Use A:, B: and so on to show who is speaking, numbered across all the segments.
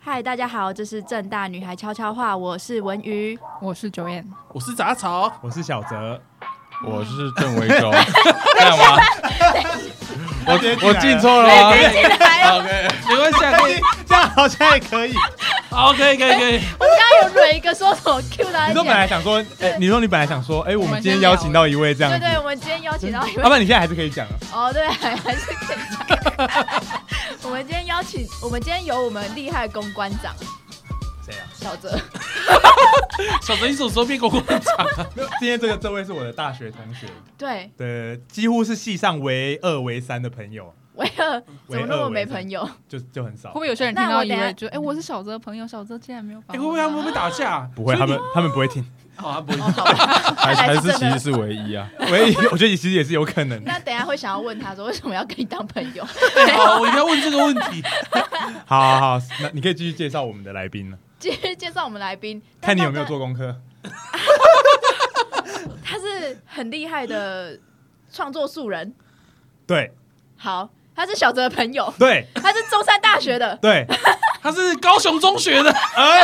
A: 嗨，大家好，这是正大女孩悄悄话，我是文瑜。
B: 我是九燕，
C: 我是杂草，
D: 我是小泽，
E: 我是郑维洲，干嘛？我
D: 接进来了
E: 我进错了吗
A: 进来了，
E: ？OK
C: 没关系，啊，可以，
D: 欸这样好像也可以。
C: 好，可以，可以，可以。
E: 啊
A: 我刚刚有蕊一个说什么 Q 他
D: 你
A: 一
D: 说本
A: 点。
D: 来想说，哎，你说你本来想说，哎，我
B: 我
D: 们
B: 们
D: 今
B: 先
D: 天邀
B: 聊
D: 请到一位这样
A: 对
D: 子，
A: 对，我们今天邀请到一位
D: 要不然你现在还是可以讲啊。
A: 哦，对，还还是可以讲。 我们今天邀请，我们今天有我们厉害公关长
D: 谁啊？
A: 小泽，
C: 小陈，你什么时候变公关长啊？
D: 没有，今天这个这位是我的大学同学，
A: 对，
D: 对，几乎是系上唯二唯三的朋友，
A: 维尔怎么那么没
D: 唯二唯三
A: 朋友？
D: 就就很少。
B: 会不会有些人
A: 那
B: 听到
A: 我
B: 以
A: 等下
B: 为就哎、我是小泽的朋友，小泽竟然没有把
C: 哎，会
B: 我拉？
C: 不会他们会打架？
D: 不会，
C: 所
D: 他
C: 以你
D: 们他们不会听。
C: 好啊，不会
A: 哦，。好吧。
E: 还
A: 还
E: 还
A: 是
E: 是
A: 真的
E: 其实是唯一啊，
D: 唯一，我觉得其实也是有可能。
A: 那等一下会想要问他说，为什么要跟你当朋友？
C: 哦好，我应该问这个问题。
D: 好好好，那你可以继续介绍我们的来宾了，
A: 今天介绍我们来宾，
D: 看你有没
A: 但
D: 有
A: 他
D: 做功课。
A: 他是很厉害的创作素人。
D: 对
A: 好，他是小泽的朋友，
D: 对
A: 他是中山大学的，
D: 对，
C: 他是高雄中学的，
D: 哎，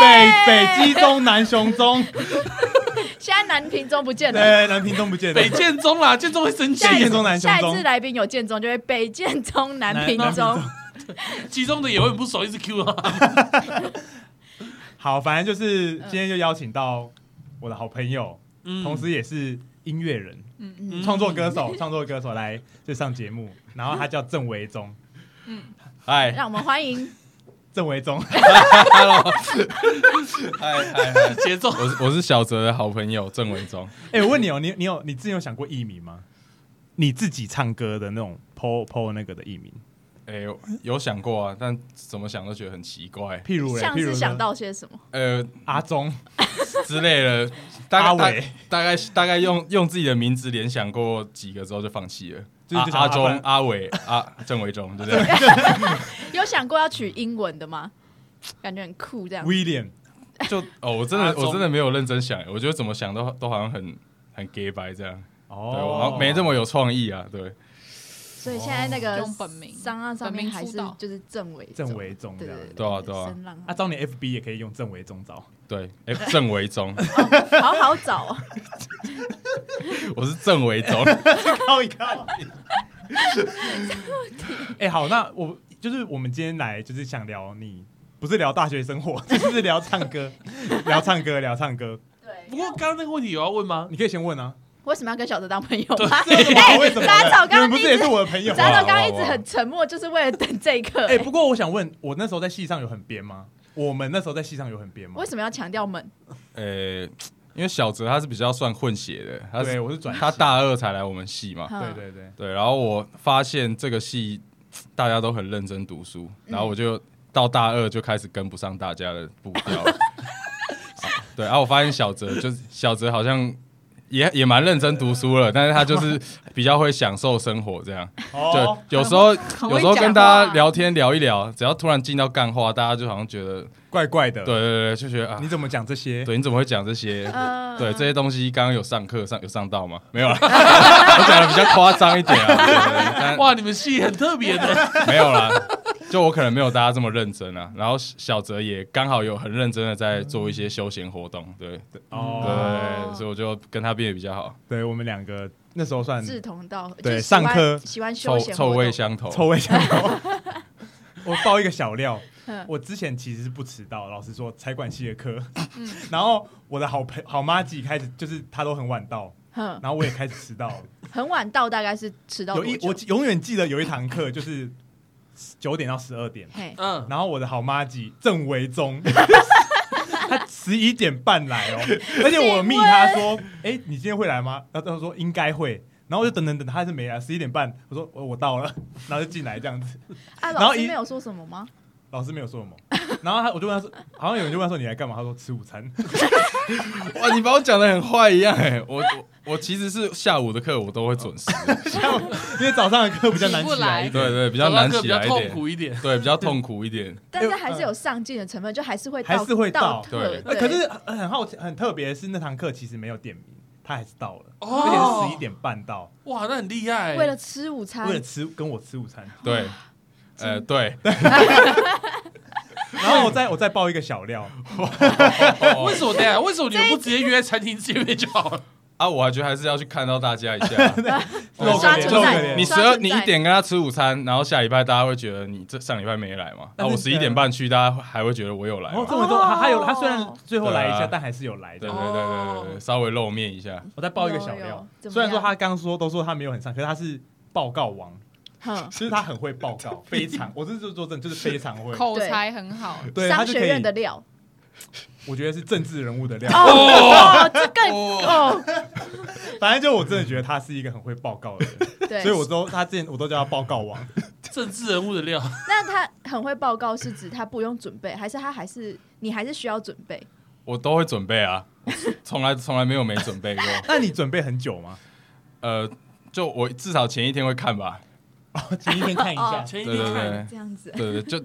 D: 北北基中南雄中，
A: 现在南平中不见了。
D: 对，南屏中不见了
C: 北建中啦，建中会生气
A: 下。一
D: 建
A: 次
D: 中南雄
A: 下一
D: 中
A: 次来宾有建中，就会北建中、南
D: 南
A: 平
D: 南
A: 中。
C: 其中的也会很不熟，一直 Q 啊。
D: 好，反正就是
A: 嗯
D: 今天就邀请到我的好朋友，
C: 嗯
D: 同时也是音乐人、
B: 嗯嗯，
C: 嗯
D: 创作歌手、创作歌手来就上节目，
E: 嗯
D: 然后他叫郑维忠，
E: 嗨
A: 让我们 欢迎
D: 郑维忠，
E: ，Hello，嗨嗨嗨，
C: 哎节奏
E: 我是我是小泽的好朋友郑文忠，
D: 哎、我问你哦，你你有你之前有想过艺名吗？你自己唱歌的那种 PO PO 那个的艺名，
E: 哎，有想过啊，但怎么想都觉得很奇怪，
D: 譬如嘞，
A: 像
D: 譬
A: 是
D: 如呢
A: 想到些什么？
E: 呃
D: 阿忠、
E: 之类的，
D: 阿
E: 大概
D: 伟，
E: 大概大概用用自己的名字联想过几个之后就放弃了，
D: 就是
E: 阿
D: 就想
E: 阿
D: 阿
E: 忠
D: 范、
E: 阿伟、阿郑维忠，对不对？
A: 有想过要取英文的吗？感觉很酷，这样
D: William，
E: 就哦，我真的
C: 阿忠
E: 我真的没有认真想，欸我觉得怎么想都都好像很很 gay 白这样，对，我好
D: 哦
E: 像没这么有创意啊，对，
A: 所以现在那个
B: 哦用本名
A: 商案上面还
B: 本名出
A: 是
B: 道
A: 就是政委，
D: 郑维忠
A: 对
D: 这样
A: 对。对
E: 对啊对啊
A: 声浪
D: 阿忠，你 FB 也可以用郑维忠找，
E: 对，哎、郑维忠，
A: 好好找哦。
E: 我是郑维忠，
D: 靠一靠。 哎，好，那我就是我们今天来就是想聊你，不是聊大学生活， 就是聊唱歌， 聊唱歌，聊唱歌。
C: 不
A: 对，
C: 过刚刚那个问题有要问吗？
D: 你可以先问啊，
A: 为什么要跟小泽当朋友吗？
D: 哇为什么呢？
A: 杂哎草刚
D: 你
A: 刚
D: 们不是
A: 一
D: 也
A: 直
D: 是我的朋友
A: 杂
D: 吗？
A: 草刚刚一直很沉默，就是为了等这一刻。
D: 哎，不过我想问，我那时候在戏上有很编吗？我们那时候在戏上有很编吗
A: 为？什么要强调们？
E: 呃、因为小哲他是比较算混血的，他
D: 对，
E: 是
D: 我是转系
E: 他，大二才来我们系嘛，
D: 对对对，
E: 对，然后我发现这个系大家都很认真读书，然后我就到大二就开始跟不上大家的步调了。啊对，然后我发现小哲就是小哲好像也也蛮认真读书了，但是他就是比较会享受生活这样。
D: 哦
E: 就，有时候
B: 很会
E: 有时候跟
B: 讲
E: 大
B: 话啊
E: 家聊天聊一聊，只要突然进到干话，大家就好像觉得，
D: 怪怪的，
E: 对对，对，就觉得啊
D: 你，怎么讲这些？
E: 对，你怎么会讲这些？
B: 呃
A: 嗯
E: 对，这些东西刚刚有上课上有上到吗？没有啦， 我讲的比较夸张一点啊。 对对对但
C: 哇，你们戏很特别的，
E: 没有啦，就我可能没有大家这么认真啊。然后小哲也刚好有很认真的在做一些休闲活动，对对
D: 哦，
E: 对，所以我就跟他变得比较好，
D: 对我们两个那时候算
A: 志同道合，
D: 对
A: 就是喜欢
D: 上课
A: 喜欢休
E: 臭
A: 闲
E: 臭
A: 活
E: 味
A: 动。
E: 相投。
D: 臭味相投。 我爆一个小料
A: 嗯，
D: 我之前其实是不迟到，老实说，财管系的课。
A: 嗯
D: 然后我的好朋好妈几开始就是她都很晚到，
A: 哼，
D: 然后我也开始迟到了。
A: 很晚到，大概是迟嗯到
D: 有
A: 多
D: 一
A: 久
D: 我永远记得有一堂课就是九点到十二点，
A: 嘿，
C: 嗯，
D: 然后我的好妈几郑 维忠。他十一点半来哦，而且我密他说：“哎、你今天会来吗？”然后他说：“应该会。”然后我就等等等，他还是没来。十一点半，我说：“我我到了。”然后就进来这样子。
A: 啊，
D: 然
A: 老
D: 后
A: 师
D: 一
A: 没有说什么吗？
D: 老师没有说什么， 然后他我就问他说，好像有人就问他说你来干嘛？他说吃午餐。
E: 哇，你把我讲的很坏一样哎、我我我其实是下午的课我都会准 时，
D: 因为早上的课比较难
B: 起不
D: 起
B: 来
D: 来，
E: 对对，比
C: 比
E: 较难
C: 比
E: 起
C: 较
E: 来一
C: 痛
E: 点，
C: 苦一点。
E: 对，比较痛苦一点。
A: 但是还是有上进的成分，就还是会到
D: 还是会
A: 到
D: 到
A: 特
E: 对
D: 呃可是很很好奇，很特别的是那堂课其实没有点名，他还是到了，而且
C: 哦
D: 是十一，点半到，
C: 哇，那很厉害。
A: 为了吃午餐
D: 为，了吃跟我吃午餐。
E: 对，呃，对，
D: 然后那我再我再爆一个小料，
C: 为什么的？为什么你们不直接约餐厅见面就好了？
E: 啊，我还觉得还是要去看到大家一下。哦
D: 露个
A: 刷
D: 脸，
A: 存
D: 露个
A: 在
D: 脸
E: 你
A: 你
E: 十
A: 十
E: 二
A: 二
E: 你
A: 你
E: 一
A: 一
E: 点
A: 点
E: 跟他吃午餐，然后下礼拜大家会觉得你这上礼拜没来嘛？啊，
D: 但是哦
E: 我十一点半去，大家还会觉得我有来
D: 然后
E: 嘛？
D: 这么重，他他有他虽然
A: 哦
D: 最后来一
E: 对
D: 下
E: 啊，
D: 但还是有来
E: 对
D: 的
E: 对。对对对对，稍微露面一下。
D: 我再爆一个小
A: 有有
D: 料，
A: 怎么
D: 虽然说
A: 样
D: 他刚刚说都说他没有很上，可是他是报 告王，
A: 哼，
D: 其实他很会报告，非常，我这是做证，就是非常 会。
B: 口才很好，
D: 对，他
A: 商
D: 就
A: 学
D: 可以
A: 院，的料
D: 我觉得是政治人物的料。
A: 哦，这更哦，
D: 反正就我真的觉得他是一个很会报告的人，
A: 对，
D: 所以我都他之前我都叫他报告王。
C: 政治人物的料，
A: 那他很会报告，是指他不用准备，还是他还是你还是需要准备？
E: 我都会准备啊，从来从来没有没准备过。
D: 那你准备很久吗？
E: 呃，就我至少前一天会看吧。
D: 前一天看一下
A: 哦，
C: 前一
E: 对
C: 天
E: 对
C: 看
E: 对
A: 这样子，
E: 对对，就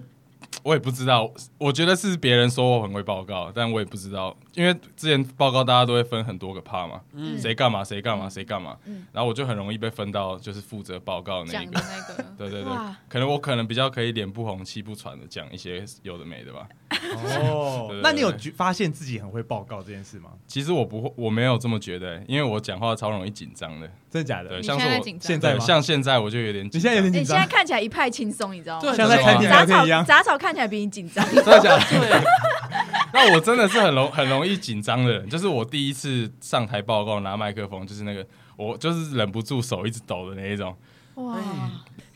E: 我也不知道，我觉得是别人说我很会报告，但我也不知道，因为之前报告大家都会分很多个 part 嘛，
C: 嗯
E: 谁干嘛谁干嘛谁干嘛
A: 嗯，
E: 然后我就很容易被分到就是负责报告那
B: 讲
E: 一个
B: 的。那个
E: 对对对
A: 哇，
E: 可能我可能比较可以脸不红气不喘的讲一些有的没的吧。对对
D: 哦
E: 对，
D: 那你有觉发现自己很会报告这件事吗？
E: 其实我不会，我没有这么觉得、因为我讲话超容易紧张的。
D: 真的假
E: 对，
D: 的？
B: 你
E: 像
B: 现
E: 是
B: 在
E: 我
B: 紧张
D: 现在
E: 对
D: 吗
E: 像现在我就有点
D: 你
E: 紧
D: 现
E: 张，
D: 在有
A: 哎
D: 点
A: 你
D: 紧
A: 现
D: 张
A: 在，看起来一派轻松，你知道
C: 对
A: 吗？
D: 像在餐厅聊
A: 杂
D: 天
A: 草
D: 一样。
A: 杂草看起来比你紧张，
E: 真的假 的？
C: 对，
E: 那我真的是很容很容易紧张的人，就是我第一次上台报告拿麦克风，就是那个我就是忍不住手一直抖的那一种。
A: 哇
C: 哎！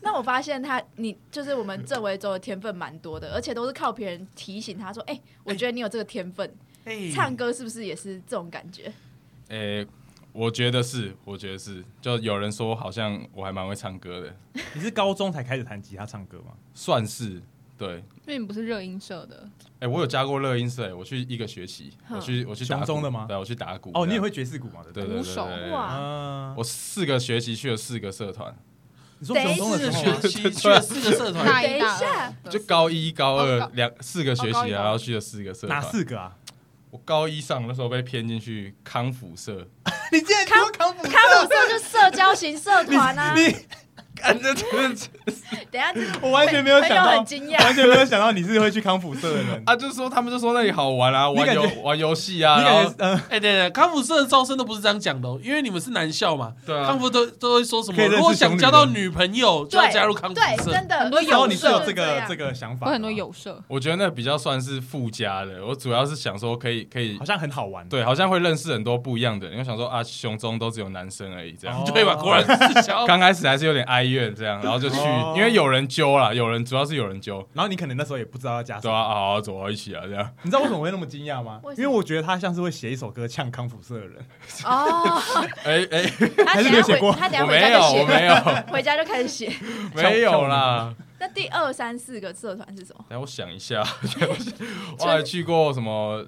A: 那我发现他，你就是我们郑维洲的天分蛮多的，而且都是靠别人提醒他说：“哎、我觉得你有这个天分。
D: 嗯
C: 哎
A: 唱歌是不是也是这种感觉？
E: 诶、我觉得是，我觉得是，就有人说好像我还蛮会唱歌的，
D: 你是高中才开始弹吉他唱歌吗？
E: 算是对。
B: 因为你不是热音社的，
E: 哎、我有加过乐音社、我去一个学期，
A: 哼
E: 我去我去打
D: 雄
E: 鼓
D: 中的吗
E: 对，我去打鼓。
D: 哦，你也会爵士鼓吗？对不
E: 对？
D: 对？
E: 对对
B: 鼓
E: 对
B: 手
E: 对对对
A: 哇
D: 啊，
E: 我四个学期去了四个社团，
D: 你说雄中
C: 四
D: 的时
C: 个
D: 候
C: 学
D: 吗，
C: 期去了四个 社团，
B: 大一、大
A: 等一下
B: 二
E: 就高一、高
B: 哦
E: 二
B: 高
E: 两四个学
B: 哦高
E: 期，啊
B: 一
E: 然后去了四个社
D: 哪
E: 团。
D: 四个啊？
E: 我高一上那时候被骗进去康复社，
D: 你竟然
A: 康
D: 康复
A: 康复社就是社交型社团啊！
D: 你
E: 感觉真的
A: 等一下这个
D: 我完全没有想
A: 朋友
D: 到
A: 很，惊
D: 完
A: 讶。
D: 全没有想到你是会去康复社的人。
E: 啊，就是说他们就说那里好玩啊，
D: 你
E: 玩
D: 感
E: 游
D: 觉
E: 玩游戏啊，
D: 你
E: 然
D: 感觉
E: 后
D: 嗯，
C: 哎，对对，康复社的招生都不是这样讲的哦，因为你们是男校嘛，
E: 对啊
C: 康复都都会说什
D: 可以认
C: 么，
D: 识
C: 如果想交到
D: 熊女
C: 女朋友就要加入康复
A: 对，
C: 社
A: 真，的
B: 很多
D: 然后
B: 有
D: 你是有
B: 社
D: 这个这个想
B: 有
D: 法吗，
B: 很多友社，
E: 我觉得那比较算是附加的。我主要是想说可以可以
D: 好，像很好玩。
E: 对，好像会认识很多不一样的人。因为想说啊，熊中都只有男生而已，这样
D: 哦。
C: 对吧？果然 是想要
E: 刚开始还是有点哀怨这样，然后就去
D: 哦，
E: 因为有人揪啦，有人主要是有人揪，
D: 然后你可能那时候也不知道要加什
E: 对
D: 么，
E: 啊，好好走到一起啊，这样。
D: 你知道为什么我会那么惊讶吗？
A: 为什
D: 因
A: 么
D: 为我觉得他像是会写一首歌呛康复社的人。
A: 哦。
E: 哎哎，
A: 他
D: 还是
A: 等
D: 没
A: 一
D: 有
A: 下
D: 写过
A: 回，他等一
E: 我
A: 下回
E: 没
A: 家就
E: 有，我没
A: 写，
E: 有，
A: 回家就开始写。
E: 没有啦。
A: 那第二三四个社团是什么？
E: 等一下我想一下，我还去过什么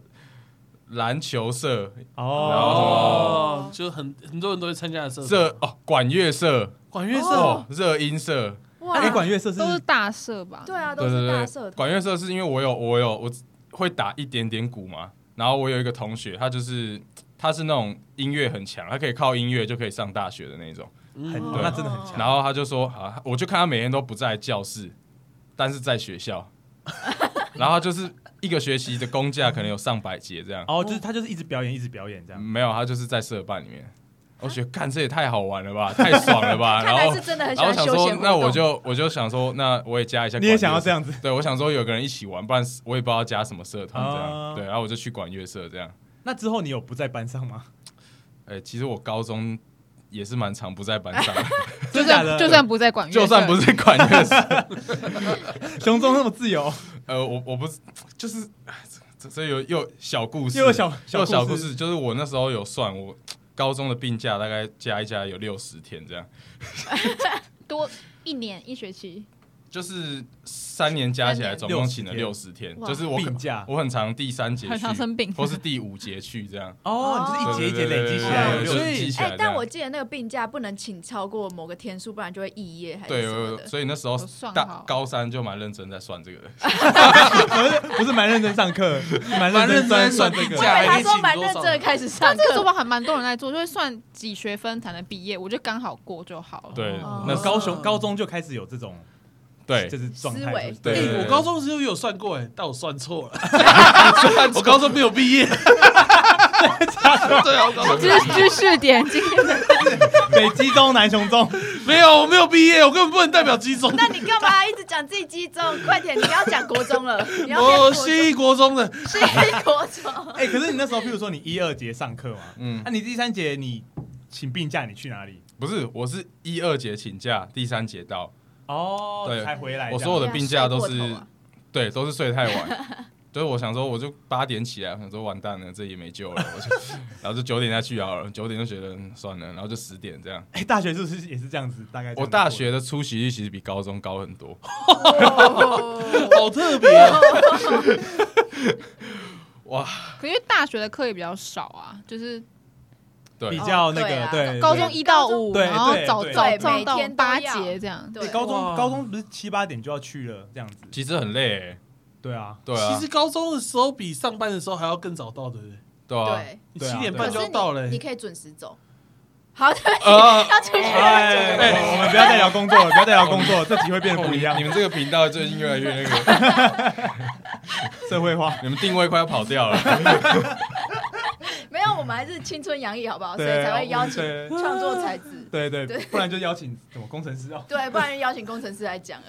E: 篮球社、
C: 哦，就很很多人都会参加的社团
E: 热哦管乐社、
C: 管乐社
E: 哦热音社，
A: 哇
D: 那你哎管乐社是
B: 都是大社吧？
A: 对啊，都
E: 对
A: 是
E: 对
A: 大
E: 对，
A: 社团。
E: 管乐社是因为我有我有我会打一点点鼓嘛，然后我有一个同学，他就是他是那种音乐很强，他可以靠音乐就可以上大学的那种。
D: 很
C: 嗯
A: 对
D: 那真的很
E: 然
D: 强。
E: 后他就说啊，我就看他每天都不在教室，但是在学校， 然后他就是一个学期的工价可能有上百节这样，
D: 哦，就是他就是一直表演，一直表演这样。
E: 没有他就是在社办里面。我觉得干这也太好玩了吧， 太爽了吧！然
A: 看来
E: 后
A: 是真的很喜
E: 然后
A: 欢休
E: 想说
A: 闲活，动。
E: 那我就我就想说，那我也加一下。
D: 你也想要这样子？
E: 对，我想说有个人一起玩，不然我也不知道加什么社团这样。
D: 哦
E: 对，然后我就去管乐社这样。
D: 那之后你有不在班上吗？
E: 哎、其实我高中也是蛮常不在班上的，
B: 就
D: 真假的
B: 算就算不在管乐社，
E: 就算不是管乐社，
D: 熊中那么自由，
E: 呃，我我不是就是哎这这有又有小故事，
D: 又有小
E: 又有小
D: 故
E: 故事，就是我那时候有算我。高中的病假大概加一加有六十天，这样
B: 多一年一学期，
E: 就是三年加起来总共请了六十天，
A: 哇
E: 就是我可
D: 病假
E: 我很常第三节
B: 很常
E: 去，
B: 生病，
E: 或是第五节去这样，
D: 哦，你就是一节一节累积起来，
E: 对
D: 有六
E: 对对对对
D: 十
E: 积
D: 集
E: 起来
A: 哎、
E: 啊这样。
A: 但我记得那个病假不能请超过某个天数，不然就会肄业还是
E: 对，
A: 什么
E: 我
A: 的。
E: 所以那时候
B: 我算
E: 大
B: 好
E: 高三就蛮认真在算这个的，
D: 不是蛮认真上课，蛮
C: 蛮认
D: 认
C: 真
D: 真
C: 在
D: 算
C: 算
D: 这
C: 定
D: 个。
C: 价，
A: 对，他
C: 还可以
A: 说
C: 请
A: 蛮
C: 多
A: 认
C: 少
A: 真的开始上
B: 但这个做
A: 课。
B: 法还蛮多人在做，就会算几学分才能毕业，我觉得刚好过就好了。
E: 对
D: 哦
E: 那
D: 高雄高中就开始有这种
E: 对
D: 就是状
A: 思
D: 态
A: 维
D: 就是。
E: 对
C: 哎
E: 对
C: 我
E: 对
C: 高中时候有算过，哎，但我算错 了。我高中没有毕 业。对啊，我高中没
B: 知
C: 有
B: 知识 点今天的
D: 北基中、南雄中，
C: 没有，我没有毕业，我根本不能代表基中。
A: 那你干嘛一直讲自己击中？快点，你要讲国中 了，你要变国
C: 我
A: 中
C: 新一国中的，
A: 是国中。
D: 哎、可是你那时候，譬如说你一二节上课嘛，啊
E: 嗯
D: 那、你第三节你请病假，你去哪里？
E: 不是，我是一二节请假，第三节到，
D: 哦
E: 对
D: 才回来这样。
E: 我说我的病假都
A: 睡过头
E: 是
A: 啊
E: 对，都是睡太晚。就是我想说，我就八点起来，我想说完蛋了，这也没救了，我就然后就九点再去好了，九点就觉得嗯算了，然后就十点这样。
D: 哎、大学是不是也是这样子？大概这样子
E: 我大学的出席率其实比高中高很多，
C: 好特别啊！
B: 可是大学的课也比较少啊，就是
D: 比
E: 对，
D: 较那
A: 对
D: 个
A: 啊
D: 对
B: 高中一到
A: 对
B: 五，
D: 对
B: 然后
D: 对
B: 早
D: 对
B: 早
A: 对
B: 上
A: 每
B: 到
A: 天都
B: 八
A: 要
B: 节这样。
A: 对
D: 对哎高中
C: 哇
D: 高中不是七八点就要去了这样子？
E: 其实很累、欸，
D: 对啊，
E: 对啊
C: 其实，高中的时候比上班的时候还要更早到，对不对？
E: 对啊，
A: 对，
C: 你
D: 对啊
C: 七点
D: 对
C: 半
A: 可
D: 啊
C: 就是要
A: 你
C: 到了、欸
A: 你可以准时走。好的，
E: 呃，
A: 要出去了。
D: 哎，哎我们不要再聊工作了，不要再聊工作了，这集会变得不一样
E: 你，们这个频道最近越来越那个，
D: 社会化。
E: 你们定位快要跑掉了。
A: 没有，我们还是青春洋溢，好不好？所以
D: 对
A: 才会邀请
D: 对
A: 创作才子。
D: 对对
A: 对
D: 不然就邀请什么工程师哦。
A: 对，不然邀请工程师来讲了。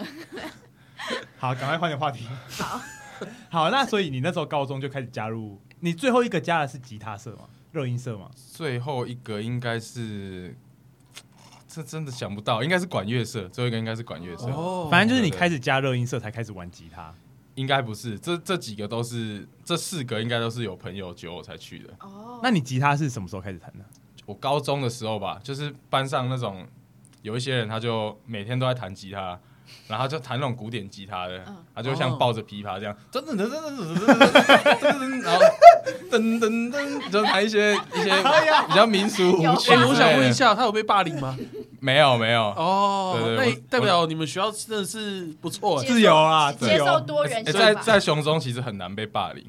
D: 好，赶快换点话题。
A: 好，
D: 好，那所以你那时候高中就开始加入，你最后一个加的是吉他社嘛，热音社嘛？
E: 最后一个应该是，这真的想不到，应该是管乐社，最后一个应该是管乐社，
C: 哦
D: 反正就是你开始加热音社才开始玩吉他。
E: 应该不是，这这几个都是，这四个应该都是有朋友酒我才去的。
A: 哦
D: 那你吉他是什么时候开始弹的？
E: 我高中的时候吧，就是班上那种有一些人，他就每天都在弹吉他，然后他就弹那种古典吉他的，
A: 嗯
E: 他就像抱着琵琶这样，噔噔噔噔噔噔噔，然后噔噔噔，就弹一些一些比较民俗舞曲。
C: 哎、我想问一，下，他有被霸凌 吗？
E: 没有没有，
C: 哦，
E: 对对
C: 那
E: 我
C: 也代表你们学校真的是不错、
A: 接
C: 哎
A: 受
D: 自由啊自
A: 接
D: 由
A: 受多元性
E: 哎在
A: 吧。
E: 在熊中其实很难被霸凌，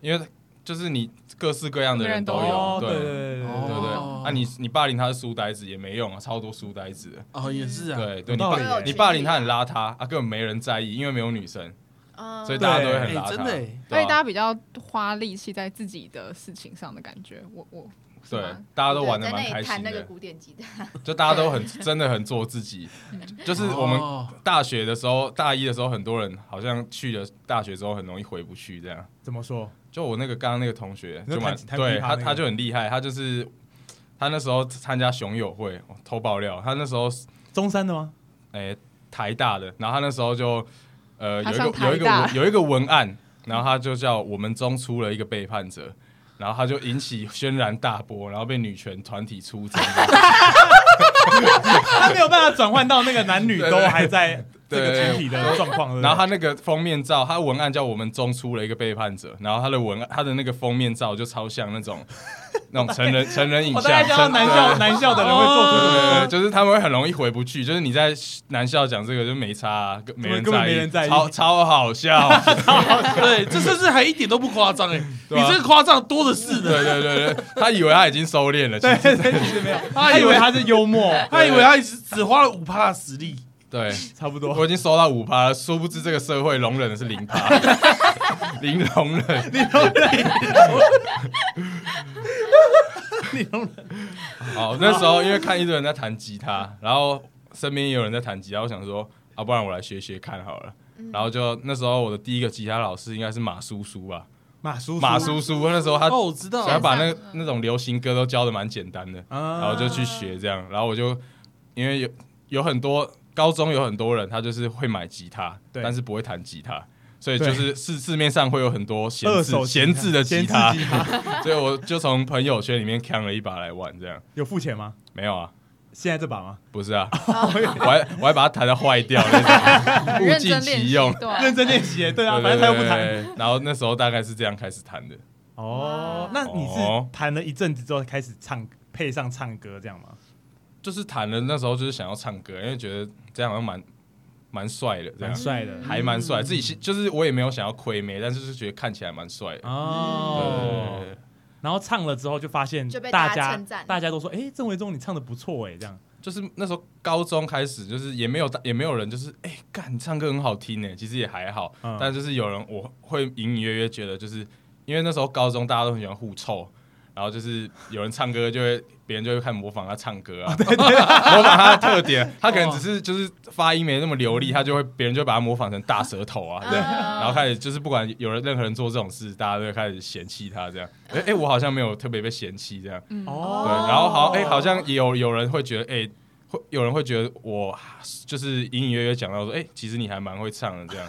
E: 因为就是你各式各样的人都有，
D: 对
E: 对
D: 对
E: 对
D: 对
C: 哦
E: 对，
C: 哦
E: 啊你你霸凌他是书呆子也没用啊，超多书呆子的。
C: 哦，也是啊，
E: 对
D: 有
E: 对，你
D: 道
E: 霸
D: 理耶
E: 你霸凌他很邋遢啊，根本没人在意，因为没有女生，
A: 嗯
E: 所以大家都会很
C: 哎、
E: 邋遢。
C: 真的、哎
B: 而
E: 对
B: 且大
E: 啊
B: 家比较花力气在自己的事情上的感觉，我我是
E: 对
B: 吗
E: 大家都玩的
A: 啊在
E: 蛮
A: 那
E: 开
A: 里弹
E: 心
A: 那个
E: 的，
A: 古典吉他，
E: 就大家都很真的很做自己。就是我们
C: 哦
E: 大学的时候，大一的时候，很多人好像去了大学之后很容易回不去这样。
D: 怎么说？
E: 就我那个刚刚那个同学
D: 你说
E: 就蛮
D: 弹弹琵琶
E: 对他
D: 那个
E: 他就很厉害，他就是他那时候参加熊友会，哦偷爆料，他那时候
D: 中山的吗？
E: 诶、台大的，然后他那时候就呃有
B: 他
E: 一
B: 上
E: 个有
B: 台
E: 一个
B: 大
E: 文有一个文案，然后他就叫我们中出了一个背叛者，然后他就引起轩然大波，然后被女权团体出 征，
D: 他没有办法转换到那个男女都还在这
E: 对
D: 个
E: 对对
D: 群体的状况。对不对
E: 然后他那个封面照，他文案叫我们中出了一个背叛者，然后他的文案他的那个封面照就超像那种那种成人成人影
D: 我
E: 像，
D: 大概知道
E: 成
D: 男校男校的人会做出这
E: 对，
D: 种
E: 就是他们会很容易回不去，就是你在男校讲这个就没差啊、跟没人
D: 根本
E: 在
D: 没
E: 意，
D: 人在意
E: 超超 好笑，
C: 对，这甚至还一点都不夸张哎，
E: 对啊
C: 你这个夸张多的是的，
E: 对对对对，他以为他已经收敛了，其实
D: 对对对，其实没有，他
C: 他
D: 以
C: 以
D: 为
C: 为
D: 他是幽 默，
C: 他以为他只只花了五趴的实力，
E: 对，
D: 差不
E: 我
D: 多。
E: 已经收到五趴了，殊不知这个社会容忍的是零趴， 零容忍，零容忍，零容忍。 好，那时候因为看一堆人在弹吉他，然后身边也有人在弹吉他，我想说啊，不然我来学学看好了。然后就那时候我的第一个吉他老师应该是马叔叔吧，
D: 马叔，
E: 马叔叔那时候他
C: 哦，我知道，
E: 他把那个那种流行歌都教的蛮简单的，
D: 啊
E: 然后就去学这样，然后我就因为有有很多高中有很多人他就是会买吉他，
D: 对
E: 但是不会弹吉他，所以
D: 对
E: 就是市市面上会有很多闲
D: 二手
E: 置闲置的吉
D: 闲置
E: 他，
D: 吉他
E: 所以我就从朋友圈里面扛了一把来玩，这样
D: 有付钱吗？
E: 没有啊。
D: 现在这把 吗？
E: 不 是啊，
D: 哦
E: 我还我还把它弹的坏掉，那
B: 很
E: 种物
B: 认
E: 尽
B: 真练
E: 其
B: 习
E: 用。，
B: 对啊
D: 认真练习耶，对啊，
E: 对
D: 反正他又不。
E: 对
D: 弹。
E: 对对然后那时候大概是这样开始弹的，
D: 哦，那你是
E: 哦
D: 弹了一阵子之后开始唱，配上唱歌这样吗？
E: 就是弹了那时候就是想要唱歌，因为觉得这样好像蛮蛮帅的，这样
D: 蛮帅的
E: 还蛮
D: 嗯
E: 帅，自己是就是我也没有想要亏妹，但是就是觉得看起来蛮帅的。
D: 哦
E: 对，，
D: 然后唱了之后就发现
A: 就被
D: 大
A: 大家
D: 家
A: 称赞
D: 大家都说，哎，郑维忠你唱的不错哎，这样。
E: 就是那时候高中开始，就是也没有大也没有人，就是哎，干、你唱歌很好听呢，其实也还好，
D: 嗯
E: 但就是有人我会隐隐约约觉得，就是因为那时候高中大家都很喜欢互臭。然后就是有人唱歌，就会别人就会看模仿他唱歌
D: 哦
E: 啊， 模仿他的特点。他可能只是就是发音没那么流利，他就会别人就会把他模仿成大舌头啊，
A: 嗯
E: 对。然后开始就是不管有人任何人做这种事，大家都会开始嫌弃他这样。哎、哎，我好像没有特别被嫌弃这样。
D: 哦
E: 对，然后好，哎、好像也有有人会觉得，哎、会有人会觉得我就是隐隐约约讲到说，哎、其实你还蛮会唱的这样，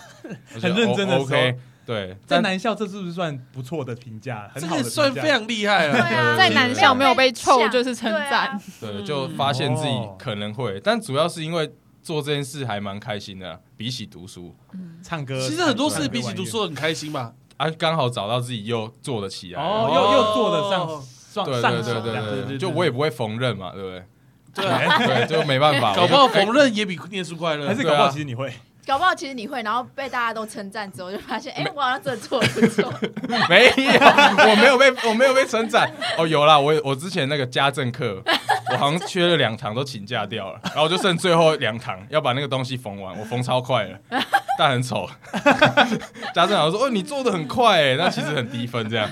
E: 我觉得
D: 很认真的
E: O- OK，对，
D: 在
E: 但
D: 南校这是不是算不错的评价？很
C: 这
D: 好
C: 个
D: 的
C: 算
D: 评价
C: 非常厉害
A: 对
C: 了。
A: 啊，
E: 在男校没
B: 有被臭
A: 想
B: 就是称赞，
A: 啊
E: 对，就发现自己
D: 哦
E: 可能会，但主要是因为做这件事还蛮开心的啊，比起读书
D: 唱歌。
C: 其实很多事
D: 唱歌
C: 比起读，书很开心嘛，
E: 啊，刚好找到自己又做得起来，
D: 哦，又又做得上
A: 哦
D: 上
E: 对
D: 上
E: 对
D: 手
E: 对
D: 这样
E: 对
C: 对
E: 对，就我也不会缝纫嘛，对不对？
C: 对啊，
E: 对，就没办法，
C: 搞不好缝纫也比念书快乐
D: 还。是
E: 对
D: 搞
E: 啊
D: 不好其实你会，
A: 搞不好其实你会，然后被大家都称赞之后，就发现哎、我好像真的做得不 错。
E: 没有，我没有被我没有被称赞。哦，有啦，我我之前那个家政课，我好像缺了两堂都请假掉了，然后就剩最后两堂要把那个东西缝完，我缝超快 了，但很丑。家政老师说：“哦，你做的很快哎，那其实很低分这 样。”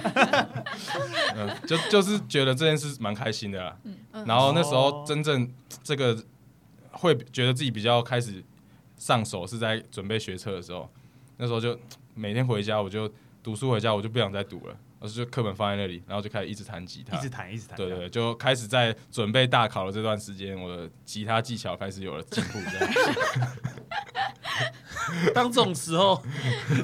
E: 嗯，就就是觉得这件事蛮开心的啦。
A: 嗯
E: 然后那时
D: 哦
E: 候真正这个会觉得自己比较开始上手是在准备学车的时候，那时候就每天回家我就读书回家我就不想再读了，我就课本放在那里，然后就开始一直弹吉他
D: 一直。弹一直弹。
E: 对对，对就开始在准备大考的这段时间，我的吉他技巧开始有了进步，这样
C: 当这种时候，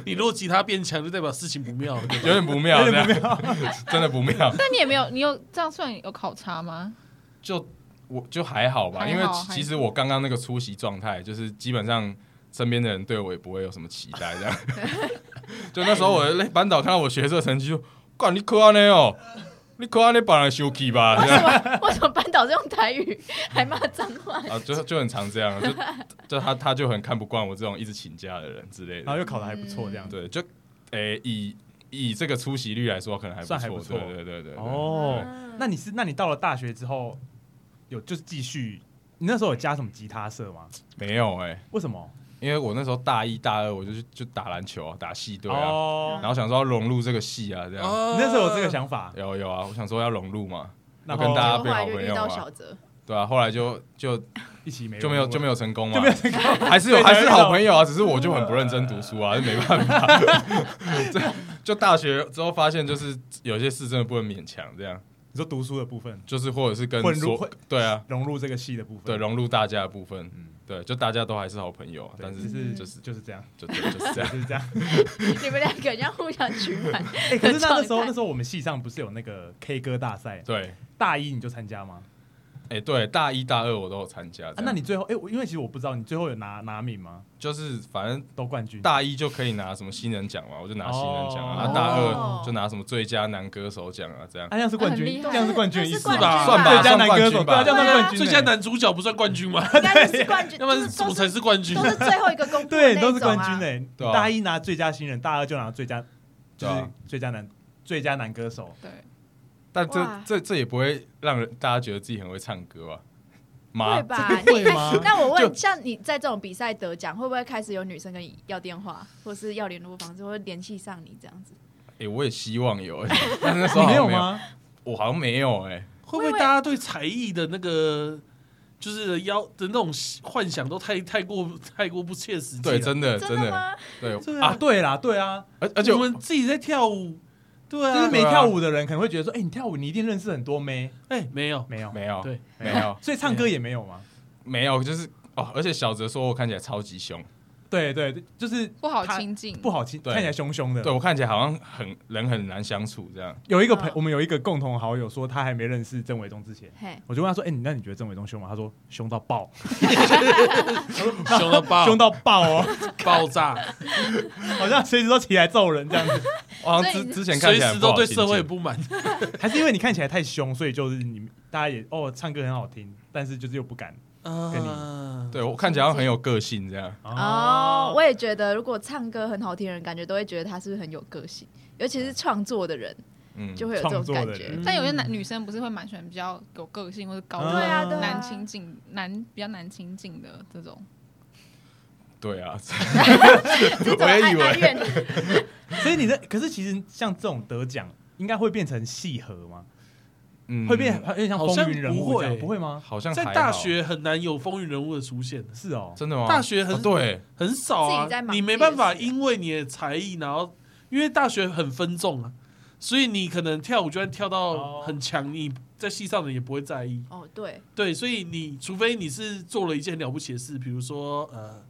C: 你如果吉他变强，就代表事情不妙了。
E: 有点不妙，
D: 有
E: 这
D: 点
E: 样
D: 不
E: 真的不妙。
B: 但你也没有，你有这样算有考察吗？
E: 就我就还好吧，
B: 还好
E: 因为
B: 还好
E: 其实我刚刚那个出席状态，就是基本上身边的人对我也不会有什么期待， 这样。就那时候我的班导看到我学这成绩，就干你可安呢哦，你可安呢把人休息吧，这
A: 为
E: 样
A: 什么为什么班导是用台语还骂脏话？
E: 啊，就就很常这样，就就他他就很看不惯我这种一直请假的人之类
D: 然后
E: 的，
D: 又考的还不错，这样子。
E: 对，就诶、以以这个出席率来说，可能还
D: 算还
E: 不
D: 不错
E: 对对对对，对
D: 哦
A: 嗯，
D: 那你是那你到了大学之后，有就是继续，你那时候有加什么吉他社吗？
E: 没有哎、
D: 为什么？
E: 因为我那时候大一大二，我就去就打篮球啊，打系队啊。
D: 哦，
E: 然后想说要融入这个系啊，这样、
D: 你
C: 哦
D: 那时候有这个想法，
E: 有有啊，我想说要融入嘛，
D: 然
E: 跟
A: 结
E: 大家
D: 后
A: 果后来就遇到小泽，
E: 对啊，后来就就
D: 一起没
E: 就没有就没
D: 有
E: 有成功嘛，
D: 就没有成功，
E: 还是有还是好朋友啊，只是我就很不认真读书啊，就没办 法。 这就大学之后发现，就是有些事真的不能勉强，这样
D: 你说读书的部分，
E: 就是或者是跟
D: 混入
E: 说
D: 混
E: 对啊，
D: 融入这个系的部分，
E: 对融入大家的部分，
D: 嗯
E: 对，就大家都还是好朋友啊，
D: 对
E: 但
D: 就是是
E: 就
D: 就是
E: 是
D: 就是这样，
E: 就就就是这样。
D: 就是这样。
A: 你们两个要互相取暖。
D: 哎，可是那那时候
A: 状态
D: 那时候我们系上不是有那个 K 歌大赛，
E: 对，
D: 大一你就参加吗？
E: 哎、对，大一大二我都有参加、这
D: 啊
E: 样
D: 那你最后哎，我因为其实我不知道你最后有拿拿名吗？
E: 就是反正
D: 都冠军，
E: 大一就可以拿什么新人奖嘛，我就拿新人奖啊。
D: 哦
E: 然后大
A: 哦
E: 二就拿什么最佳男歌手奖啊，这样
D: 啊，。这样是冠
B: 很
D: 军，
B: 厉害
D: 这样是冠军的意思
A: 那是冠
C: 吧
A: 军
E: 算吧
D: 最佳男歌手，
E: 算冠军
D: 对啊，
E: 吧
D: 这样算冠军欸，
C: 最佳男主角不算冠 军吗？
A: 应该就是 冠军，
C: 要不然
A: 就是
C: 什么
A: 都
C: 才
A: 是
C: 是冠军
A: 都？是最后一个公布的
D: 对，
A: 那
D: 都是
A: 一种啊
D: 冠军诶、
E: 对啊
D: 大一拿最佳新人，大二就拿最佳，就
E: 对啊
D: 是最佳男、最佳男歌手。
B: 对，
E: 但这
A: 哇
E: 这这也不会让人大家觉得自己很会唱歌吧？
A: 会
E: 妈，
A: 吧？
D: 会吗
A: 哎那我问，
E: 就
A: 像你在这种比赛得奖，会不会开始有女生跟你要电话，或是要联络方式，或者联系上你这样子？
E: 哎、我也希望有、 欸，但是那时
D: 你
E: 候好
D: 没
E: 像
D: 有
E: 没有，
D: 吗？
E: 我好像没有哎、
C: 会不会大家对才艺的那个就是要的那种幻想都太太过太过不切实际了？
E: 对，呃真的真的，
A: 吗？
E: 对
D: 啊，
E: 啊，
D: 对啦，对啊，
E: 而而且
C: 我
E: 我
C: 们自己在跳舞，对
D: 就是
C: 啊，
D: 没跳舞的人可能会觉得说，哎、你跳舞你一定认识很多妹，
C: 哎没有，
D: 没有，
E: 没有，
C: 对，
E: 没有，
D: 所以唱歌也没有吗？
E: 没有，就是哦，而且小哲说我看起来超级凶，
C: 嗯
D: 对对，对就是
B: 不好
D: 他
B: 亲近，
D: 不好亲，
E: 对
D: 看起来凶凶的。
E: 对我看起来好像很人很难相处这样，
D: 有一个朋
A: 嗯，
D: 我们有一个共同好友说，他还没认识郑伟忠之前，
A: 嘿，
D: 我就问他说，哎、你那你觉得郑伟忠凶吗？他说凶到爆，
C: 凶了 爆，
D: 凶到爆哦，
C: 爆 炸，
D: 好像随时都起来揍人这样 子。
E: 我好像
A: 所以
E: 之
A: 你
E: 之前看
C: 随
E: 起来
C: 时
E: 很不
C: 都
E: 好
C: 对
E: 亲
C: 社会
E: 近
C: 不满。
D: 还是因为你看起来太凶，所以就是你大家也哦，唱歌很好听，但是就是又不敢跟
C: 啊，
E: 对我看起来好像很有个性这样，
A: 哦，我也觉得，如果唱歌很好听的人，感觉都会觉得他是不是很有个性，尤其是创作的人，
E: 嗯，
A: 就会有这种感
D: 创作的
A: 觉
D: 人。
B: 但有些男女生不是会蛮喜欢比较有个性或者高
D: 嗯
A: 对啊，对啊，
B: 难亲近、难比较难亲近的这种，
E: 对啊，
A: 这种
E: 我也
A: 爱
E: 以为
A: 爱怨，
C: 嗯
D: 所以你的可是其实像这种得奖，应该会变成戏核吗？
E: 嗯，
D: 会变有点像
C: 好
D: 风
C: 像
D: 云人
C: 不
D: 物
C: 会
D: 这样，不会吗？
E: 好像
C: 在
E: 还
C: 大
E: 好
C: 学很难有风云人物的出现啊的，
D: 是 哦，
E: 真的吗？
C: 大学很
E: 哦对，
C: 很少
A: 自己在
C: 啊，
A: 忙
C: 你没办法因为你的才艺，然后因为大学很分众啊，所以你可能跳舞就算跳到
D: 哦
C: 很强，你在戏上的也不会在意。
A: 哦，对，
C: 对，所以你除非你是做了一件很了不起的事，比如说呃，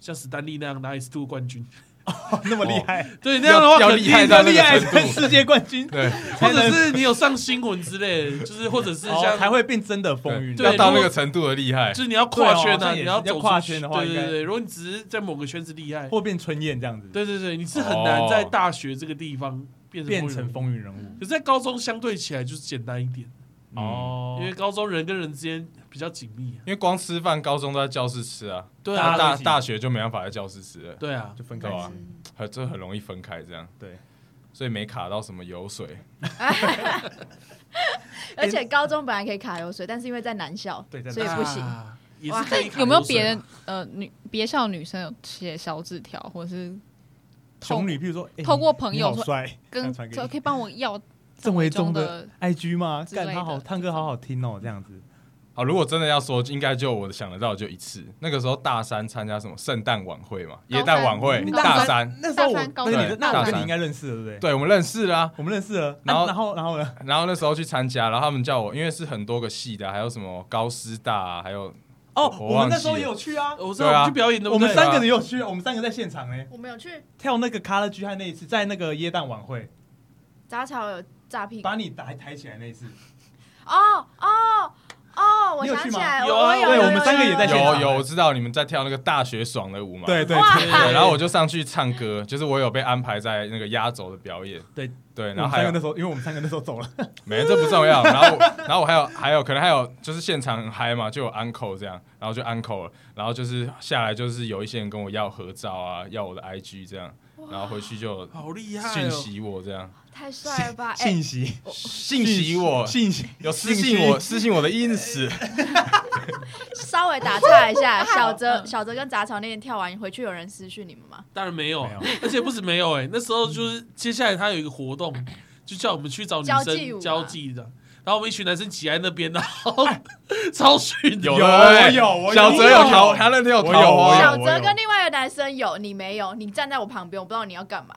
C: 像史丹利那样拿 S two 冠军，
D: 哦那么厉害，
C: 对那样的话
E: 要
C: 肯
E: 厉
C: 定
E: 害
D: 那
E: 到
D: 么
E: 那
D: 厉害
E: 个
D: 成
E: 程度，
D: 世界冠军，
E: 对，
C: 或者是你有上新闻之类的，就是或 者是
D: 哦
C: 像
D: 才会变真的风云。
C: 对
E: 要到那
C: 如
E: 个
C: 果
E: 程度的厉害
C: 就，是你要跨圈
D: 对哦
C: 啊，
D: 好像也
C: 你
D: 是
C: 走
D: 要跨
C: 出去
D: 圈的话
C: 对
D: 应该
C: 对对，如果你只是在某个圈子厉害，
D: 或变春燕这样子，
C: 对对对，你是很
E: 哦
C: 难在大学这个地方变成
D: 变
C: 风云人
D: 成
C: 物
D: 风云人物。
C: 可是在高中相对起来就是简单一点，
E: 嗯，
D: 哦
C: 因为高中人跟人之间比较紧密啊。
E: 因为光吃饭，高中都在教室吃啊，
C: 对
E: 大
C: 啊，
E: 大大学就没办法在教室吃了，
C: 对啊，
D: 就分开
E: 对啊
D: 吃，
A: 嗯
E: 很这很容易分开这样，
D: 对，
E: 所以没卡到什么油水，
A: 而且高中本来可以卡油水，但是因为在男校，
D: 对在
A: 所以
D: 男
A: 不行。
C: 啊，也
A: 哇
C: 是可以卡
B: 有没有
C: 油水啊
B: 别的呃女别校女生有写小纸条，或者是透
D: 熊女，譬如说，哎
B: 透过朋友
D: 你好
B: 说
D: 帅，
B: 跟
D: 传给
B: 说
D: 你
B: 可以帮我要
D: 郑维
B: 中
D: 中的 IG 吗？
B: 之类
D: 干
B: 的
D: 他好，探哥好好听哦，这样子。
E: 啊，如果真的要说，应该就我想得到就一次。那个时候大三参加什么圣诞晚会嘛，
B: 高
E: 耶诞晚会，
B: 三
E: 大
B: 高三
E: 三，
D: 那时候我，
B: 大三高
D: 那你
E: 中
D: 那我
E: 大
D: 跟
E: 三
D: 你应该认识了，对不对？
E: 对我们认识啦、
D: 我们认识了，
E: 然后
D: 啊然后然后呢？
E: 然后那时候去参加，然后他们叫我，因为是很多个系的，还有什么高师大、啊，还有
D: 哦，
E: 我
D: 我
E: 忘
D: 们
E: 记
D: 那时候
E: 了
D: 也有去啊，
C: 我知道我
E: 对啊
C: 们去表演的，
D: 我们
E: 对
D: 三个人有去，我们三个在现场哎，
A: 我没有去
D: 跳那个卡拉居汉那一次，在那个耶诞晚会，
A: 杂草有炸屁股。
D: 把你抬抬起来那一次，
A: 哦哦哦，我
D: 你有
A: 想
D: 去
A: 起
D: 吗
A: 来，
C: 有
A: 我
C: 啊
A: 有，
C: 对
A: 有
C: 我们
A: 有
D: 三个
A: 有
D: 也在现
A: 有
D: 场
E: 有有，我知道你们在跳那个大学爽的舞嘛，
D: 对对
A: 哇
D: 对
E: 对，
D: 对，
E: 然后我就上去唱歌，就是我有被安排在那个压轴的表演，
D: 对嗯
E: 对，
D: 我
E: 然后
D: 们
E: 还
D: 三
E: 有
D: 个那时候，因为我们三个那时候走了，
E: 没，这不重要。然后我， 然后我还有还有可能还有就是现场很嗨嘛，就有 uncle 这样，然后就 uncle 了，然后就是下来就是有一些人跟我要合照啊，要我的 IG 这样，然后回去就
C: 好厉害
E: 讯
C: 哦！
E: 息我这样，
A: 太帅了吧！哎，
D: 信息
E: 信息我，
D: 哦信息
E: 有私信我，私信我的 ins，
A: 稍微打岔一下，小泽小泽跟杂草那天跳完回去，有人私讯你们吗？
C: 当然没有
D: 没有
C: 啊，而且不止没有哎，那时候就是接下来他有一个活动，就叫我们去找女
A: 交际舞啊
C: 生交际的，然后我们一群男生挤在那边，然后 超逊的
E: 有
D: 哎有
E: 了
D: 我
E: 欸
D: 有 我有
E: 小泽有桃，
D: 我有
E: 他那天有
D: 我有
E: 桃
D: 我有
E: 花，
A: 小泽跟另外一个男生有，你没有，你站在我旁边，我不知道你要干 嘛。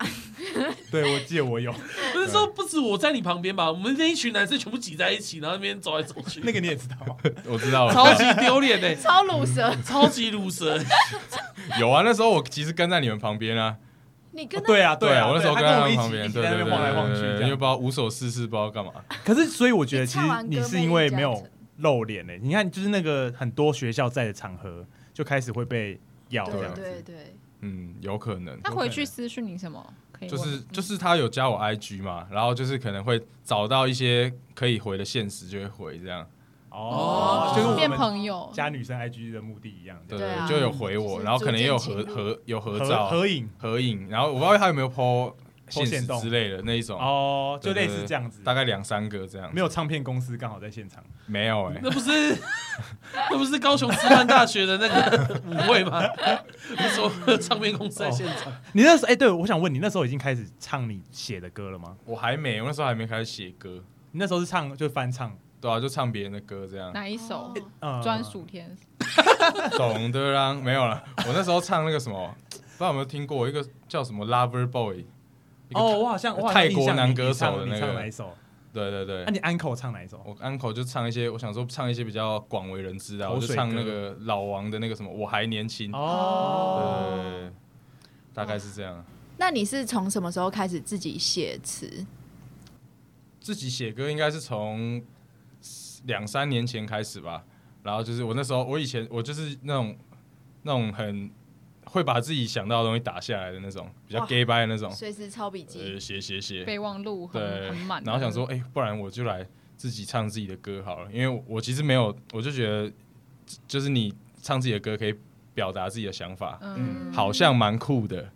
D: 对我记得我有
C: 不是说不止我在你旁边吧？我们那一群男生全部挤在一起，然后那边走来走去，
D: 那个你也知道，
E: 我知道
C: 超
E: 了，
C: 级丢脸哎，
A: 超鲁蛇，
C: 超级乳蛇。
E: 有啊，那时候我其实跟在你们旁边啊，
A: 你跟他
D: 对啊对
E: 对
D: 啊，
E: 啊，我那时候
D: 对
E: 跟
D: 他跟我
E: 在他们
D: 一
E: 旁
D: 起
E: 边，
D: 一起
E: 对
D: 在那
E: 对对
D: 边晃来晃去
E: 对，
D: 这
E: 因为不
D: 样。
E: 知道无所事事，不知道干嘛，
D: 可是所以我觉得其
A: 你
D: 实
A: 唱完歌
D: 你是因为没有露脸呢，你看就是那个很多学校在的场合就开始会被咬这
A: 对
D: 样
A: 对
D: 子，
A: 对，
E: 嗯，有可能。
B: 他回去私讯你什么？可以
E: 就
B: 问嗯
E: 是
B: 吗
E: 就是他有加我 IG 嘛，然后就是可能会找到一些可以回的现实就会回这样，
D: 哦，就是我
B: 变
D: 们
B: 朋友，
D: 加女生 IG 的目的一样，
E: 对，
A: 对啊
E: 就有回我，
A: 就是
E: 然后可能也有
A: 逐
E: 合
A: 渐进入
E: 合有合照
D: 合合影
E: 合影，然后我不知道他有没有 po 现实
D: 限动
E: 之类的那一种，
D: 哦，就
E: 对
D: 类似这样子，
E: 大概两三个这样，
D: 没有唱片公司刚好在现场，
E: 没有哎、
C: 那不是 那不是高雄师范大学的那个舞会吗？ 你说唱片公司在现场，
D: 你那时候哎、对我想问你，那时候已经开始唱你写的歌了吗？
E: 我还没，我那时候还没开始写歌，
D: 你那时候是唱就翻唱，
E: 对啊，就唱别人的歌这样，
B: 哪一首
A: 哦
D: 呃
B: 专属天
E: 嗯
B: 使？
E: 懂得啦，没有了，我那时候唱那个什么，不知道有没有听过一个叫什么 Lover Boy，一个
D: 哦，我好像我好像
E: 泰国
D: 印象
E: 男
D: 你
E: 歌手的
D: 你唱
E: 那
D: 你
E: 个
D: 唱哪一首？
E: 对对对
D: 那、，你 uncle 唱哪一首？
E: 我 uncle 就唱一些，我想说唱一些比较广为人知的啊，我
D: 口
E: 就
D: 水
E: 唱
D: 歌
E: 那个老王的那个什么我还年轻，
A: 哦
E: 对，大概是这样。
A: 那你是从什么时候开始自己写词？
E: 自己写歌应该是从两三年前开始吧，然后就是我那时候，我以前我就是那种那种很会把自己想到的东西打下来的那种，比较
A: 哇
E: gay 掰的那
D: 哦
E: 种，
A: 随时抄笔记
E: 呃，。写写写，
B: 备忘录很
E: 对
B: 很满，
E: 然后想说，哎、不然我就来自己唱自己的歌好了，因为我我其实没有，我就觉得就是你唱自己的歌可以。表达自己的想法，
B: 嗯，
E: 好像蛮 酷的，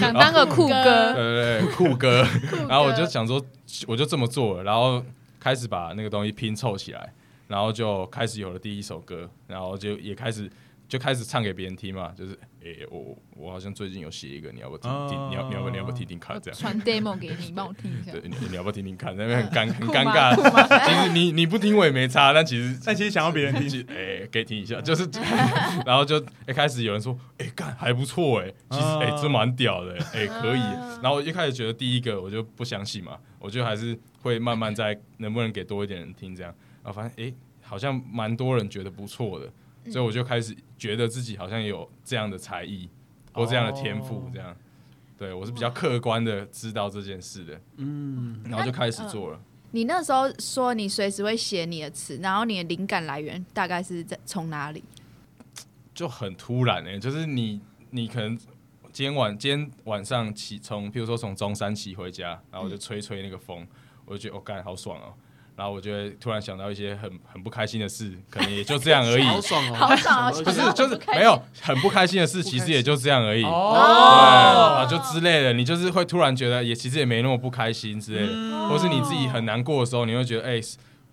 B: 想当个酷
E: 对
B: 哥，
E: 对对，酷哥。
A: 酷
E: 然后我
A: 哥
E: 就想说，我就这么做了，然后开始把那个东西拼凑起来，然后就开始有了第一首歌，然后就也开始就开始唱给别人听嘛，就是诶、我我好像最近有写一个，你要不要听听？你要你要不要你要不要听听看？这
B: 哦
E: 样。
B: 传 demo 给你，帮我听一下
E: 对，。你你要不要听听看？那边很尴很
B: 酷
E: 尴
B: 吗
E: 尬
B: 酷。
E: 其实你你不听我也没差，但其实
D: 但其实想要别人听，
E: 哎、可以听一下，就是， 然后就一、开始有人说，哎、干还不错哎、其实
D: 啊
E: 哎、这蛮屌的哎、
B: 啊
E: 可以。然后我一开始觉得第一个我就不相信嘛，我就还是会慢慢在能不能给多一点人听这样，然后发现哎、好像蛮多人觉得不错的，
B: 嗯
E: 所以我就开始觉得自己好像有这样的才艺或这样的天
B: 哦
E: 赋这样。对，我是比较客观的知道这件事的，
C: 嗯，
E: 然后就开始做了。
A: 你那时候说你随时会写你的词，然后你的灵感来源大概是在从哪里？
E: 就很突然哎、就是你你可能今天晚今天晚上骑从，譬如说从中山骑回家，然后我就吹吹那个风，我就觉得我干、好爽哦、然后我就会突然想到一些很很不开心的事，可能也就这样 而已。
C: 好爽哦，
A: 好爽 啊
C: 想
E: 不
C: 到
A: 想
E: 是
A: 到，
E: 就是没有很不开心的事，其实也就这样而已。对
D: 哦
E: 啊，就之类的，你就是会突然觉得也其实也没那么不开心之类的，
A: 嗯
E: 或是你自己很难过的时候，你会觉得哎、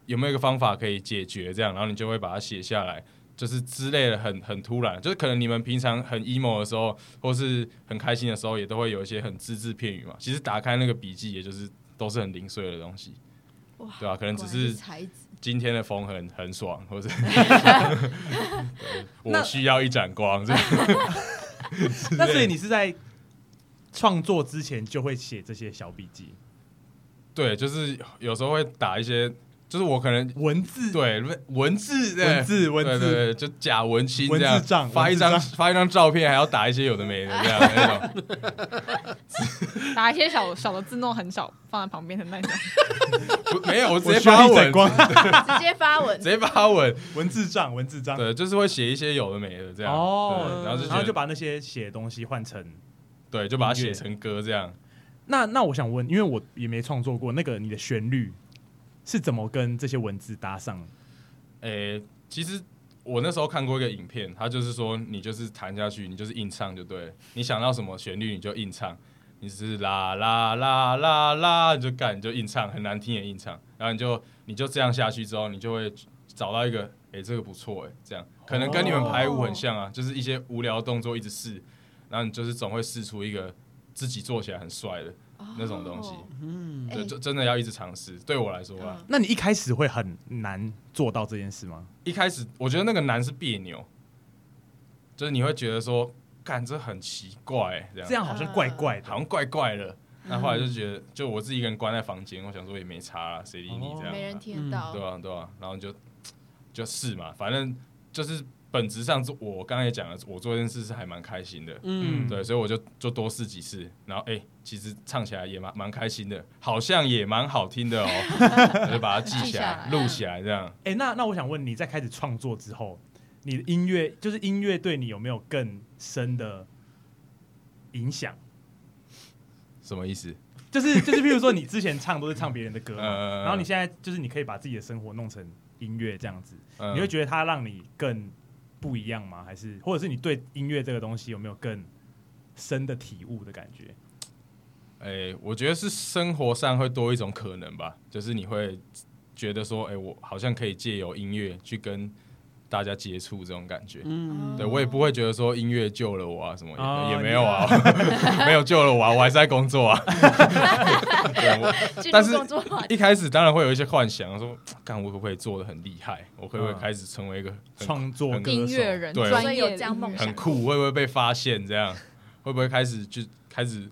E: 有没有一个方法可以解决这样，然后你就会把它写下来，就是之类的很很突然，就是可能你们平常很 emo 的时候，或是很开心的时候，也都会有一些很只字片语嘛。其实打开那个笔记，也就是都是很零碎的东西，
A: 哇
E: 对啊可能只是
A: 果然才子，
E: 今天的风很很爽，或者我需要一盏光，这样
D: 那所以你是在创作之前就会写这些小笔记，
E: 对，就是有时候会打一些，就是我可能
D: 文字
E: 对文字对
D: 文字文
E: 对对
D: 字，
E: 对，就假文青这样，
D: 文字障
E: 发一
D: 文
E: 张
D: 字
E: 发一张照片，还要打一些有的没的这样那 种。
B: 拿一些小小的字弄很小，放在旁边很那种。
E: 不没有，我直
D: 我
E: 接
D: 需要
E: 发
D: 一盏
E: 文，
D: 光，
A: 直接发文
E: 直。接发 文，
D: 文字障文字障。
E: 对，就是会写一些有的没的这样。
D: 哦
E: 对，然后就
D: 然后就
E: 把
D: 把那些写的东西换成
E: 对，就把它写成歌这样。
D: 那那我想问，因为我也没创作过，那个你的旋律是怎么跟这些文字搭上的？
E: 诶、其实我那时候看过一个影片，他就是说你就是弹下去，你就是硬唱就对了，你想到什么旋律你就硬唱，你只是啦啦啦啦啦你就干你就硬唱，很难听也硬唱，然后你就你就这样下去之后，你就会找到一个诶、这个不错诶、这样可能跟你们排舞很像啊，就是一些无聊动作一直试，然后你就是总会试出一个自己做起来很帅的那种东西，
C: 嗯，
E: 对，
A: 哎
E: 就真的要一直尝试。对我来说啊，
D: 那你一开始会很难做到这件事吗？
E: 一开始我觉得那个难是别扭，就是你会觉得说，干这很奇怪、这样
D: 这样啊好像怪怪的
E: 好。像怪怪的。那后来就觉得，就我自己一个人关在房间，我想说也没差啦，谁理你
D: 哦
E: 这样、
A: 哎没人听得到。
E: 对啊，对啊，然后就就试嘛，反正就是本质上，我刚才也讲了，我做这件事是还蛮开心的，
C: 嗯，
E: 对，所以我就就多试几次，然后哎、其实唱起来也蛮蛮开心的，好像也蛮好听的哦， 我就把它记
B: 记
E: 起
B: 下
E: 来，
B: 来
E: 录起来这样。
D: 哎、那那我想问，你在开始创作之后，你的音乐就是音乐对你有没有更深的影响？
E: 什么意思？
D: 就是就是，譬如说你之前唱都是唱别人的歌嘛，
E: 嗯
D: 然后你现在就是你可以把自己的生活弄成音乐这样子，
E: 嗯
D: 你会觉得它让你更不一样吗？还是或者是你对音乐这个东西有没有更深的体悟的感觉？
E: 哎、我觉得是生活上会多一种可能吧，就是你会觉得说，哎、我好像可以借由音乐去跟大家接触这种感觉。
C: 嗯，
E: 对我也不会觉得说音乐救了我啊什么，也、
D: 哦
E: 也没有啊， 没有救了我啊，我还是在工作啊。 对，我
A: 进
E: 但是
A: 入工作 环
E: 一开始当然会有一些幻想，说干我可不可以做的很厉害，我可不可以
D: 嗯
E: 开始成为一个很
D: 创作
E: 很
D: 歌手
B: 音乐人，
E: 对
B: 专业
A: 有这样梦想
E: 很酷，会不会被发现？这样会不会开始就开始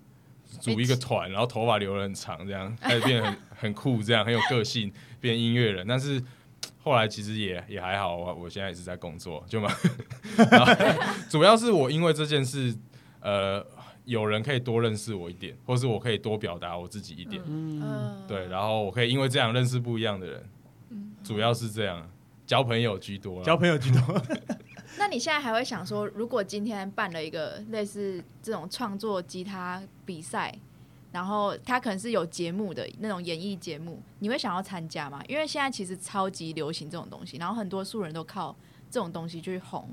E: 组一个团，然后头发留得很长，这样开始变得很很酷，这样很有个性，变音乐人？但是嘖后来其实也也还好，我我现在也是在工作，就嘛， 然后主要是我因为这件事，呃，有人可以多认识我一点，或是我可以多表达我自己一点，
A: 嗯
E: 对，然后我可以因为这样认识不一样的人，主要是这样，交朋友居多啦，
D: 交朋友居多。
A: 那你现在还会想说，如果今天办了一个类似这种创作吉他比赛，然后它可能是有节目的那种演艺节目，你会想要参加吗？因为现在其实超级流行这种东西，然后很多素人都靠这种东西去红。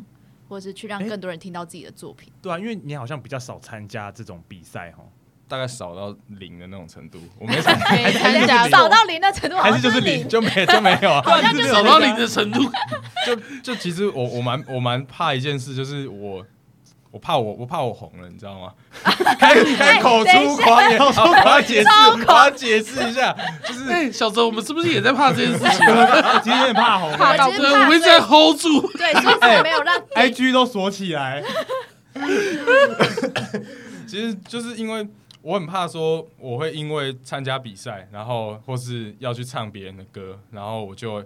A: 或是去让
D: 哎
A: 更多人听到自己的作品。
D: 对啊，因为你好像比较少参加这种比赛哈，
E: 大概少到零的那种程度，我没什么，
B: 没
A: 哎
B: 参加过
A: 少啊到零的程 度，
D: 还是就是是
A: 零
D: 零，
E: 就没就没有啊。
A: 好像就是
C: 少到
A: 零
C: 零的程度，
E: 就就其实我我蛮我蛮怕一件事，就是我我怕我我怕我红了，你知道吗？开开口出狂 言，好我要解释，我要解释一下，就是
C: 哎，小泽，我们是不是也在怕这件事情？
D: 其实 有点怕红
B: 怕到
A: 我哎其实
C: 对，
A: 哎怕
C: 我们一直在 hold 住。
A: 对，所以才没有让
D: ，IG 都锁起来，
E: 其实就是因为我很怕说我会因为参加比赛，然后或是要去唱别人的歌，然后我就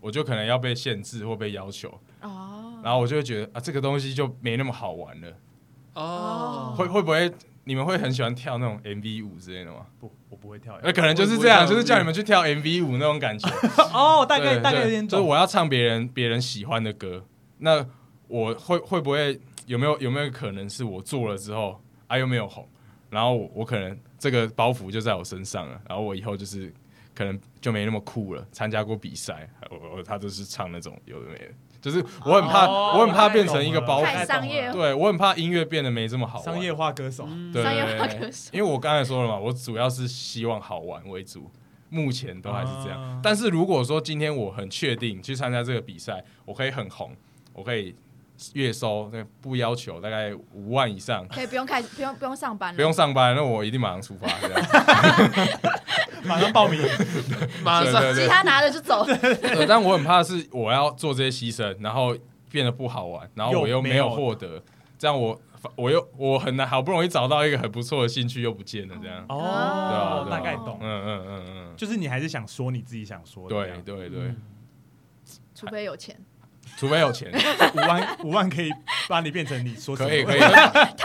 E: 我就可能要被限制或被要求，
A: 哦，
E: 然后我就会觉得啊，这个东西就没那么好玩了。
A: 哦
E: 会会不会你们会很喜欢跳那种 MV 舞之类的吗？
D: 不，我不会跳
E: 那可能就是这样，就是叫你们去跳 MV 舞那种感觉。
D: 哦， 大
E: 对
D: 概
E: 对
D: 大概有点
E: 就是
D: 懂，
E: 我要唱别人别人喜欢的歌，那我会会不会有没有有没有可能是我做了之后啊又没有红，然后我我可能这个包袱就在我身上了，然后我以后就是可能就没那么酷了。参加过比赛，我我他就是唱那种有的没的，就是我很怕、
D: 哦
E: 我很怕变成一个包
A: 太
E: 袱，
A: 商业
E: 对我很怕音乐变得没这么好玩。
D: 商业化歌手，
E: 对
A: 商业
E: 对
A: 化
E: 对
A: 歌手
E: 因为我刚才说了嘛，我主要是希望好玩为主，目前都还是这样。
D: 啊
E: 但是如果说今天我很确定去参加这个比赛，我可以很红，我可以月收那不要求大概五万以上，
A: 可以不用开，不用不用上班了，
E: 不用上班，那我一定马上出发。这样
D: 马上报名，
C: 马
E: 对
C: 上
E: 对
A: 吉
E: 对
A: 他拿着就走，
E: 对，但我很怕是我要做这些牺牲，然后变得不好玩，然后我
D: 又
E: 又没
D: 没
E: 有
D: 有
E: 获得，这样我我又我很难好不容易找到一个很不错的兴趣又不见了，这样。
D: 哦，
E: 对啊对啊
D: 大概懂
E: 嗯，嗯嗯嗯，
D: 就是你还是想说你自己想说的这
E: 对
D: 样，
E: 对对，
A: 除非有钱，
E: 除非有钱。
D: 五万五万可以把你变成你说什么
E: 可以可以，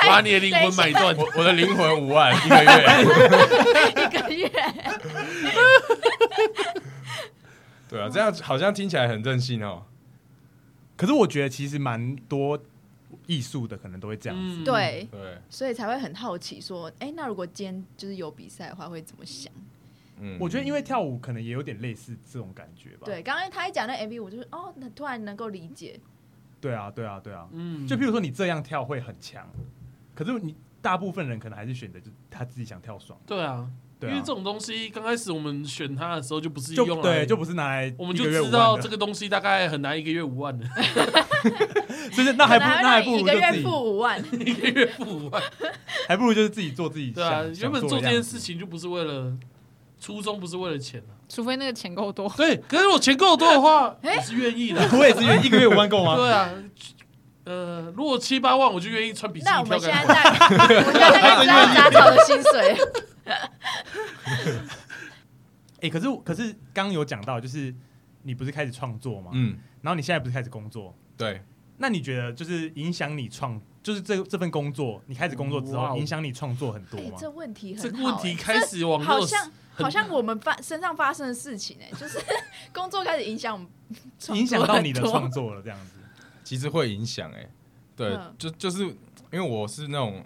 C: 把你的灵魂买断。
E: 我我的灵魂五万一个 月。
A: 一个月，
E: 对啊，这样好像听起来很任性哦。
D: 可是我觉得其实蛮多艺术的可能都会这样子，
C: 嗯，
A: 对，
E: 对，
A: 所以才会很好奇说，哎，那如果今天就是有比赛的话，会怎么想？
E: 嗯
D: 我觉得因为跳舞可能也有点类似这种感觉吧，
A: 对，刚刚他一讲那 MV，我就是哦，那突然能够理解，
D: 对啊对啊对啊，
C: 嗯
D: 就譬如说你这样跳会很强，可是你大部分人可能还是选择就是他自己想跳爽，
C: 对啊，因
D: 对
C: 为
D: 啊
C: 这，种东西刚开始我们选它的时候就不是
D: 就
C: 用
D: 对，
C: 来
D: 就不是拿来
C: 我们
D: 一
C: 就
D: 个月
C: 知
D: 五万
C: 道
D: 的
C: 这，个东西大概很难一个月五万的，
D: 就是那还不
A: 可能
D: 那还
A: 让
D: 不
A: 你一
D: 如
A: 个
D: 就
A: 月
D: 自己
A: 付五万，
C: 一个月付五万。
D: 还不如就是自己做自己
C: 对啊，
D: 想
C: 原
D: 想
C: 本
D: 做
C: 做
D: 的
C: 这
D: 样
C: 件
D: 子
C: 事情就不是为了初衷，不是为了钱啊。
B: 除非那个钱够多。
C: 对，可是我钱够多的话，
A: 哎
C: 我是愿意的。
D: 我也是愿意一个月五万够吗？
C: 对啊，呃，如果七八万，我就愿意穿比基
A: 那
C: 尼
A: 我们
C: 跳
A: 现在
C: 干
A: 在，我现在大概知道 杂草的薪水，
D: 哎，可是可是刚刚有讲到，就是你不是开始创作吗？
E: 嗯，
D: 然后你现在不是开始工作？
E: 对，
D: 那你觉得就是影响你创，就是这这份工作，你开始工作之
C: 哇
D: 后，
C: 哦
D: 影响你创作很多
A: 哎
D: 吗，？
A: 这问题
C: 这
A: 很
C: 个
A: 好
C: 问
A: 哎
C: 题开始往那
A: 好
C: 种
A: 像
C: 很
A: 好像我们发身上发生的事情哎、就是 工作开始影响我们创作很多，
D: 影响到你的创作了，这样子。
E: 其实会影响哎、对
A: 嗯，
E: 就就是因为我是那种，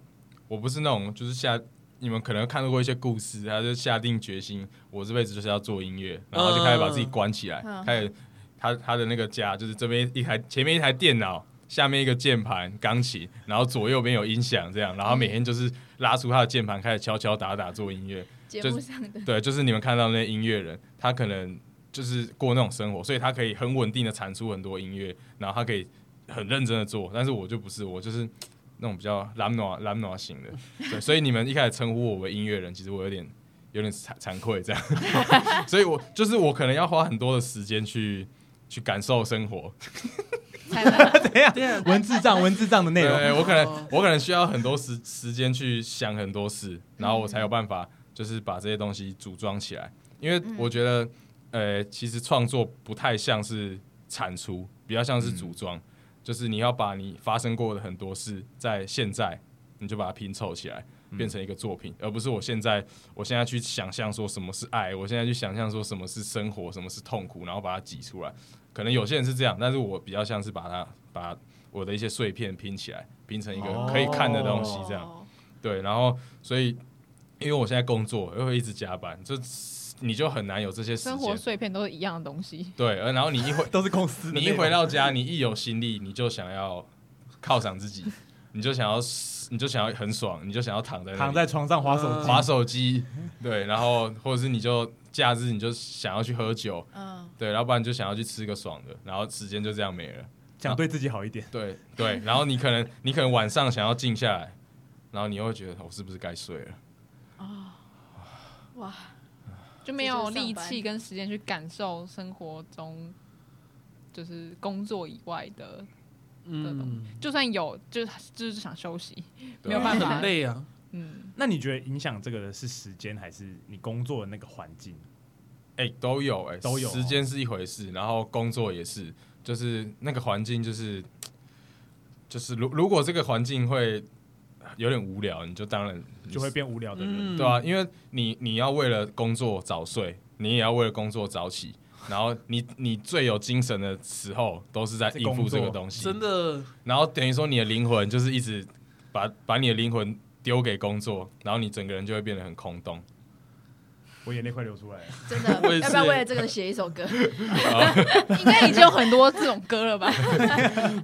E: 我不是那种就是下。你们可能看到过一些故事，他就下定决心，我这辈子就是要做音乐，然后就开始把自己关起来，
A: 嗯
E: 开始他他的那个家就是这边一台前面一台电脑，下面一个键盘钢琴，然后左右边有音响这样，然后每天就是拉出他的键盘开始敲敲打打做音乐，
A: 节
E: 就
A: 目
E: 是
A: 上的
E: 对，就是你们看到那些音乐人，他可能就是过那种生活，所以他可以很稳定的产出很多音乐，然后他可以很认真的做。但是我就不是，我就是那种比较懒暖懒暖型的，对，所以你们一开始称呼我为音乐人，其实我有点有点惭惭愧这样， 所以我就是我可能要花很多的时间去去感受生活，
A: 才会
D: 等一
C: 啊
D: 下，啊文字账文字账的内容，
E: 对，我可能我可能需要很多时时间去想很多事，然后我才有办法就是把这些东西组装起来。因为我觉得，呃，其实创作不太像是产出，比较像是
D: 嗯
E: 组装，就是你要把你发生过的很多事，在现在你就把它拼凑起来。变成一个作品，而不是我现在，我现在去想象说什么是爱，我现在去想象说什么是生活，什么是痛苦，然后把它挤出来。可能有些人是这样，但是我比较像是把它把我的一些碎片拼起来，拼成一个可以看的东西，这样、
A: 哦
E: 对。然后，所以因为我现在工作又会一直加班，就你就很难有这些时
B: 生活
E: 间。
B: 碎片都是一样的东西，
E: 对，呃然后你一回
D: 都是公司的
E: 你
D: 内
E: 一
D: 容。
E: 回到家，你一有心力，你就想要犒赏自己，你就想要你就想要很爽，你就想要躺在那里
D: 躺在床上划手机，
C: 嗯
E: 划手机，对，然后或者是你就假日你就想要去喝酒，
A: 嗯，
E: 对，要不然就想要去吃个爽的，然后时间就这样没了。
D: 想对自己好一点。
E: 对对，然后你可能 你可能晚上想要静下来，然后你又会觉得我是不是该睡了？
A: 哦哇，
B: 就没有
A: 这就是
B: 力
A: 上班
B: 气跟时间去感受生活中，就是工作以外的，
C: 嗯，
B: 就算有，就是就是想休息，
E: 对
B: 没有办法
C: 很。累啊。
B: 嗯，
D: 那你觉得影响这个的是时间，还是你工作的那个环境？
E: 哎、都有哎、
D: 都有哦
E: 时间是一回事，然后工作也是，就是那个环境就是就是如如果这个环境会有点无聊，你就当然你
D: 就会变无聊的人。
C: 嗯
E: 对啊，因为你你要为了工作早睡，你也要为了工作早起，然后你你最有精神的时候都是在
D: 在
E: 应
D: 工
E: 付
D: 作
E: 这个东西，
C: 真的，
E: 然后等于说你的灵魂就是一直把把你的灵魂丢给工作，然后你整个人就会变得很空洞。
D: 我眼泪快流出来了。
A: 真的
E: 我也，是
A: 要不要为了这个写一首 歌？ 应该已
B: 已
A: 经
B: 经有很多这种歌了吧？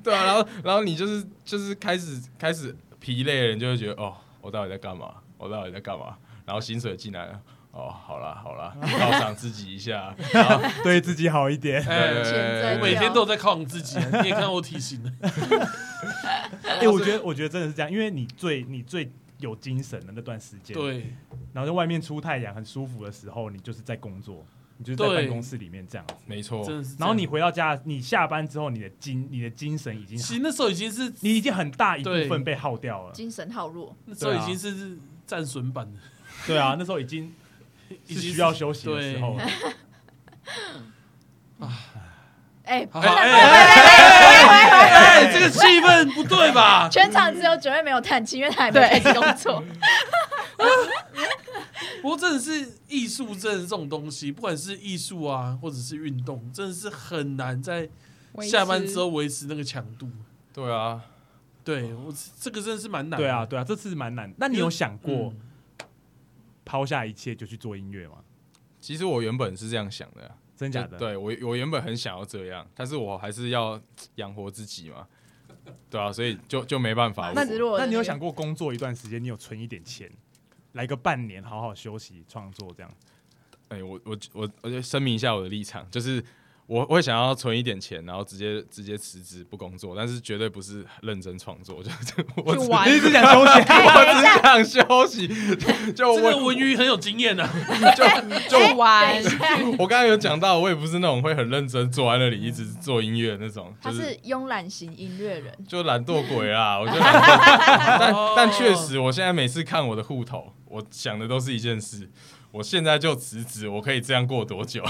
E: 对啊，然后然后你就是就是开始开始疲累了，你就会觉得哦，我到底在干嘛？我到底在干嘛？然后薪水进来了，哦，好啦好啦，犒赏自己一下。然后
D: 对自己好一点。
C: 哎，
E: 对
A: 潜在
C: 我每天都有在犒赏自己，你也看我体型了。
D: 哎、我觉得我觉得真的是这样，因为你最你最有精神的那段时间，，
C: 对，
D: 然后在外面出太阳很舒服的时候，你就是在工作，你就是在
C: 对
D: 办公室里面这样。
E: 没错，
C: 真的是这样。
D: 然后你回到家，你下班之后，你的精你的精神已经
C: 其实那时候已经是，
D: 你已经很大一部
C: 对
D: 分被耗掉了。
A: 精神好弱，
C: 那时候已经是战损版的，
D: 对啊，那时候已经
C: 已
D: 是
C: 经
D: 需要休息的时候了。
A: 哎，
C: 好
A: 不能
C: 哎
A: 不能不能不能
C: 哎，这个气氛不对吧？
A: 全场只有九月没有叹气，因为他还没开始工作。
C: 不过真的是艺术，真的这种东西，不管是艺术啊，或者是运动，真的是很难在下班之后维持那个强度。
E: 对啊，
C: 对我这个真的是蛮难的。
D: 对啊，对啊，这次蛮难。那你有想过
C: 嗯，
D: 抛下一切就去做音乐吗？
E: 其实我原本是这样想的啊、
D: 真假的？，
E: 对我我原本很想要这样，但是我还是要养活自己嘛，对啊，所以就就没办法。
A: 那
D: 那
A: 只是我
D: 那你有想过工作一段时间，你有存一点钱，来个半年好好休息创作这样？
E: 哎、我我我我就声明一下我的立场，就是我我会想要存一点钱，然后直接直接辞职不工作，但是绝对不是认真创作， 就是我
B: 去
E: 只
B: 玩
D: 你只想休息，
A: 哎，
E: 我
A: 等一
E: 只
A: 下，
E: 想休息， 就
C: 这个
E: 我
C: 文娱很有经验啊。
E: 就
B: 就玩
A: 等一，下，
E: 我刚才有讲到，我也不是那种会很认真坐在那里一直做音乐的那种，
A: 他
E: 就是
A: 慵懒型音乐 人，
E: 就懒惰鬼啦，我就懒惰。但
C: 哦
E: 但确实，我现在每次看我的户头，我想的都是一件事：我现在就辞职，我可以这样过多久？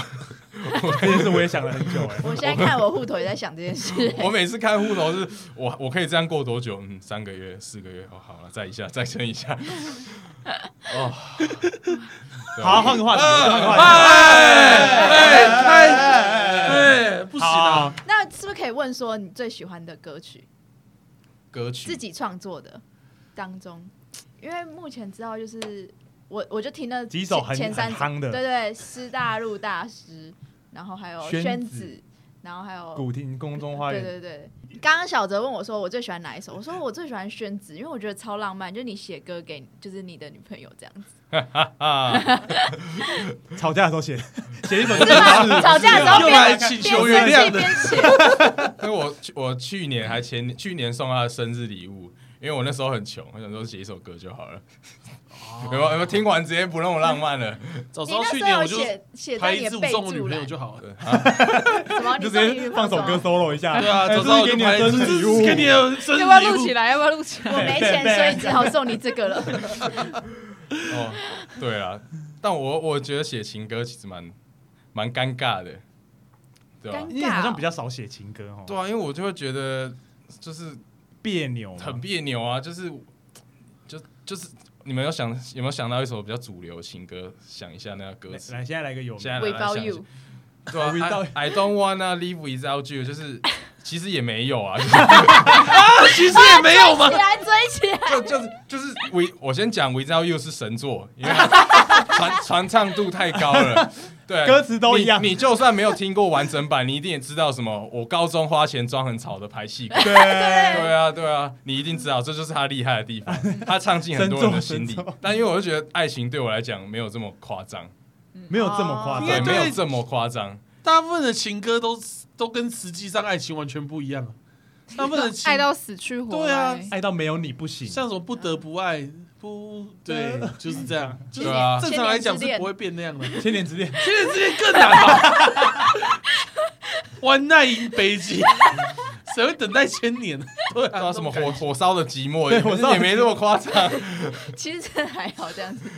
D: 这件事我也想了很久哎、
A: 我现在看我户头也在想这件事。
E: 我每次看户头是，我我可以这样过多久？嗯，三个月、四个月，哦，好了，再一下，再撑一下。哦，对
D: 好，，换个话题，换个话题。
C: 哎哎哎哎，不行啊！
A: 那是不是可以问说你最喜欢的歌曲，
E: 歌曲
A: 自己创作的当中？因为目前知道就是我，我就听了
D: 几首很
A: 前前三
D: 很夯的
A: 对对，师大入大师，然后还有
D: 宣
A: 宣
D: 子
A: 子，然后还有
D: 古亭宫中花
A: 对对
D: 园，
A: 对，刚刚小哲问我说我最喜欢哪一首，我说我最喜欢宣子，因为我觉得超浪漫，就是你写歌给就是你的女朋友这样子，
E: 啊，
D: 吵架的时候写的，写一首
A: 是吧？吵架的时候
C: 又来
A: 边
C: 请
A: 边生
C: 求原谅
A: 气
C: 的，
A: 边写，
E: 因为我我去年还前年去年送他的生日礼物。因为我那时候很穷，我想说写一首歌就好了。有没有？有没有听完直接不那么浪漫了？
C: 早知
A: 你
C: 道
A: 哎那
C: 去
A: 时
C: 年
A: 候
C: 我
A: 有
C: 就
A: 写写
C: 拍
A: 在
C: 一
A: 你
C: 支
A: 的
C: 我
A: 备
C: 送我女
A: 注
C: 朋
A: 栏
C: 友，就好了。
E: 啊
A: 什么？
D: 就
A: 你
D: 直
A: 送你女
D: 接
A: 朋友
D: 放首歌
A: 什么
D: solo 一下，
C: 对啊，
D: 哎
C: 早
D: 这
C: 知道
D: 是
C: 我
D: 给
C: 就
D: 你
C: 拍
D: 的生日礼物，
C: 给你的生日
B: 要不要
C: 礼
B: 录起
C: 物。
B: 来？要不要录起
A: 我
B: 来？
A: 没钱，所以只好送你这个了。
E: 哦，对啊，但我我觉得写情歌其实蛮蛮尴尬的，对吧、
A: 尴尬
D: 因为你好像比较少写情歌哦，
E: 对啊，因为我就会觉得就是
D: 别扭嘛，
E: 很别扭啊，就是就就是你们有想有没有想到一首比较主流的情歌？想一下那个歌
D: 来
E: 词，
D: 来，现在来个有名
E: 现在来
A: Without
E: 想一下
A: you，
E: 对啊
D: Without-
E: I, I don't wanna live without you，就是其实也没有啊，就是
C: 其实也没有嘛
A: 起。来追起来，
E: 就就是就是 we 我先讲 without you 是神作，因为传 传唱度太高了。对，
D: 歌词都一样
E: 你。你就算没有听过完整版，你一定也知道什么。我高中花钱装很潮的排戏骨。
D: 对，
E: 对啊，对啊，你一定知道，这就是他厉害的地方。他唱进很多人的心
D: 神
E: 里
D: 作神作，
E: 但因为我就觉得爱情对我来讲没有这么夸张，
D: 没有这么夸
C: 应该
E: 对，
D: 张。
E: 没有这么夸张。
C: 大部分的情歌都都跟实际上爱情完全不一 样啊。大部分的情
B: 爱到死去活哎
C: 对啊
B: 来。
D: 爱到没有你不行，
C: 像什么不得不爱，不对，就是这 样。就是
E: 对啊
C: 正常来讲是不会变那样的。
D: 《千年之恋》
C: 嗯千年之恋更难吧？ 万奈迎北极， 谁会等待千年？对
E: 对
C: 啊，
E: 啊，什么火火烧的寂寞，
D: 对火烧的
E: 也没那么夸张。
A: 其实真的还好这样子。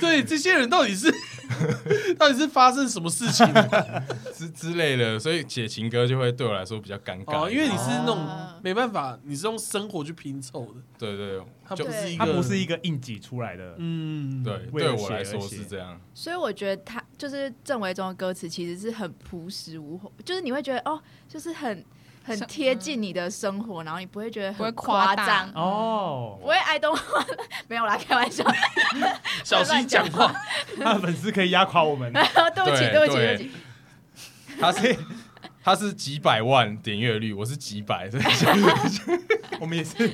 C: 对，这些人到底 是到底是发生什么事情啊？
E: 之之类的，所以写情歌就会对我来说比较尴尬。
C: 哦，因为你是
A: 哦
C: 那种没办法，你是用生活去拼凑的，
E: 对对
C: 它
E: 就
C: 不是一
D: 它
C: 个，
D: 不是一个硬挤出来的。
C: 嗯，
E: 对，
D: 为了
E: 对我
D: 写
E: 来
D: 而
E: 说
D: 写
E: 是这样。
A: 所以我觉得他就是郑维中的歌词其实是很朴实无华，就是你会觉得哦，就是很很
B: 像
A: 贴近你的生活，然后你不会觉得
B: 不会
A: 很
B: 夸大
A: 张，
D: 哦
A: 不，会爱动 没有啦，开玩笑，
C: 小心讲话。
D: 他的粉丝可以压垮我 们。
A: 对不起，对
E: 对
A: 不起，对
E: 对
A: 不起，
E: 他是他是几百万点阅率，我是几百，所以
D: 我们也是。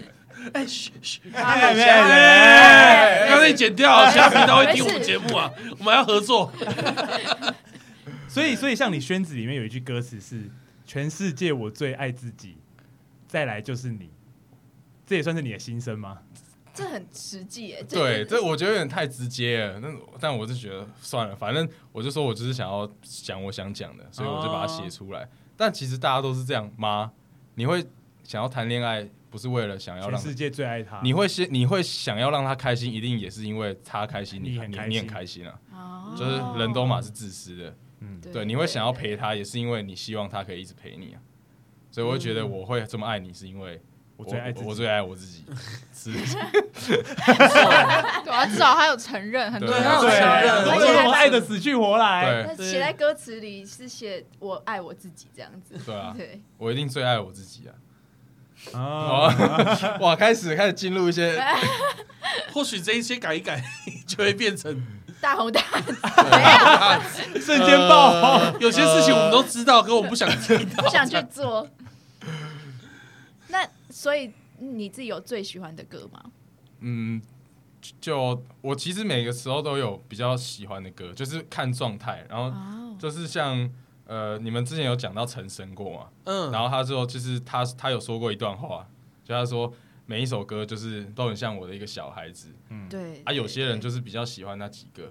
C: 哎，嘘嘘，
D: 哎哎
C: 哎
D: 哎
C: 刚才剪掉啊，其他频道会听我
A: 没
C: 们
A: 事
C: 节目啊，我们还要合作。
D: 所以，所以像你宣子里面有一句歌词是“全世界我最爱自己，再来就是你”，这也算是你的心声吗？
A: 这很实际耶，这
E: 对，这我觉得有点太直接了。那但我是觉得算了，反正我就说我就是想要讲我想讲的，所以我就把它
D: 哦
E: 写出来。但其实大家都是这样吗？你会想要谈恋爱，不是为了想哎要
D: 全
E: 让
D: 世界最爱他，
E: 你会先你会想要让他开心，一定也是因为他开心，你
D: 你
E: 很
D: 很
E: 你
D: 开
E: 你很
D: 心
E: 开心啊。
A: 哦
E: 就是人都嘛是自私的，
D: 嗯，
E: 对，你会想要陪他，也是因为你希望他可以一直陪你啊。所以我会觉得我会这么爱你，是因为
D: 我最爱自己
E: 我最爱我自己。是，
B: 对啊，至少他有承认，很多人
E: 对
B: 都有
D: 对，啊
B: 承认。
D: 我
A: 而
D: 怎
A: 且
D: 么爱的死去活来？
E: 对
A: 那写在歌词里是写我爱我自己这样子，
E: 对 啊，
A: 对，
E: 我一定最爱我自己啊！
D: 哦，
E: 哦， 哇，开始开始进入一些，
C: 或许这一些改一改，就会变成
A: 大红 大
D: 瞬间爆
E: 呃
D: 红，
C: 有些事情我们都知道，可我们不想听到。
A: 不想去做。 那所以你自己有最喜欢的歌吗？
E: 嗯，就我其实每个时候都有比较喜欢的歌，就是看状态，然后
A: 哦，
E: 就是像呃，你们之前有讲到陈升过嘛，
C: 嗯，
E: 然后他说，就是他他有说过一段话，就他说每一首歌就是都很像我的一个小孩子
A: 对
E: 啊，有些人就是比较喜欢那几个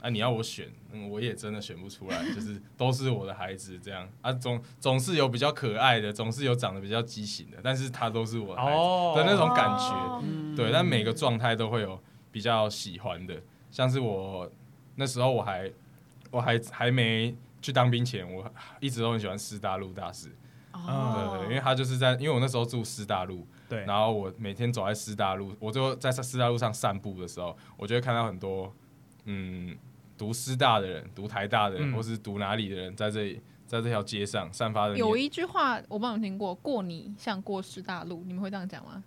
E: 啊，你要我选，嗯，我也真的选不出来，就是都是我的孩子这样啊，总总是有比较可爱的，总是有长得比较畸形的，但是他都是我的孩子
D: 哦
E: 的那种感觉，
A: 哦
C: 嗯
E: 对，但每个状态都会有比较喜欢的，像是我那时候我还我还还没去当兵前，我一直都很喜欢师大陆大师。嗯对
A: 哦
E: 对，因为他就是在，因为我那时候住师大路，
D: 对，
E: 然后我每天走在师大路，我就在师大路上散步的时候，我就会看到很多嗯读师大的人、读台大的人，
D: 嗯
E: 或是读哪里的人，在这里在这条街上散发的
B: 有
E: 年
B: 一句话我帮你们听过，过你像过师大陆，你们会这样讲吗？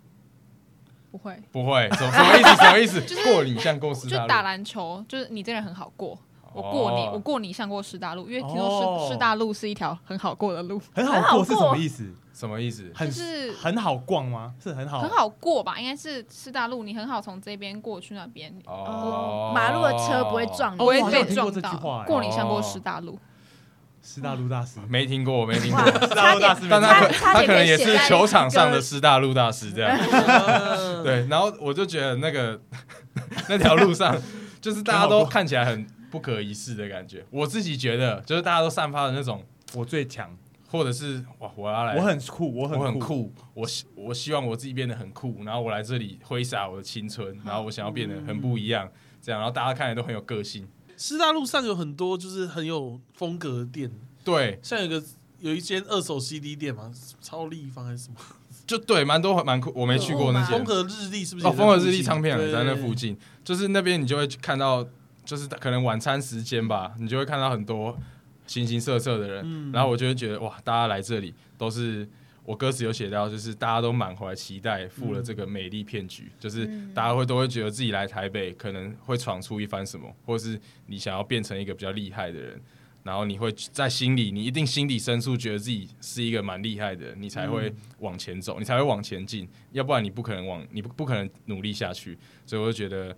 B: 不会，
E: 不会什么什么意思？ 什么 意思？过你像过师
B: 就
E: 大路，
B: 打篮球，就是你这人很好过。我过你，
E: 哦
B: 我过你像过师大路，因为听
D: 哦
B: 说师师大路是一条很好过的路，
D: 很
A: 很好
D: 好过是什
A: 过
D: 么意思？
E: 什么意思？
D: 很
B: 就是
D: 很好逛吗？是很好，
B: 很好过吧？应该是师大路，你很好从这边过去那边，
E: 哦，
A: 马路的车不会撞你，
B: 不会
D: 我好像
B: 被
D: 有听
B: 撞
D: 过这句话
B: 到。
D: 哎
B: 过你像过师大路，
D: 师大陆大师，
E: 没听过，我没听过
A: 哇，，
D: 大
A: 差
D: 陆大
A: 点
D: 师
E: 但他
A: 差
E: 可
A: 差
E: 他
A: 点
E: 可能
A: 被
E: 也
A: 写
E: 是
A: 在
E: 球场上
A: 歌
E: 的师大陆大师这样。
C: 嗯
E: 对，然后我就觉得那个那条路 上，就是大家都看起来很不可一世的感觉。我自己觉得，就是大家都散发的那种，
D: 我最强，
E: 或者是哇，我要来，
D: 我很酷，我
E: 我很
D: 酷，
E: 酷，我希我希望我自己变得很酷，然后我来这里挥洒我的青春，然后我想要变得很不一样，这样，然后大家看起来都很有个性。
C: 师大路上有很多就是很有风格的店，
E: 对，
C: 像有个有一间二手 CD 店嘛，超立方还是什么？
E: 就对，蛮多蛮酷，我没去过那些
C: 风。格日历是不是也在
E: 哦，
C: 附近？
E: 风和日丽唱片
C: 对
E: 在那附。近，就是那边你就会去看到，就是可能晚餐时间吧，你就会看到很多形形色色的人，
C: 嗯
E: 然后我就会觉得哇，大家来这里都是我歌词有写到，就是大家都满怀期待赴
C: 嗯
E: 了这个美丽骗局，就是大家会都会觉得自己来台北可能会闯出一番什么，或是你想要变成一个比较厉害的人，然后你会在心里，你一定心底深处觉得自己是一个蛮厉害的人，你才会往前走，你才会往前进，要不然你不可能往你不不可能努力下去，所以我就觉得。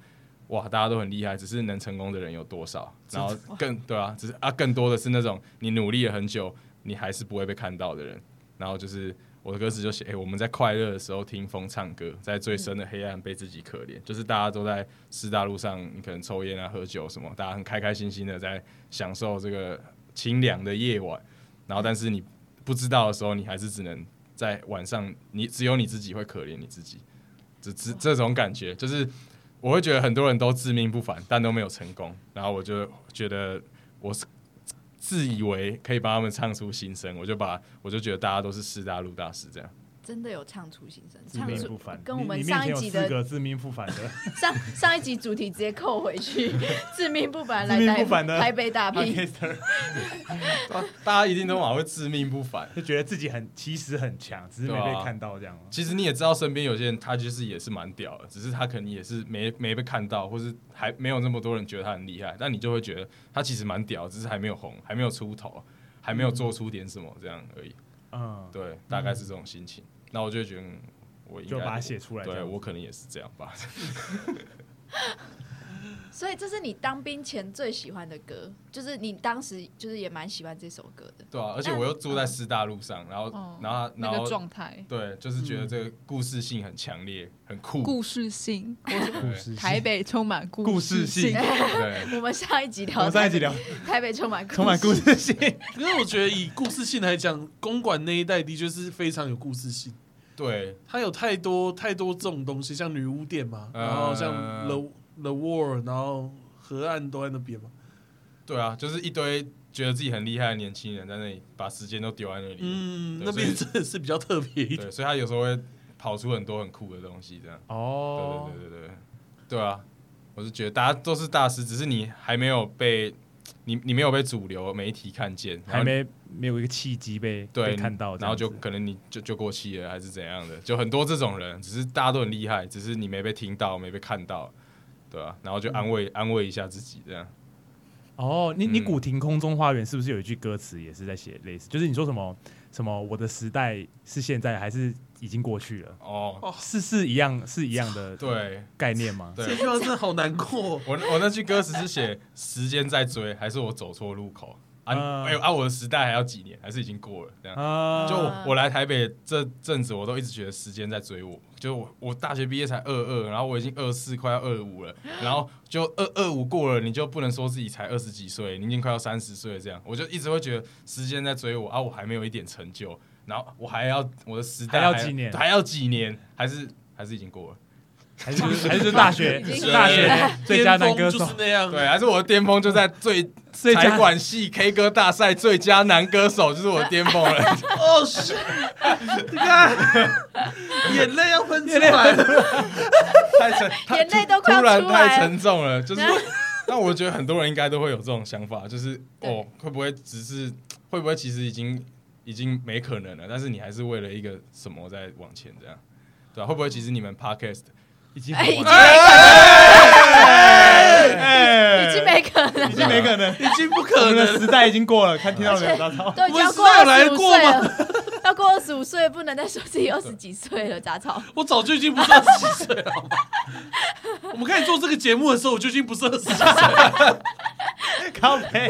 E: 哇，大家都很厉害，只是能成功的人有多少？然后更对啊，只是啊，更多的是那种你努力了很久，你还是不会被看到的人。然后就是我的歌词就写，哎、我们在快乐的时候听风唱歌，在最深的黑暗被自己可怜，就是大家都在四大路上，你可能抽烟啊、喝酒什么，大家很开开心心的在享受这个清凉的夜晚。然后，但是你不知道的时候，你还是只能在晚上，你只有你自己会可怜你自己，这这这种感觉就是。我会觉得很多人都自命不凡，但都没有成功。然后我就觉得我是自以为可以帮他们唱出心声，我就把我就觉得大家都是师大路大师这样。
A: 真的有唱出心声，
D: 自
A: 唱
D: 命
A: 出
D: 不凡，
A: 跟我
D: 你
A: 们
D: 你面
A: 上
D: 前
A: 一
D: 有
A: 集
D: 四
A: 的
D: 个自命不凡的，
A: 上上一集主题直接扣回 去，自命不凡来
D: 自命
A: 台
D: 不凡的
A: 台北
E: 啊
A: 打
D: p
A: 拼，
E: 大大家一定都马会自命不凡。
D: 就觉得自己很其实很强，只是没
E: 对
D: 被
E: 啊
D: 看到这样。
E: 其实你也知道，身边有些人他就是也是蛮屌的，只是他可能也是没没被看到，或是还没有那么多人觉得他很厉害。但你就会觉得他其实蛮屌，只是还没有红，还没有出头，还没有做出点什么这样而已。
D: 嗯，
E: 对，大概是这种心情。那我就会觉得，嗯我应该
D: 就把它写出来这
E: 对
D: 样子
E: 我可能也是这样吧。
A: 所以这是你当兵前最喜欢的歌，就是你当时就是也蛮喜欢这首歌的。
E: 对
D: 哦
E: 啊，而且我又住在师大路上，然后
B: 哦，
E: 然后
B: 那
E: 然
B: 个
E: 后
B: 状态，
E: 对，就是觉得这个故事性很强烈，很酷。
B: 故事性，
D: 故事性
B: 台北充满
D: 故
B: 故
D: 事性
B: 性，
E: 对，
A: 我们上一集
D: 我
A: 聊，
D: 们上一集聊
A: 台北充满
D: 充满故事性，
C: 因为我觉得以故事性来讲，公馆那一带的确是非常有故事性，
E: 对，
C: 它有太多太多这种东西，像女巫店嘛，
E: 呃
C: 然后像 The The War，然后河岸都在那边嘛，
E: 对啊，就是一堆觉得自己很厉害的年轻人在那里把时间都丢在那里。
C: 嗯，
E: 对
C: 那边
E: 所
C: 真的是比较特别一点。
E: 对，所以他有时候会跑出很多很酷的东西，这样。
D: 哦
E: 对，对对对对，对啊，我是觉得大家都是大师，只是你还没有被你你没有被主流媒体看见，然
D: 还
E: 后你
D: 没没有一个契机被
E: 对
D: 被看到这
E: 然后
D: 样子，
E: 就可能你就就过气了，还是怎样的，就很多这种人，只是大家都很厉害，只是你没被听到，没被看到，对啊，然后就安慰、安慰一下自己，这样
D: 哦，你你
E: 嗯
D: 古亭空中花园是不是有一句歌词也是在写类似，就是你说什么什么我的时代是现在还是已经过去了？
E: 哦，
D: 是是一样是一样的
E: 对
D: 概念吗？
E: 对
C: 这，句话真的好难过，哦
E: 我我那句歌词是写时间在追，还是我走错路口啊？
D: 嗯
E: 哎、啊，我的时代还要几年，还是已经过了这样。
D: 啊，
E: 就我我来台北这阵子，我都一直觉得时间在追我。就我我大学毕业才二二，然后我已经二四快要二五了，然后就二二五过了，你就不能说自己才二十几岁，你已经快要三十岁了这样。我就一直会觉得时间在追我啊，我还没有一点成就，然后我还要我的时代
D: 还要几年
E: 还要几年，还是还是已经过了。
D: 还是还是大 学
A: 已经
D: 大学最佳男
C: 巅
D: 歌
C: 峰就
D: 手
C: 是那样，
E: 对，还啊是我的巅峰就在最
D: 最佳
E: 财管系 K 歌大赛最佳男歌手，就是我的巅峰了。
C: 哦，是，你看，眼泪要喷出来了。
E: 太沉，太
A: 眼泪都快要
E: 突然
A: 出来了
E: 太沉重了，就是。 那我觉得很多人应该都会有这种想 法，就是
A: 对
E: 哦，会不会只是会不会其实已经已经没可能了，但是你还是为了一个什么在往前这样，对吧、啊会不会其实你们 podcast
D: 已经
A: 哎，已经
D: 哎
E: 哎
A: 已经没可能，
D: 已经没可 能，已经不
C: 可能
D: 的时代已经过了，看听到没有？大超
A: 都已经要过
C: 不是要
A: 二
C: 来
A: 十五
C: 过
A: 岁
C: 吗
A: 了，要过二十五岁，不能再说自己二十几岁了，杂草。
C: 我早就已经不是二十几岁了，好吗？ 我们开始做这个节目的时候，我就已经不是二十几岁了。
D: 靠背。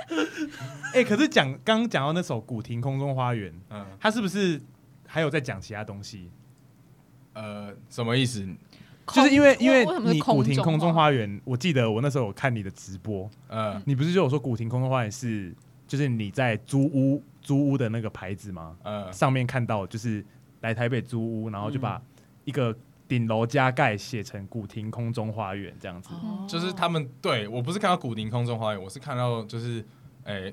D: 哎，可是讲刚讲到那首《古亭空中花园》，
E: 嗯
D: 他是不是还有在讲其他东西？
E: 呃什么意思？
D: 就
B: 空
D: 是因为
B: 我
D: 因为
B: 什么是
D: 你古亭空中
B: 花
D: 花园，我记得我那时候有看你的直播，
E: 呃
D: 你不是就有说古亭空中花园是就是你在租屋租屋的那个牌子吗？
E: 呃
D: 上面看到就是来台北租屋，然后就
B: 嗯
D: 把一个顶楼加盖写成古亭空中花园这样子。
B: 哦
E: 就是他们对我不是看到古亭空中花园，我是看到就是，哎、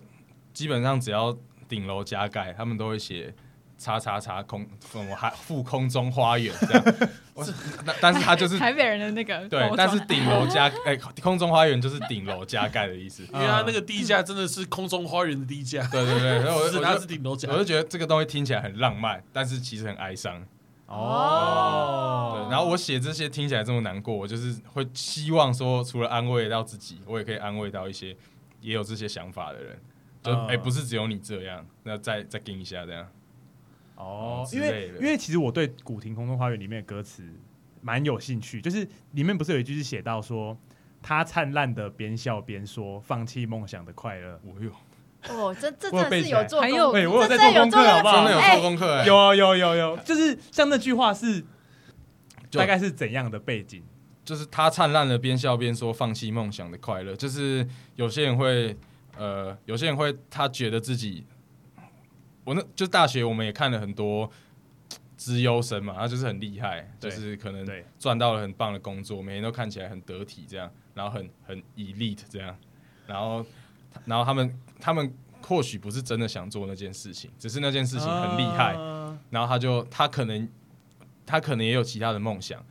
E: 基本上只要顶楼加盖，他们都会写叉叉叉空什么还复空中花园这样，我那但是它就是
B: 台北人的那个
E: 对
B: 包，
E: 但是
B: 装
E: 顶楼加哎、空中花园就是顶楼加盖的意思。
C: 因为它那个地价真的是空中花园的地价，
E: 对对对，然后我
C: 只是
E: 就
C: 它
E: 我
C: 是
E: 就
C: 顶楼价
E: 我。就觉得这个东西听起来很浪漫，但是其实很哀伤。
D: 哦
E: 对，
A: 哦
E: 然后我写这些听起来这么难过，我就是会希望说，除了安慰到自己，我也可以安慰到一些也有这些想法的人。就哎、
D: 嗯
E: 不是只有你这样，那再再跟一下这样。
D: 哦，
E: 之
D: 因为
E: 类的
D: 因为其实我对《古亭空中花园》里面的歌词蛮有兴趣，就是里面不是有一句是写到说他灿烂的边笑边说放弃梦想的快乐，
E: 我有
A: 哦，这这
D: 我
A: 真
D: 有
A: 的
D: 背
A: 是
D: 起来
A: 有做
B: 还
A: 功，
B: 有
D: 哎我有
A: 这
D: 在
A: 真
D: 做
A: 的有
D: 功课好不好
E: 真的有
A: 哎
E: 做功课、哎，
D: 有啊有有有，就是像那句话是
E: 就
D: 大概是怎样的背景？
E: 就是他灿烂的边笑边说放弃梦想的快乐，就是有些人会呃，有些人会他觉得自己，我那就大学我们也看了很多资优生嘛，他就是很厉害，就
D: 对
E: 是可能
D: 对
E: 赚到了很棒的工作，每天都看起来很得体这样，然后很很 elite 这样，然后然后他们他们或许不是真的想做那件事情，只是那件事情很厉害，
D: 啊
E: 然后他就他可能他可能也有其他的梦想，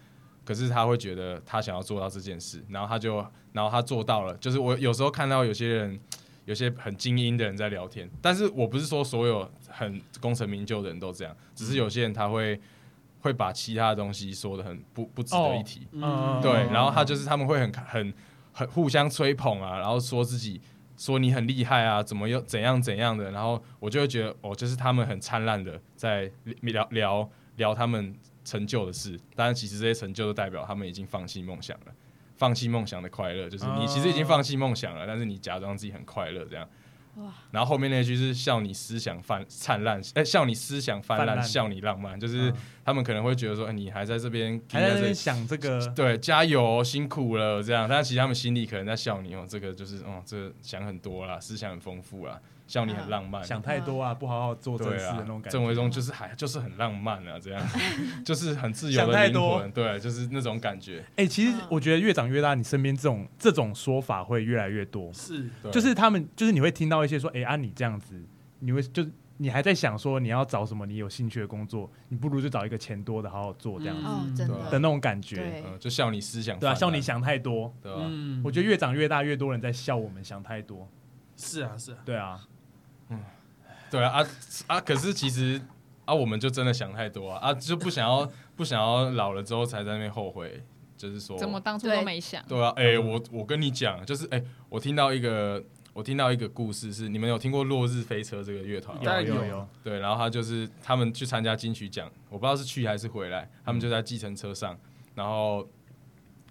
E: 可是他会觉得他想要做到这件事，然后他就然后他做到了。就是我有时候看到有些人，有些很精英的人在聊天，但是我不是说所有很功成名就的人都这样，只是有些人他会会把其他的东西说的很不不值得一提。
C: 嗯
E: 对，然后他就是他们会很很很互相吹捧啊，然后说自己说你很厉害啊，怎么又怎样怎样的，然后我就会觉得哦，就是他们很灿烂的在聊聊聊他们成就的事，但是其实这些成就都代表他们已经放弃梦想了。放弃梦想的快乐，就是你其实已经放弃梦想了，但是你假装自己很快乐这样。
A: 哇
E: 然后后面那句是笑你思想泛灿烂，哎、笑你思想泛
D: 泛
E: 滥，
D: 滥嗯
E: 笑你浪漫，就是他们可能会觉得说，哎你还在这边，
D: 还在
E: 停这
D: 那
E: 里
D: 边想这个
E: 对，加油，辛苦了，这样。但其实他们心里可能在笑你哦，这个就是哦，这个想很多啦，思想很丰富啦，笑你
B: 嗯
E: 很浪漫，
D: 想太多啊，不好好做正
E: 对
D: 事的
E: 啊
D: 那种，感
E: 郑
D: 觉。
E: 维忠就是还就是很浪漫啊，这样， 就是很自由
D: 想
E: 的
D: 太
E: 灵
D: 多
E: 魂，对，就是那种感觉，
D: 哎，其实
A: 嗯
D: 我觉得越长越大，你身边这种这种说法会越来越多。
C: 是
E: 对
D: 就是他们，就是你会听到一些说，哎、啊，你这样子，你会就是你还在想说你要找什么你有兴趣的工作，你不如就找一个钱多的好好做这样子、
A: 哦，真
E: 嗯
D: 的
A: 的，
D: 那种感觉，
A: 对
E: 呃，就笑你思想泛
D: 对啊，
E: 滥，
D: 像你想太多，
E: 对吧？
C: 嗯
D: 我觉得越长越大，越多人在笑我们想太多，
C: 是啊是啊，
D: 对啊，
E: 对啊啊啊！可是其实啊，我们就真的想太多啊啊，就不想要不想要老了之后才在那边后悔，就是说
B: 怎么当初都没想？
E: 对啊，哎、我我跟你讲，就是哎、我听到一个，我听到一个故事是，你们有听过落日飞车这个乐团吗？
C: 当
D: 有
C: 然
D: 有
C: 有
D: 有，
E: 对，然后他就是他们去参加金曲奖，我不知道是去还是回来，他们就在计程车上，然后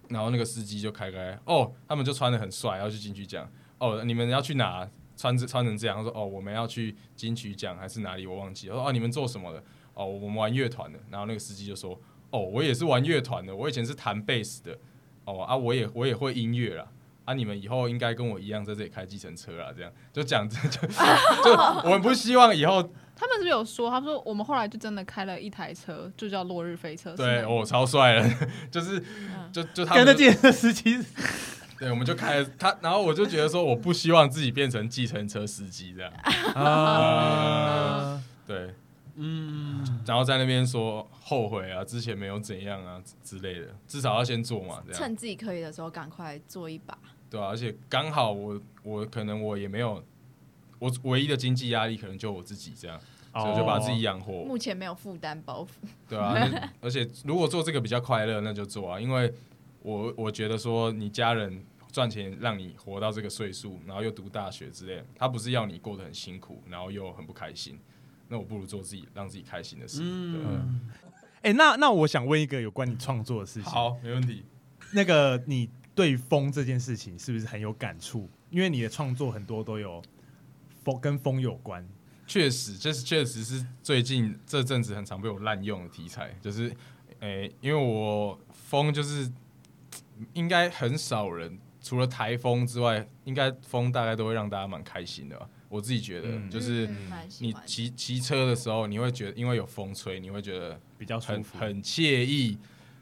E: 然后那个司机就开开，哦，他们就穿的很帅，要去金曲奖，哦，你们要去哪？穿着穿成这样，他说哦，我们要去金曲奖还是哪里？我忘记了。我说哦，你们做什么的？哦，我们玩乐团的。然后那个司机就说哦，我也是玩乐团的，我以前是弹贝斯的。哦啊，我也我也会音乐啦。啊，你们以后应该跟我一样在这里开计程车啊啦，这样就讲 就就我们不希望以后
B: 他们是不是有说，他说我们后来就真的开了一台车，就叫落日飞车。
E: 对，
B: 我
E: 哦，超帅了， 就是
A: 嗯
E: 就就他
D: 跟着
E: 们就，
D: 健身司机，
E: 对，我们就开了他，然后我就觉得说，我不希望自己变成计程车司机这样，
D: 啊，
E: 对，
C: 嗯，
E: 然后在那边说后悔啊，之前没有怎样啊之之类的，至少要先做嘛，这样
A: 趁自己可以的时候赶快做一把。
E: 对啊，而且刚好我我可能我也没有，我唯一的经济压力可能就我自己这样，
D: 哦
E: 所以我就把自己养活，
A: 目前没有负担包袱，
E: 对啊，那而且如果做这个比较快乐，那就做啊，因为我我觉得说你家人赚钱让你活到这个岁数，然后又读大学之类，他不是要你过得很辛苦，然后又很不开心，那我不如做自己让自己开心的事。嗯，
C: 嗯，
D: 哎、那那我想问一个有关你创作的事情，
E: 好，没问题。
D: 那个你对风这件事情是不是很有感触？因为你的创作很多都有风跟风有关，
E: 确实，就是确实是最近这阵子很常被我滥用的题材，就是，诶、因为我风就是应该很少人，除了台风之外，应该风大概都会让大家蛮开心的吧。我自己觉得，
D: 嗯
E: 就是
A: 嗯蛮喜
E: 你
A: 欢的
E: 骑骑车的时候，你会觉得因为有风吹，你会觉得
D: 比较舒
E: 很
D: 服。
E: 很惬意，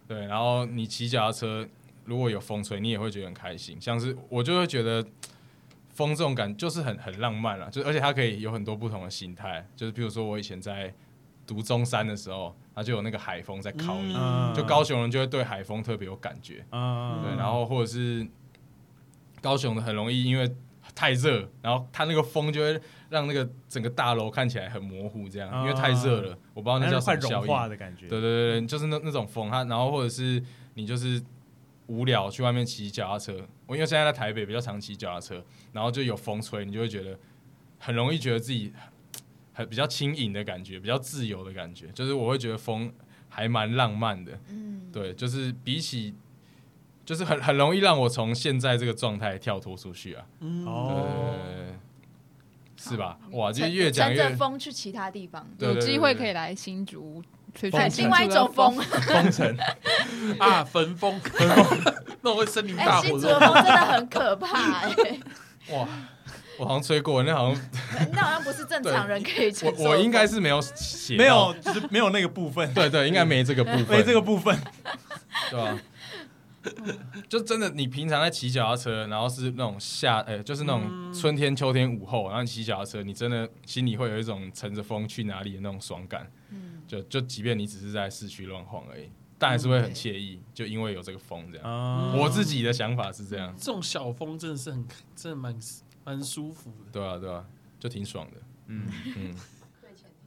E: 对。然后你骑脚踏车，如果有风吹，你也会觉得很开心。像是我就会觉得风这啊种感就是很很浪漫了，就是而且它可以有很多不同的形态，就是比如说我以前在读中山的时候，它就有那个海风在烤你，
D: 嗯
E: 就高雄人就会对海风特别有感觉。
D: 嗯，
E: 对，然后或者是高雄的很容易因为太热，然后它那个风就会让那个整个大楼看起来很模糊，这样、因为太热了，我不知道那
D: 啊那就
E: 叫什
D: 快
E: 么效
D: 融
E: 应。
D: 化的感觉，
E: 对对对对，就是那那种风，它然后或者是你就是无聊去外面骑脚踏车，我因为现在在台北比较常骑脚踏车，然后就有风吹，你就会觉得很容易觉得自己很比较轻盈的感觉，比较自由的感觉，就是我会觉得风还蛮浪漫的，
A: 嗯，
E: 对，就是比起。就是很很容易让我从现在这个状态跳脱出去啊，
C: 嗯
E: 对对对
D: 哦，
E: 对对是吧？哇，就越讲
A: 乘
E: 越
A: 着风去其他地方，
E: 对
B: 有
E: 对对
B: 机会
E: 对
B: 可以来新竹吹
D: 风
B: 吹
A: 哎，
D: 城
A: 另外一种风，
E: 风尘，
C: 啊，焚风， 焚风，那种会森林
A: 哎，
C: 大
A: 新
C: 火
A: 竹的
C: 的。
A: 风真的很可怕，哎，
E: 哇！我好像吹过，那好像
A: 那好像不是正常人可以承受
E: 我
A: 的。
E: 我应该是没有写，
D: 没有，，就是没有那个部分， 哎
E: 对对，应该没这 个部 分，
D: 没这个部分，
E: 对吧、 就真的，你平常在骑脚踏车，然后是那种夏，呃、就是那种
D: 嗯
E: 春天、秋天午后，然后你骑脚踏车，你真的心里会有一种乘着风去哪里的那种爽感。
A: 嗯
E: 就就即便你只是在市区乱晃而已，但还是会很惬意，就因为有这个风这样。
D: 嗯
E: 我自己的想法是这样，
C: 这种小风真的是很，真的蛮蛮舒服的。
E: 对啊对啊，就挺爽的。
D: 嗯
E: 嗯，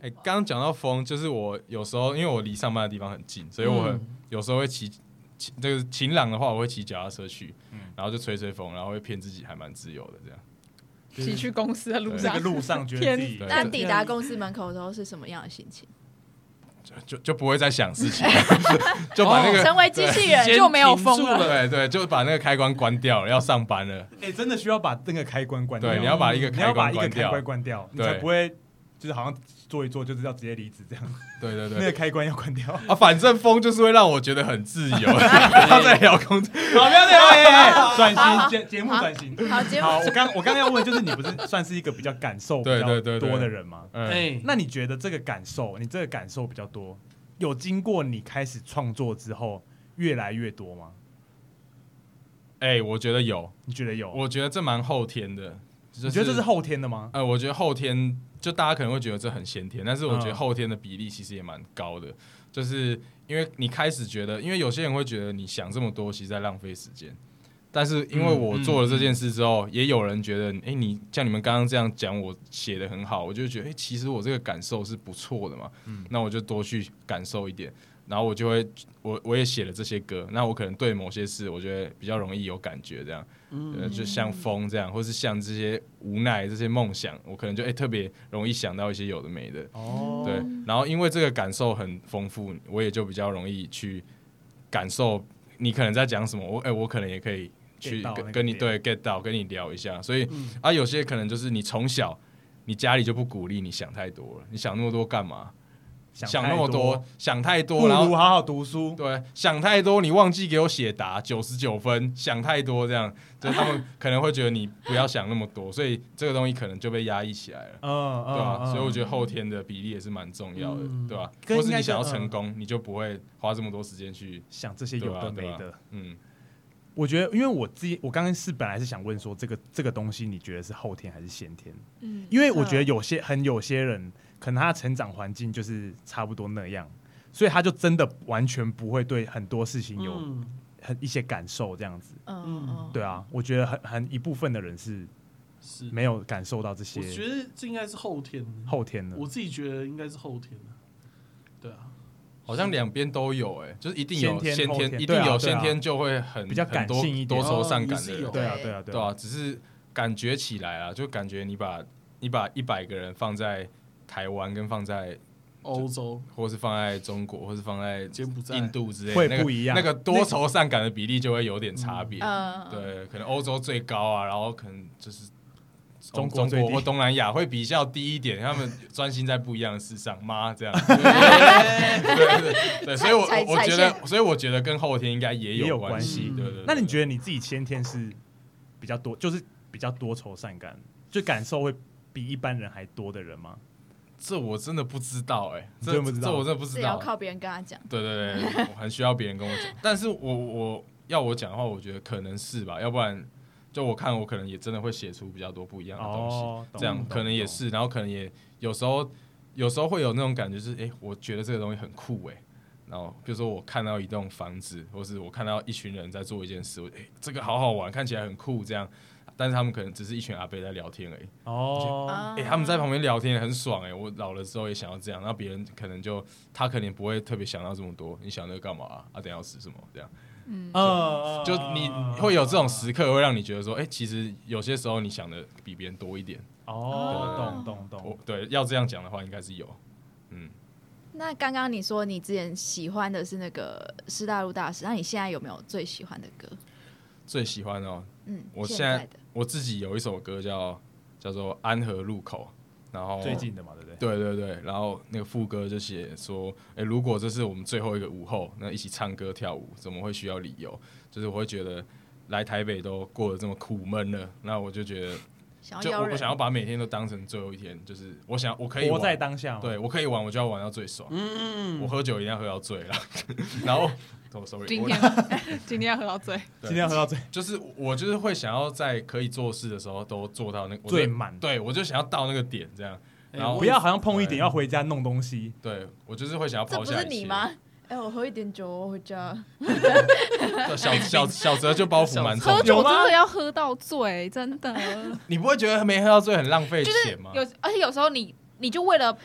E: 哎、刚刚讲到风，就是我有时候因为我离上班的地方很近，所以我很
C: 嗯
E: 有时候会骑，骑这个晴朗的话，我会骑脚踏车去，
D: 嗯
E: 然后就吹吹风，然后会骗自己还蛮自由的这样。
B: 骑去公司的路
E: 对
D: 这
B: 上
D: 个，路上觉得自己
E: 对
A: 那抵达公司门口的时候是什么样的心情？
E: 就就就不会再 想事情，就把那个、
A: 成哦为机器人
C: 先
B: 就没有
C: 停住
B: 风了
E: 对对，就把那个开关关掉了，要上班了。
D: 哎，真的需要把那个开关关掉，
E: 对，你要把一个
D: 你
E: 开
D: 要把
E: 关
D: 一个
E: 关
D: 开
E: 掉。
D: 关关掉，你
E: 对
D: 才不会就是好像做一做就是要直接离职这样，
E: 对对
D: 那个。
E: 对
D: 开关要关掉。
E: 啊，反正风就是会让我觉得很自 由。
C: 哎
E: 他在聊空气，
D: 好，不要再哎转型节节目转型。
A: 好，结
D: 好，
A: 果
D: 我刚我刚要问，就是你不是算是一个比较感受比
E: 对
D: 较
E: 对对对
D: 多的人吗？
E: 嗯，
C: 哎，
D: 那你觉得这个感受，你这个感受比较多，有经过你开始创作之后越来越多吗？
E: 哎、我觉得有，
D: 你觉得有？
E: 我觉得这蛮后天的。就是、
D: 你觉得这是后天的吗？
E: 呃，我觉得后天就大家可能会觉得这很先天，但是我觉得
D: 嗯
E: 后天的比例其实也蛮高的，就是因为你开始觉得，因为有些人会觉得你想这么多其实在浪费时间，但是因为我做了这件事之后，也有人觉得，诶，你像你们刚刚这样讲，我写的很好，我就觉得，诶，其实我这个感受是不错的嘛，那我就多去感受一点。然后我就会，我我也写了这些歌，那我可能对某些事，我觉得比较容易有感觉，这样。呃，就像风这样，或是像这些无奈、这些梦想，我可能就哎、特别容易想到一些有的没的，
D: 哦
E: 对。然后因为这个感受很丰富，我也就比较容易去感受你可能在讲什么，我哎、我可能也可以去
D: get 到那
E: 跟
D: 个
E: 跟你对
D: 点嗯
E: get 到，跟你聊一下。所以、啊，有些可能就是你从小你家里就不鼓励你想太多了，你想那么多干嘛？想
D: 太
E: 那么多，，想太
D: 不
E: 多，然后
D: 如好好读书。
E: 对，啊想太多，你忘记给我写答九十九分，想太多这样，就他们可能会觉得你不要想那么多，所以这个东西可能就被压抑起来了，
D: 嗯
E: 对吧、
D: 嗯，
E: 所以我觉得后天的比例也是蛮重要的，
C: 嗯
E: 对吧、
D: 跟
E: 或是
D: 应该
E: 你想要
D: 是嗯
E: 成功，你就不会花这么多时间去，
D: 想这些有的没
E: 对啊对
D: 的。
E: 嗯，
D: 我觉得，因为我自己，我刚刚是本来是想问说，这个这个东西，你觉得是后天还是先天？
B: 嗯，
D: 因为我觉得有些很有些人，可能他成长环境就是差不多那样，所以他就真的完全不会对很多事情有
C: 嗯
D: 很一些感受这样子。
A: 嗯嗯，
D: 对啊，我觉得很很一部分的人是
E: 嗯
C: 是，
D: 没有感受到这
C: 我觉
D: 些
C: 得这应该是后天的，
D: 后天的。
C: 我自己觉得应该是后天的，对啊，
E: 好像两边都有、哎，就是一定有
D: 先天后天
E: 一
D: 对
E: 定
D: 啊
E: 有
D: 对啊
E: 先天就会很
D: 比较感性一点
E: 很多多愁善感
C: 哦也
E: 的
C: 是
E: 人
C: 有，
D: 对啊，对啊，对
E: 对啊，只是感觉起来啊，就感觉你把你把一百个人放在台湾跟放在
C: 欧洲
E: 或是放在中国，或是放在
C: 柬埔寨
E: 印度之类，
D: 会
E: 那个
D: 不一样
E: 那个多愁善感的比例就会有点差别。
A: 嗯，
E: 对，可能欧洲最高啊，然后可能就是
D: 中国
E: 中
D: 最低
E: 国或东南亚会比较低一点，他们专心在不一样的事上。妈，这样，对对对对，所以我
A: 踩
E: 我我
A: 踩
E: 觉
A: 线
E: 得，所以我觉得跟后天应该也
D: 也有
E: 关
D: 关
C: 系
E: 对对对。
D: 那你觉得你自己先天是比较多，就是比较多愁善感，就感受会比一般人还多的人吗？
E: 这我真的不知道哎，
D: 你
E: 这
D: 真的不知道
E: 这我真的不知
A: 是要
E: 道。
A: 靠别人跟他讲。
E: 对对对，我很需要别人跟我讲。但是我我要我讲的话，我觉得可能是吧，要不然就我看我可能也真的会写出比较多不一样的东西，
D: 哦，懂
E: 这样可能也。
D: 懂懂
E: 是，然后可能也有时候有时候会有那种感觉、就是，哎、我觉得这个东西很酷哎、然后比如说我看到一栋房子，或是我看到一群人在做一件事，我哎、这个好好玩，看起来很酷这样，但是他们可能只是一群阿伯在聊天而已。
C: 哦，
A: 啊
E: 哎、他们在旁边聊天很爽哎、我老了之后也想要这样，然后别人可能就他可能不会特别想到这么多，你想那个干嘛啊？啊，等一下要吃什么这样？
D: 嗯，
E: 就你会有这种时刻，会让你觉得说，哎、其实有些时候你想的比别人多一点。
D: 哦，懂懂懂，
E: 我对要这样讲的话，应该是有，嗯，
A: 那刚刚你说你之前喜欢的是那个师大陆大师，那你现在有没有最喜欢的歌？
E: 最喜欢哦，
A: 嗯，
E: 我
A: 现
E: 现在
A: 的
E: 我自己有一首歌叫叫做《安河路口》，然后
D: 最近的嘛，对不对？
E: 对对对，然后那个副歌就写说，哎、如果这是我们最后一个午后，那一起唱歌跳舞，怎么会需要理由？就是我会觉得来台北都过得这么苦闷了，那我就觉得，
A: 想
E: 就
A: 要邀
E: 我我
A: 人，
E: 想要把每天都当成最后一天，就是我想我可以
D: 活在
E: 玩，
D: 当下嘛，
E: 对我可以玩，我就要玩到最爽。
C: 嗯，
E: 我喝酒一定要喝到醉了， 然后哦，sorry，
B: 今
E: 我
B: 天今天要喝到醉，
E: 对
D: 今天要喝到最
E: 就是我就是会想要在可以做事的时候都做到那个我就
D: 最满，
E: 对我就想要到那个点这样，
C: 哎
E: 然后
D: 不要好像碰一点
E: 对
D: 要回家弄东西，
E: 对我就是会想要
A: 这
E: 抛
A: 不
E: 下
A: 是
E: 一
A: 你
E: 切？
A: 吗？哎、我喝一点酒，我回家。
E: 对小小小哲就包袱蛮重
B: 喝
E: 的，
B: 酒
D: 有吗
B: 真的要喝到醉，真的。
E: 你不会觉得没喝到醉很浪费钱吗？
B: 有，而且有时候你你就为了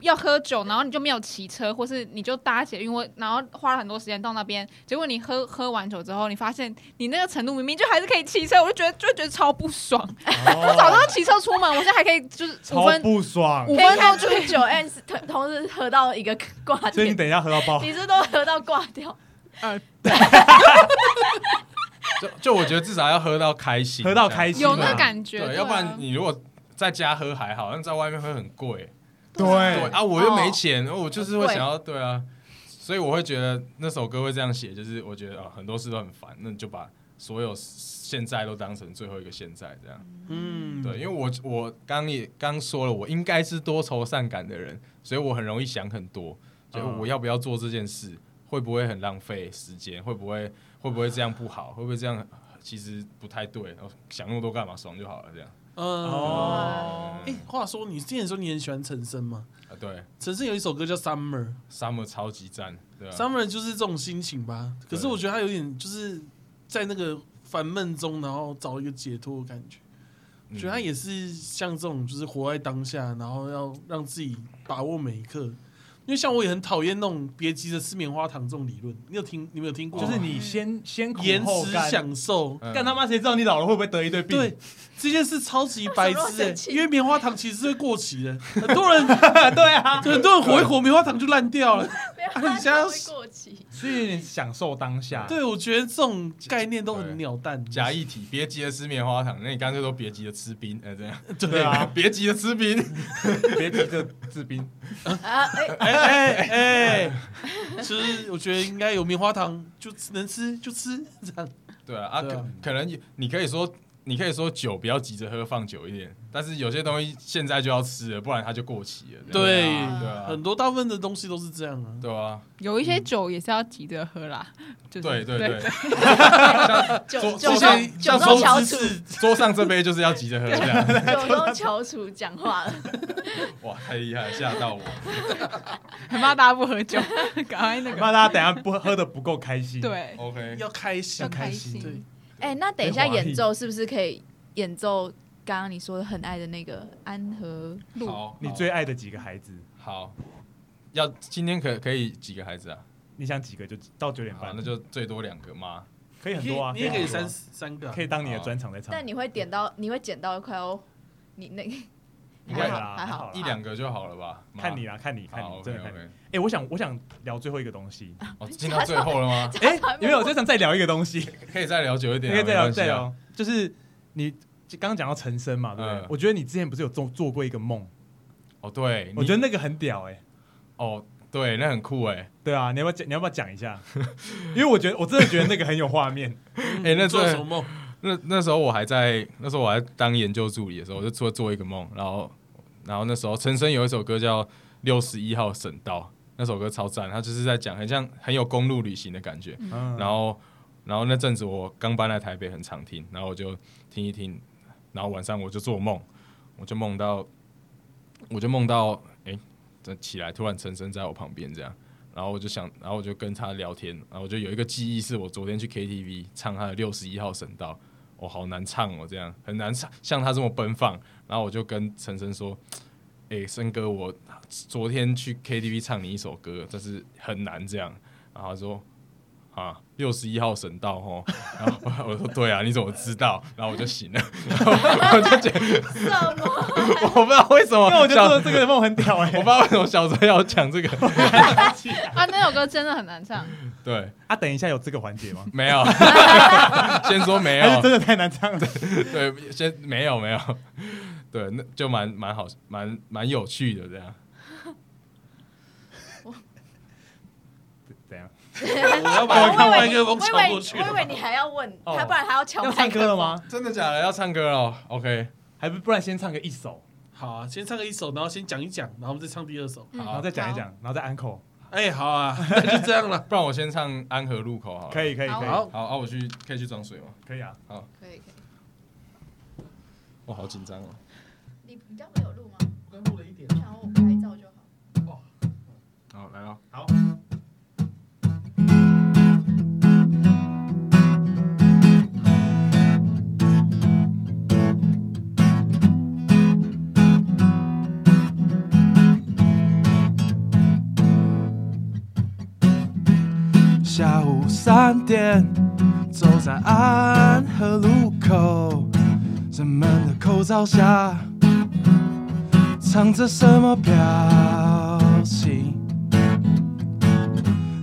B: 要喝酒，然后你就没有骑车，或是你就搭捷运，或然后花了很多时间到那边，结果你喝喝完酒之后，你发现你那个程度明明就还是可以骑车，我就觉得就觉得超不爽。
E: 哦
B: 我早上骑车出门，我现在还可以 就是五
D: 超
B: 分
D: 不爽
B: 五。
A: 可以
B: 分
A: 看
B: 钟
A: 出
B: 就
A: 酒，哎，是同同时喝到一个挂
D: 所以你
A: 点，
D: 等一下喝到爆，
A: 你是都喝到挂掉，
E: 就就我觉得至少要喝到开心，
D: 喝到开心，
B: 有那
E: 嘛
B: 感觉，
E: 对，
B: 对
E: 要不
B: 啊
E: 然你如果在家喝还好，但在外面喝很贵。对
D: 对，
E: 啊，我又没钱，我就是会
A: 对
E: 想要对啊，所以我会觉得那首歌会这样写，就是我觉得啊，很多事都很烦，那你就把所有现在都当成最后一个现在这样。
C: 嗯，
E: 对，因为我我刚也刚说了，我应该是多愁善感的人，所以我很容易想很多，就
C: 嗯
E: 我要不要做这件事，会不会很浪费时间，会不会会不会这样不好，会不会这样其实不太对，然后想那么多干嘛，爽就好了这样。
C: 嗯，
D: 哦，
C: 哎，话说你之前说你很喜欢陈升吗？
E: 啊，对
C: 陈升有一首歌叫《Summer》
E: ，summer 超级赞，对啊，
C: ，Summer 就是这种心情吧。可是
E: 对
C: 我觉得他有点就是在那个烦闷中，然后找一个解脱的感觉。
E: 嗯
C: 觉得他也是像这种，就是活在当下，然后要让自己把握每一刻。因为像我也很讨厌那种别急着吃棉花糖这种理论，你有听？你没有听过？
D: 就是
A: 哦
D: 你先先苦
C: 延
D: 后
C: 迟
D: 甘，
C: 享受。
E: 嗯
D: 干他妈谁知道你老了会不会得一堆病？
C: 对，这件事超级 白
A: 什么
C: 痴
A: 时候
C: 哎
A: 生、气
C: 因为棉花糖其实是会过期 的，很多人
D: 对啊，
C: 很多人活一活，棉花糖就烂掉了。
A: 不要
C: 你现在要
A: 会过期。
D: 所以你享受当下，
C: 对，我觉得这种概念都很鸟蛋。
E: 假议题，别急着吃棉花糖，那你干脆都别急着吃冰，呃，这样，
D: 对啊，
E: 别急着吃冰，
D: 别急着治 病，
A: 啊，哎、
C: 哎哎哎，其实我觉得应该有棉花糖就能吃就吃这样。
E: 对啊，啊，
C: 对啊
E: 可可能你可以说，你可以说酒不要急着喝，放久一点，但是有些东西现在就要吃了，不然它就过期了，
C: 对
E: 对啊，
C: 很多大部分的东西都是这样啊。
E: 对啊，
B: 有一些酒也是要急着喝啦，就是
E: 对对对，
A: 酒酒
E: 做做
A: 中
E: 些
A: 酒
E: 像
A: 中
E: 说
A: 翘
E: 知
A: 楚，
E: 识， 桌上这杯就是要急着喝，这样，
A: 酒中翘楚讲话了。
E: 哇，太厉害了，吓到我，
B: 很怕大家不喝酒， 赶快那个
D: 怕大家等一下不喝的不够开 心。，
B: 对
E: OK，
C: 要开心，
B: 要开心
C: 对，
A: 哎、那等一下
D: 没话题
A: 演奏是不是可以演奏刚刚你说的很爱的那个安和？
B: 录
E: 好，
D: 你
E: 好
D: 最爱的几个孩子，
E: 好，要今天可可以几个孩子啊？
D: 你想几个就到九点
E: 好
D: 半，，
E: 那就最多两个嘛，
D: 可以很多啊，
C: 你也可以
D: 很多啊
C: 三，三个啊，
D: 可以当你的专场在唱。
A: 但你会点到，你会剪到快要你那
E: 应
A: 还
E: 该
A: 好
D: 啦
A: 还
D: 还
A: 好
D: 好啦
E: 一两个就好了吧？妈
D: 看你，啦，看你，看
E: 好
D: 你，真的看你。
E: ，OK，OK。
D: 哎，我想，我想聊最后一个东西。
E: 哦，进到最后了吗？
D: 哎
A: 还，没
D: 有没有？我就想再聊一个东西，
E: 可以再聊久一
D: 你
E: 点啊，
D: 可以再聊
E: 没关系啊
D: 再。聊，就是你刚刚讲到陈升嘛，对不对
E: 嗯？
D: 我觉得你之前不是有做做过一个梦，
E: 哦，对，
D: 我觉
E: 得
D: 得那个很屌哎。
E: 哦，对，那很酷哎，
D: 对啊，你要不要讲？你要不要讲一 下？因为我觉得我真的觉得那个很有画面。
E: 哎那
C: 你做
E: 这
C: 了什么梦？
E: 那那时候我还在，那时候我还当研究助理的时候，我就做做一个梦，然后然后那时候陈升有一首歌叫《六十一号省道》，那首歌超赞，他就是在讲很像很有公路旅行的感觉。
D: 嗯
E: 然后然后那阵子我刚搬来台北，很常听，然后我就听一听，然后晚上我就做梦，我就梦到我就梦到哎、诶就起来突然陈升在我旁边这样，然后我就想，然后我就跟他聊天，然后我就有一个记忆是我昨天去 KTV 唱他的六十一号省道，我、好难唱哦，这样很难唱，像他这么奔放，然后我就跟陈升说。哎、森哥，我昨天去 KTV 唱你一首歌，但是很难这样。然后他说啊，六十一号省道哦。然后我我说对啊，你怎么知道？然后我就醒了，然后我就觉得
A: 什么？
E: 我不知道为什么
D: 那我就
E: 小，
D: 做
E: 我
D: 这个梦很屌哎、
E: 不知道为什么小时候要讲这个。
B: 啊，那首歌真的很难唱，
E: 对，
D: 啊，等一下有这个环节吗？
E: 没有， 先说没
D: 还是
E: 有
D: 真，的太 难唱了？
E: 对，先没有没有，对，那就蛮蛮好，蛮蛮有趣的这样。
D: 怎样？
C: 我要
A: 我
C: 把
A: 以为
C: 麦
A: 你
C: 克
A: 我
C: 风
A: 以
C: 抢
A: 为
C: 过去
A: 我以为你还要问
D: 哦
A: 他，不然还要抢
D: 要
A: 麦
D: 唱
A: 克
D: 歌
A: 风
D: 了吗？？
E: 真的假的？要唱歌了？OK，
D: 还不不然先唱个一首，
C: 好啊，先唱个一首，然后先讲一讲，然后我们再唱第二首。
A: 嗯
E: 好
D: 然后再讲一讲，然后再 uncle，
C: 哎，好 啊，那就这样了。
E: 不然我先唱安河路口好了。
D: 可以可以可以
B: 好
E: 好啊，我去可以去装水吗？
D: 可以啊，
A: 可以可以，
E: 我好紧张哦。
A: 你你刚没有录吗？
C: 我刚录了一点
A: 我想要我拍照就好。
E: 好，来了。
D: 好。
F: 下午三点，走在安河路口，人们的口罩下，藏着什么表情？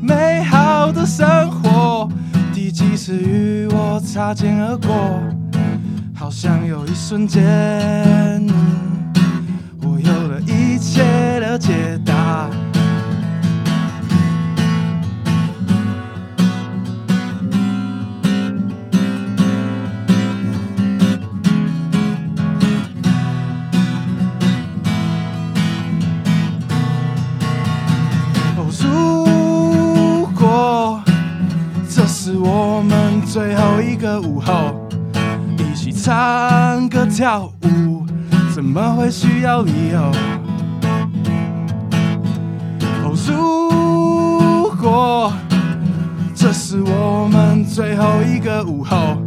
F: 美好的生活，第几次与我擦肩而过？好像有一瞬间，我有了一切的解答。哦，如果这是我们最后一个午后，一起唱歌跳舞，怎么会需要理由？哦，如果这是我们最后一个午后，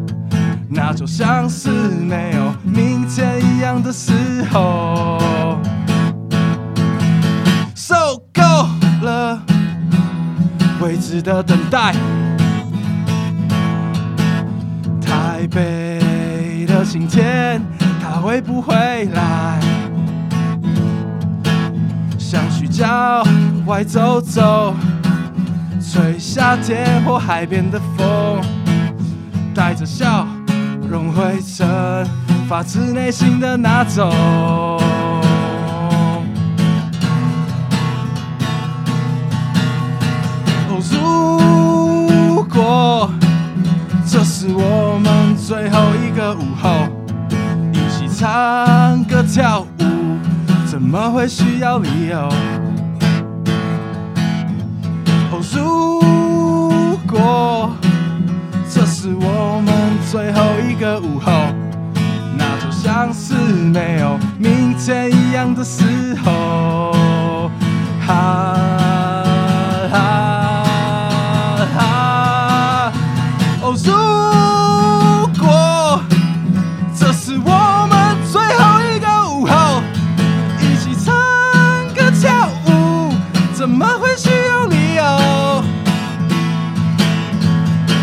F: 那就像是没有明天一样的时候。受够了未知的等待，台北的晴天，它会不会来？想去郊外走走，吹夏天或海边的风，带着笑容回程，发自内心的那种。哦，如果这是我们最后一个午后，一起唱歌跳舞，怎么会需要理由？哦，如果这是我们最后一个午后，那就像是没有明天一样的时候。哈哈哈！哦，如果这是我们最后一个午后，一起唱歌跳舞，怎么会需要理由？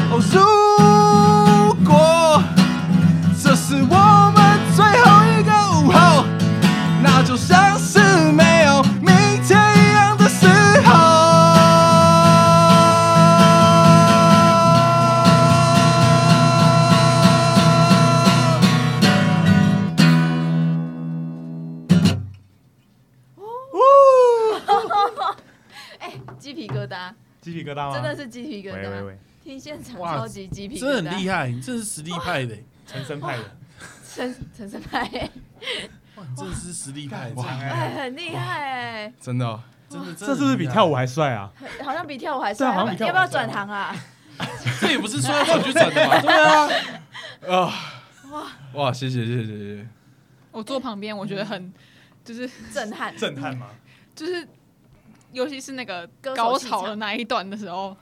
F: 哦，如果这是我们最后一个午后，那就像是没有明天一样的时候。
A: 哎，鸡皮疙瘩，
D: 鸡皮疙瘩吗？
A: 真的是鸡皮疙
D: 啊喂喂
A: 瘩，
D: 喂，
A: 听现场
C: 哇
A: 超级鸡皮疙瘩，
C: 真的很厉害，你真的是实力派的，
D: 陈生派的，
A: 陈陈生派，
C: 哇，你真的是实力派，
D: 哇，
A: 哎，很厉害
E: 真的、哦，
C: 真的，真的
D: 这是不是比跳舞
C: 还？
D: 还帅啊？
A: 哎，好像比跳舞还
D: 对啊
A: 帅，
D: 好像比跳舞
A: 要不要
D: 还帅
A: 转行啊？
C: 这也不是说要转就转的吧？对啊，
D: 啊
E: 哇，谢谢谢谢谢谢。
B: 我坐旁边我觉得很，就是
A: 震撼，
D: 震撼吗？
B: 就是尤其是那个
A: 歌手
B: 高
A: 气
B: 潮
A: 场
B: 的那一段的时候，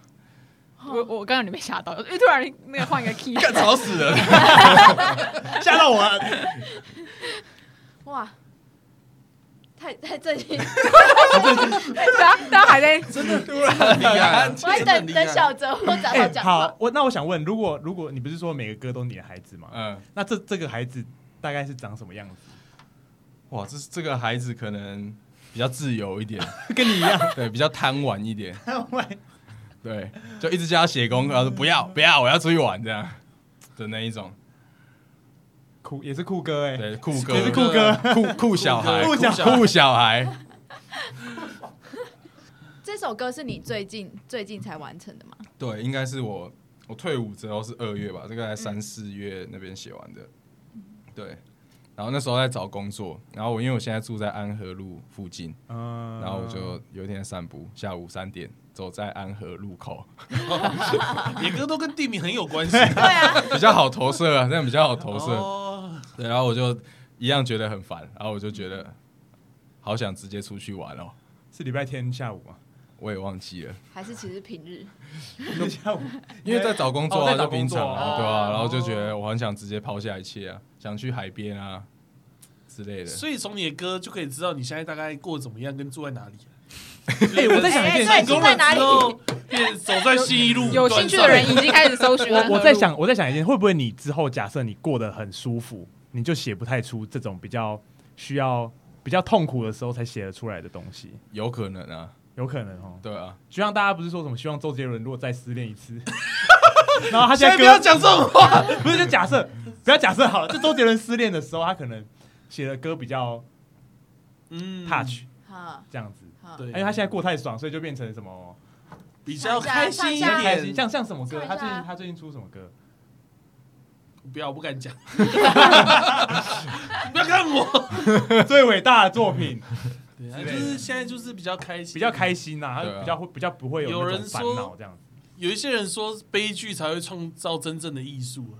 B: 我
A: 哦
B: 我刚刚你被吓到，因为突然那个换一个 key，
F: 干吵死了！
D: 吓到 我啊了。
A: 哇，太太震 惊！
B: 大家大家还在
C: 真的突然很厉害啊，
A: 我还
C: 真的很
A: 等
C: 厉害
A: 等小泽或找
D: 哎
A: 他讲
D: 好
A: 话。，
D: 我那我想问，如果如果你不是说每个歌都是你的孩子吗？
E: 嗯，
D: 那这这个孩子大概是长什么样子？
E: 哇，这这个孩子可能比较自由一 点，
D: 跟你一样，
E: 对，比较贪玩一点，对，就一直叫他写功课，他说不要不要，我要出去玩这样的那一种，
D: 酷也是酷哥哎、
E: 对，酷哥
D: 也是酷哥，
E: 酷酷小孩，
D: 酷小
E: 酷小孩，
A: 这首歌是你最近最近才完成的吗？
E: 对，应该是我我退伍之后是二月吧，这
D: 嗯
E: 个在三四月那边写完的，对。然后那时候在找工作，然后我因为我现在住在安和路附近，
D: 嗯
E: 然后我就有一天在散步，下午三点走在安和路口，
C: 你歌都跟地名很有关系，
E: 比较好投射啊，这样比较好投射。
C: 哦
E: 对，然后我就一样觉得很烦，然后我就觉得好想直接出去玩哦，
D: 是礼拜天下午嘛，
E: 我也忘记了，
A: 还是其实平日？
D: 下午
E: 因为在找工作
D: 哦在
E: 啊，
D: 找
E: 就平常
D: 工
E: 啊，
D: 作
E: 对啊，然后就
D: 哦
E: 觉得我很想直接抛下一切啊，想去海边啊之类的。
C: 所以从你的歌就可以知道你现在大概过得怎么样，跟住在哪里。
D: 哎、我在想一件
A: 哎
D: 事
A: 对住在哪里
C: 成功了之后变走在西一路，
B: 有兴趣的人已经开始搜寻。
D: 我我在，想我在想一件，会不会你之后假设你过得很舒服，你就写不太出这种比较需要比较痛苦的时候才写得出来的东西，
E: 有可能啊，
D: 有可能哦。
E: 对啊，
D: 就像大家不是说什么希望周杰伦如果再失恋一 次，然后他现在歌
C: 现在不要讲这种话，
D: 不是就假设，不要假设好了，就周杰伦失恋的时候，他可能写的歌比较
C: 嗯
D: touch
A: 哈，
D: 这样子，
A: 哈
C: 对，
D: 因哎为他现在过太爽，所以就变成什么
C: 比较开心一
A: 唱一下
D: 开心，
C: 点。
D: 像像什么歌？
A: 唱一
D: 他
A: 下
D: 最近他最近出什么 歌？
C: 不要，我不 敢讲，不要看我。
D: 最伟大的作品，
C: 对，他就是现在就是比较开心，
D: 比较开。心呐，
E: 对啊
D: 他比较会比较不会有
C: 有
D: 那
C: 人
D: 种烦恼这样子。
C: 有一些人说悲剧才会创造真正的艺术啊，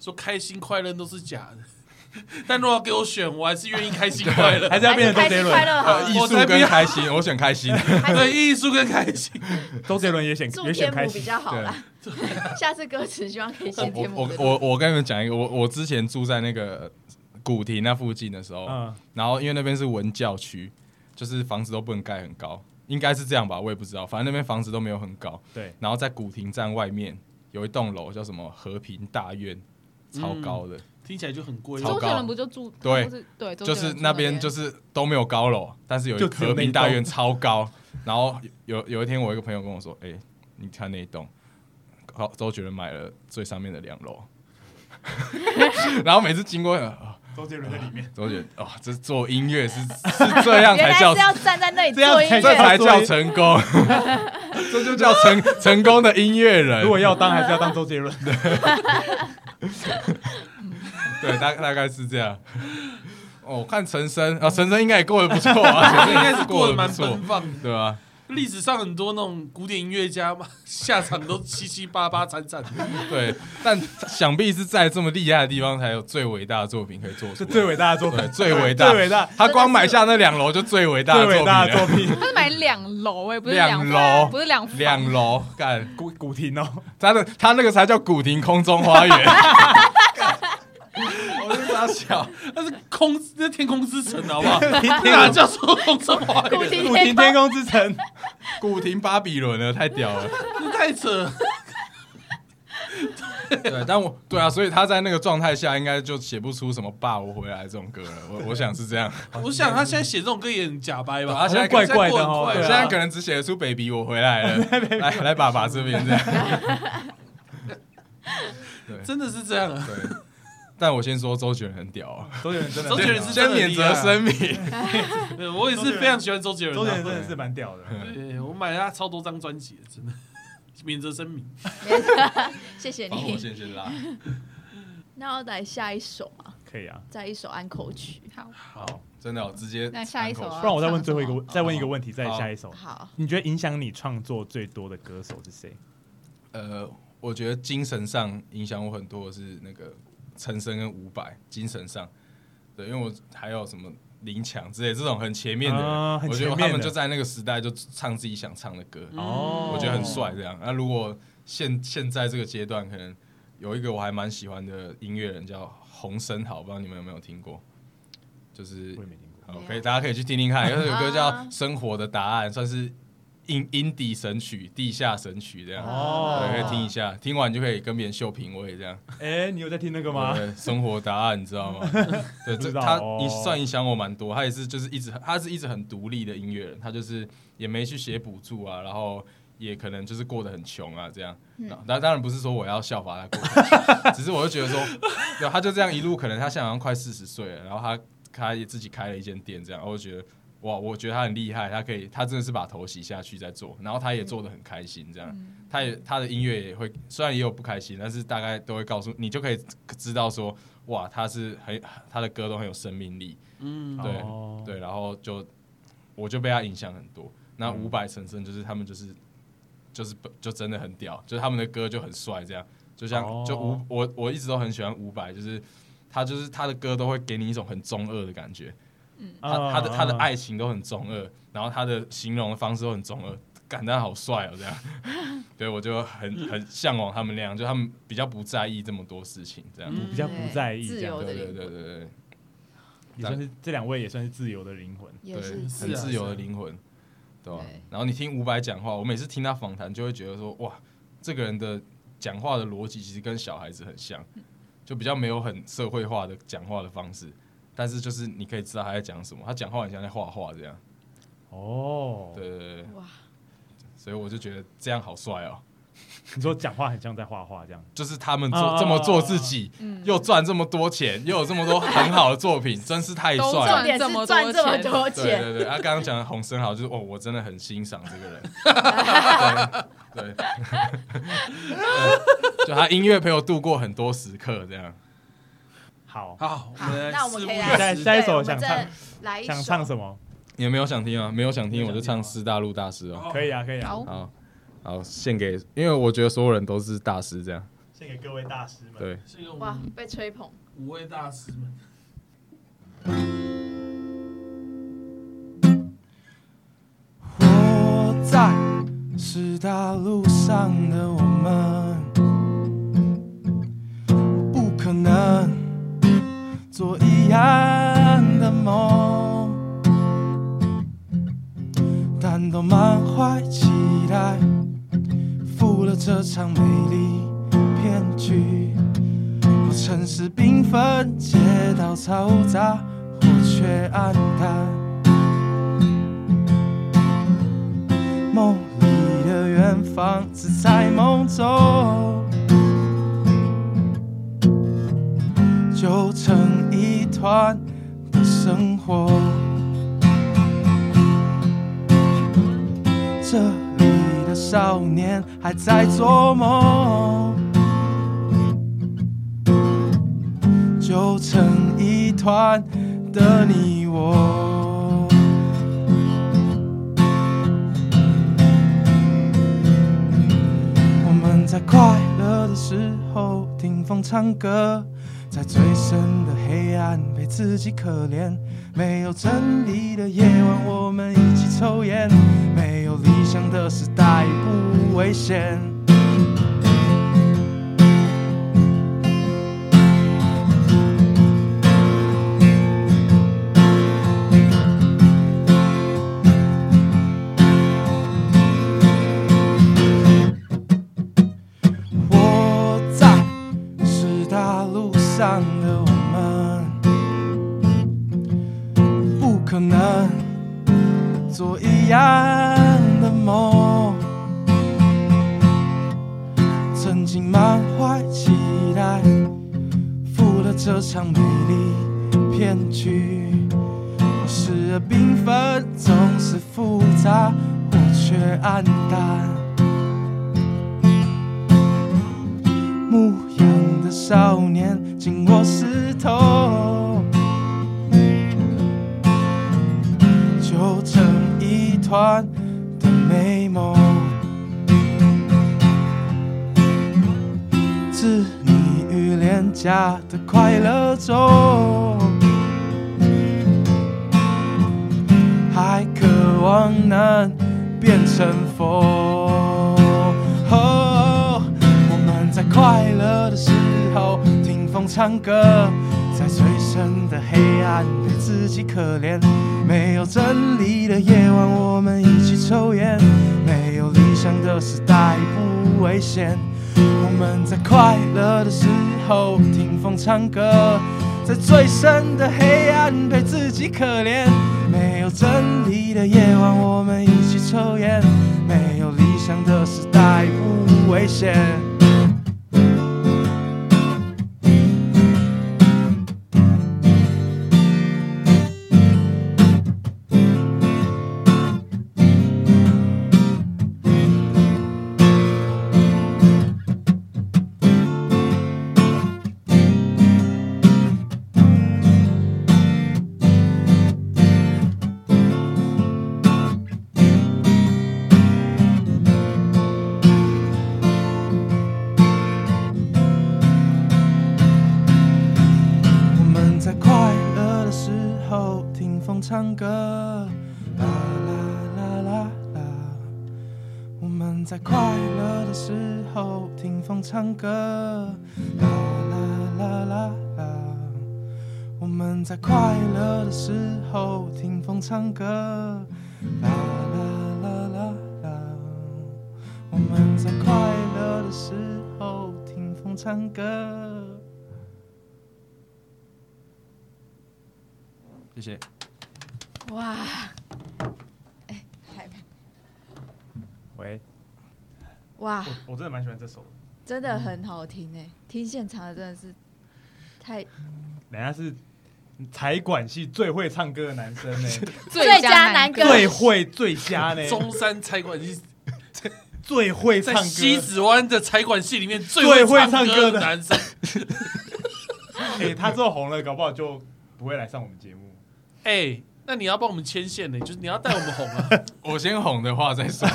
C: 说开心快乐都是假的。但如果要给我选，我还是愿意开心快乐，
D: 还是要变成
A: 开
D: 周杰
A: 心快
D: 伦，
A: 乐好
E: 呃，
A: 了
E: 艺，术跟开心，我选开心。
A: 还是
C: 对艺术跟开心。
D: 周杰伦也选
A: 祝
D: 也选
A: 天
D: 开
A: 母比
D: 心。
A: 较好
E: 对
A: 啦。 下次歌词希望可以写
E: 我
A: 天母
E: 我
A: 的。
E: 我我跟你们讲一个，我我之前住在那个古亭那附近的时候，
D: 嗯，
E: 然后因为那边是文教区，就是房子都不能盖很高，应该是这样吧，我也不知道，反正那边房子都没有很高。
D: 对，
E: 然后在古亭站外面有一栋楼叫什么和平大院，超高的，
C: 听起来就很贵。
B: 周
E: 超
B: 杰
E: 高
B: 伦不就住
E: 对
B: 不是对，周杰
E: 就
B: 伦
E: 是
B: 住
E: 那
B: 边
E: 边就是都没有高楼，但是有
D: 就
E: 一
D: 只有
E: 和
D: 那一
E: 平大院超高。然后有有有一天，我一个朋友跟我说：“哎、你看那一栋，高周杰伦买了最上面的两楼。” 然后每次经过，啊
D: 周杰伦在里面，
E: 周杰伦哦，这做音乐是是这样
A: 原
E: 才
A: 来
E: 叫
A: 是要站在那里
D: 这样
A: 做音
D: 才
E: 这
A: 乐，
E: 才叫成功， 这就叫成成功的音乐人
D: 如。果要当还是要当周 杰伦。
E: 对，大大概是这样。哦，我看陈升啊，陈升应该也过得不错啊， 陈升应该是
C: 过
E: 得
C: 得蛮
E: 不错
C: 奔，放的。
E: 对吧？
C: 历史上很多那种古典音乐家 嘛，下场都七七八八惨惨的。
E: 对，但想必是在这么厉害的地方，才有最伟大的作品可以做出
D: 是
E: 来。
D: 最伟大的作
E: 对
D: 品，
E: 最伟大
D: 最伟大，
E: 他光买下那两楼就最伟大的
D: 最
E: 作品
D: 伟大的
E: 了，
D: 作品。
B: 他是买两楼哎，不是
E: 两楼
B: 楼，不是两房
E: 两楼干
D: 古古亭 哦，
E: 他的他那个才叫古亭空中花园。我就傻笑，
C: 那是空，那天空之城，好不好？
D: 天
C: 哪叫做空中花
A: 固
C: 园？
A: 定
D: 古亭天空之城，
E: 古亭巴比伦了，太屌了。
C: 这太扯了。
E: 对，但我对啊，所以他在那个状态下，应该就写不出什么“爸，我回来”这种歌了。我我想是这样，
C: 我想他现在写这种歌也很假掰
E: 对吧？
C: 吧？
E: 他现在
D: 怪怪的哦
C: 现在过得很快
D: 对啊
E: 现在可能只写得出 “baby，我回来 了”，来来爸爸这边这样。对
C: 真的是这样啊！
E: 对，但我先说周杰伦很屌啊，
D: 周杰伦真的，
C: 周杰伦是
E: 先
C: 真的
E: 免
C: 厉害
E: 责
C: 啊
E: 声明。
C: 对我也是非常喜欢周杰伦
D: 周杰伦
C: 啊。
D: 真的是蛮屌的。
E: 嗯
C: 对，我买了他超多张专辑的，真的。 免责声明，
A: 谢谢
E: 帮哦我
A: 你。
E: 先先拉，
A: 那要来下一首啊，
D: 可以啊，
A: 再一首安口曲。
B: 好，
D: 好，
E: 真的哦，直接
B: 那下一首啊
D: 不然我再问最后一个问，
A: 唱什么
D: 再问一个问题，再下一首。
A: 好，
D: 你觉得影响你创作最多的歌手是谁？
E: 呃，我觉得精神上影响我很多的是那个陈升跟伍佰，精神上，对，因为我还有什么林强之类这种很前面的人，
D: 啊很
E: 我觉得
D: 前
E: 他
D: 面
E: 们
D: 的
E: 就在那个时代就唱自己想唱的歌，
B: 嗯
D: 哦
E: 我觉得很帅。这样。那、如果现现在这个阶段，可能有一个我还蛮喜欢的音乐人叫洪森豪，不知道你们有没有听过？就是
D: 我也没听过。
E: 好
A: 没有
E: 可以，大家可以去听听看。有首歌叫
A: 啊
E: 《生活的答案》，算是音音底神曲、地下神曲这样。
D: 哦
E: 对，可以听一下，听完就可以跟别人秀品味这样。
D: 哎，你有在听那个吗？
E: 对生活答案，你知道吗？对，
D: 不
E: 这
D: 知道
E: 他
D: 哦
E: 影算影响我蛮多。他也是就是一直很他是一直很独立的音乐人，他就是也没去写补助啊，然后也可能就是过得很穷啊这样。那当当然不是说我要效法他过得很穷，只是我就觉得说，对，他就这样一路，可能他现在好像快四十岁了，然后他他也自己开了一间店这样，我就觉得。哇，我觉得他很厉害，他可以，他真的是把头洗下去再做，然后他也做的很开心，这样，他也他的音乐也会，虽然也有不开心，但是大概都会告诉你，就可以知道说，哇，他是很他的歌都很有生命力，
C: 嗯，
E: 对、
D: 哦
E: 对，然后就我就被他影响很多。那
D: 嗯
E: 伍佰、陈升就是他们就是就是就真的很屌，就是他们的歌就很帅，这样就像、
D: 哦
E: 就伍我我一直都很喜欢伍佰，就是他就是他的歌都会给你一种很中二的感觉，他
D: 啊
E: 他的他的，爱情都很中二，然后他的形容的方式都很中二，感他好帅哦，这样， 对我就很很向往他们那样，就他们比较不在意这么多事情，这样，
D: 我比较不在意
A: 自
D: 这样
A: 由
E: 对
A: 的
E: 对对
A: 灵魂
E: 对对，
D: 也算是这两位也算是自由的灵魂。
A: 也是
E: 对，
C: 是
E: 很
C: 啊
E: 自由的灵魂，对吧、
A: 对
E: 然后你听伍佰讲话，我每次听他访谈就会觉得说，哇，这个人的讲话的逻辑其实跟小孩子很像，就比较没有很社会化的讲话的方式，但是就是你可以知道他在讲什么，他讲话很像在画画这样，
D: 哦，
E: 对对对，对
A: 哇，
E: 所以我就觉得这样好帅哦。
D: 你说讲话很像在画画这样。
E: 就是他们做
D: 啊
E: 这么做自己，又赚这么多钱，又有这么多很好的作品，真是太
B: 都
E: 帅
A: 重
E: 了。
A: 点是赚这么多
E: 哎对
A: 钱，
E: 对对，他刚刚讲的洪生豪就是哦，我真的很欣赏这 个人，对对对，就他音乐陪我度过很多时刻，这样。
D: 好，
C: 好，我们来
A: 那我们可以
C: 拭目
A: 来
C: 以待
D: 下下一首
A: 对我
D: 想
A: 们
D: 唱
A: 再来一
D: 想
A: 首，
D: 唱什么？
E: 你们没有想听啊？没有想听，
D: 没有想听
E: 我就唱《师大陆大师》哦。
D: 可以啊，可以啊，
B: 好，
E: 好，好，献给，因为我觉得所有人都是大师，这样。
D: 献给各位大师们。
E: 对，
C: 是一个我
A: 哇
C: 们，
A: 被吹捧，
C: 五位大师们。
F: 活在十大路上的我们，不可能做一样的梦，但都满怀期待，赴了这场美丽骗局。我城市缤纷，街道嘈杂，我却暗淡。梦里的远方，只在梦中，揪成一团的生活。这里的少年还在做梦，揪成一团的你我。我们在快乐的时候听风唱歌，在最深的黑暗陪自己可怜。没有真理的夜晚，我们一起抽烟；没有理想的时代，不危险。活在十大路上的我们，不可能做一样的梦，曾经满怀期待，赴了这场美丽骗局。我时而缤纷，总是复杂，我却暗淡。牧羊的少年紧握石头，揪成一团的美梦。置你于廉价的快乐中，变成风。哦，我们在快乐的时候听风唱歌，在最深的黑暗对自己可怜。没有真理的夜晚，我们一起抽烟；没有理想的时代不危险。我们在快乐的时候听风唱歌，在最深的黑暗陪自己可怜。没有真理的夜晚，我们一起抽烟；没有理想的时代不危险。我们在快乐的时候听风唱歌，啦啦啦啦啦。我们在快乐的时候听风唱歌，啦啦啦啦啦。我们在快乐的时候听风唱歌，啦啦啦啦啦。我们在快乐的时候听风唱歌。谢谢。
A: 哇，哎，还
D: 喂，
A: 哇，
D: 我真的蛮喜欢这首的。
A: 真的很好听哎、听现场的真的是太
D: 人家是财管系最会唱歌的男生呢、
A: 最佳
B: 男
A: 男
B: 歌
A: 歌
D: 最会最佳呢、
C: 中山财管系
D: 最会唱
C: 在
D: 歌。
C: 西子湾的财管系里面最
D: 最
C: 会
D: 会唱歌
C: 的
D: 的
C: 男生。
D: 哎、他之后红了，搞不好就不会来上我们节目。
C: 哎、那你要帮我们牵线呢，就是你要带我们红啊，
E: 我先哄的话再说，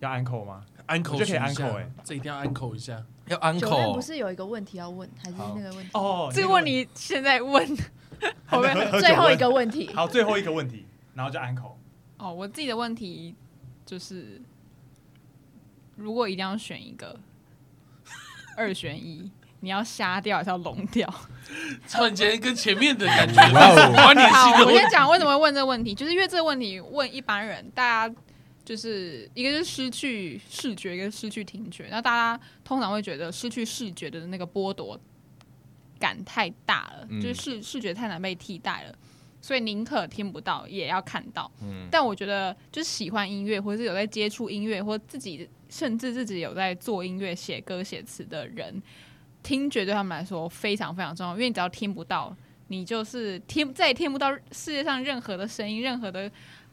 D: 要安口吗？
C: 安口
D: 我觉得可以
C: 一下
D: uncle 哎，
C: 这一定要安口一下。
E: 要
A: 九妹
E: uncle 哦
A: 不是有一个问题要问，还是那个问题？
D: 哦，
B: 这个问题现在问，
D: 还没喝 喝酒
A: 最后一个
D: 问
A: 问题
D: 题，好，最后一个问题，然后就安口。
B: 哦，我自己的问题就是，如果一定要选一个，二选一，你要瞎掉还是要聋掉？
C: 突然间跟前面的感 觉
E: 哇哦，
C: 关联性
B: 好，
C: 的
B: 我
C: 问
B: 先讲为什么会问这个问题，就是因为这个问题问一般人，大家就是一个是失去视觉，一个是失去听觉。那大家通常会觉得失去视觉的那个剥夺感太大了，
E: 嗯
B: 就是视视觉太难被替代了，所以宁可听不到也要看到。
E: 嗯，
B: 但我觉得，就是喜欢音乐，或者是有在接触音乐，或自己甚至自己有在做音乐、写歌、写词的人，听觉对他们来说非常非常重要，因为你只要听不到，你就是听再也听不到世界上任何的声音、任何的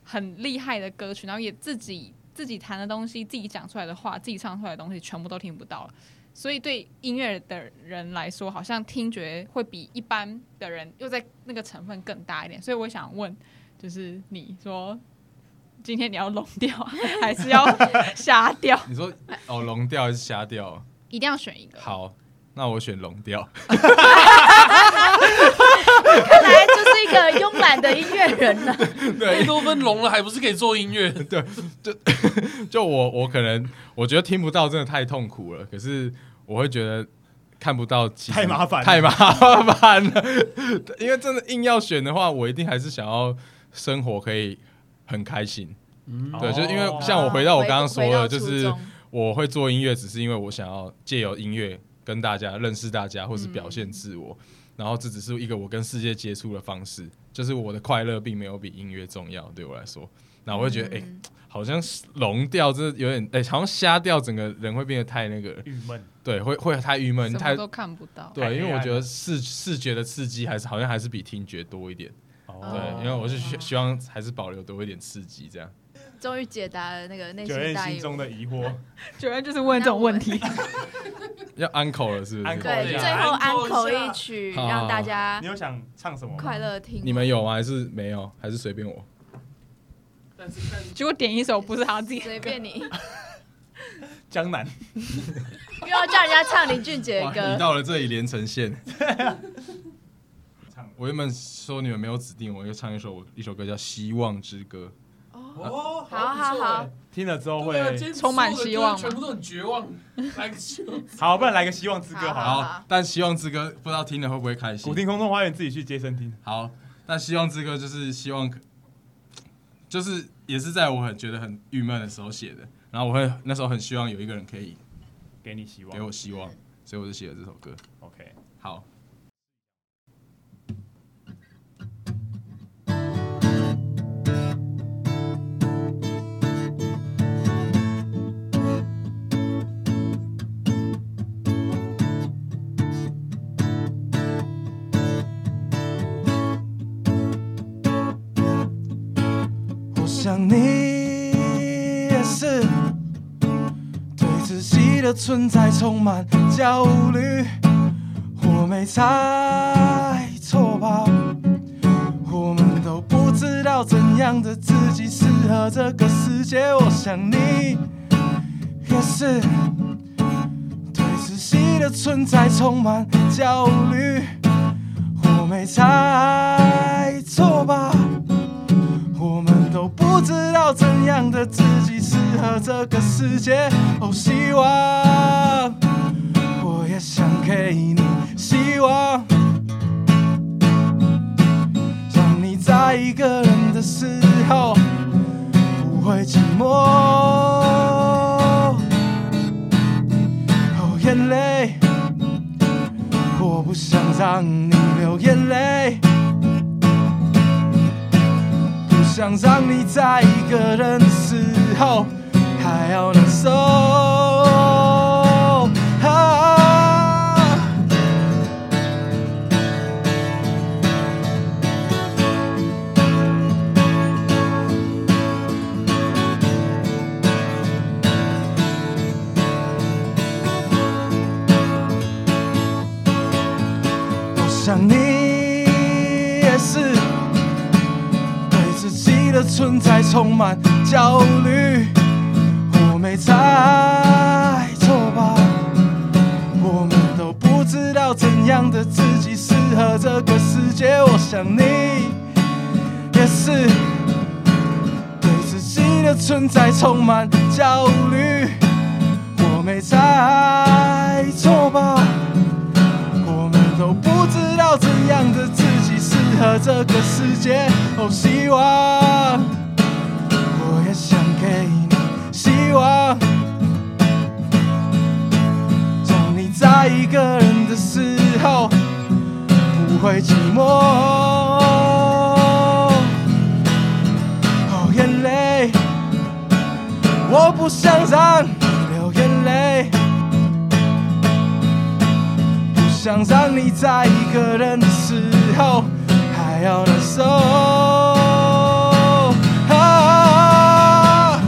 B: 很厉害的歌曲，然后也自己自己弹的东西、自己讲出来的话、自己唱出来的东西，全部都听不到了。所以对音乐的人来说，好像听觉会比一般的人又在那个成分更大一点。所以我想问，就是你说今天你要聋掉 还是要瞎掉？
E: 你说哦聋掉还是瞎掉？
B: 一定要选一个。，
E: 好，那我选聋 掉。
A: 看来就是一个慵懒的音乐人啊了。
C: 贝多芬聋了，还不是可以做音乐？
E: 就我我可能我觉得听不到真的太痛苦了，可是我会觉得看不到其实
D: 太麻烦了
E: 太麻烦了。因为真的硬要选的话，我一定还是想要生活可以很开心。对，就是因为 像我回到我刚刚说
A: 回
E: 的，
A: 到
E: 就
A: 初
E: 是
A: 衷
E: 我会做音乐，只是因为我想要借由音乐跟大家认识大家，或是表现自
D: 嗯
E: 我。然后这只是一个我跟世界接触的方式，就是我的快乐并没有比音乐重要，对我来说。那我会觉得，哎、
A: 嗯
E: 好像聋掉，这有点哎、好像瞎掉，整个人会变得太那个了，
D: 郁闷，
E: 对，会会太郁闷，
B: 什
E: 太
B: 么都看不到。
D: 太黑暗
E: 对，因为我
D: 了
E: 觉得视视觉的刺激还是好像还是比听觉多一点，
D: 哦
E: 对，因为我是希希望还是保留多一点刺激这样。
A: 终于解答了那个内
D: 九
A: 心
D: 燕
A: 大
D: 心
A: 疑。
D: 中的疑惑。
B: 九月就是问这种 问题，
E: 要 uncle 了是不是
D: uncle
A: 对，
C: 对
A: 最后安口
C: 安口一
A: 一
C: 下
A: 曲，
E: 啊好
A: 让大家
D: 你有想唱什么吗？
A: 啊快乐听。
E: 你们有吗？还是没有？还是随便我？
C: 但是但
B: 结果点一首不是他自 己的歌，
A: 随便你，
D: 江南，
A: 又要叫人家唱林俊杰的
E: 哇你
A: 歌，
E: 到了这里连呈现。
D: 唱
E: 我原本说你们没有指定，我就唱一首我一首歌叫《希望之歌》。
C: 哦，
A: 好好好，
D: 听了之后
C: 对啊，
D: 会
C: 今天
B: 充满希望嘛
C: 所有的歌全部都很绝望，来个希望。
D: 好，不然来个希望之歌好了。
A: 好
E: 好，但希望之歌不知道听了会不会开心
D: 古。定空中花园自己去接生听，
E: 好，但希望之歌就是希望，就是也是在我很觉得很郁闷的时候写的，然后我会那时候很希望有一个人可以
D: 给你希望。
E: 给我希望，所以我就写了这首歌。
D: OK，
E: 好，
F: 我想你也是，对自己的存在充满焦虑。我没猜错吧？我们都不知道怎样的自己适合这个世界。我想你也是，对自己的存在充满焦虑。我没猜错吧？我们都不知道怎样的自己适合这个世界。哦，希望我也想给你希望，让你在一个人的时候不会寂寞。哦，眼泪，我不想让你流眼泪。不想让你在一个人的时候还要难受。啊我想你也是。对自己的存在充满焦虑。我没猜错吧？我们都不知道怎样的自己适合这个世界。我想你也是，对自己的存在充满焦虑。我没猜错吧？我们都不知道怎样的自己适合这个世界。哦，希望我也想给你希望，让你在一个人的时候不会寂寞。哦，眼泪，我不想让你流眼泪。不想让你在一个人的时候还要难受。啊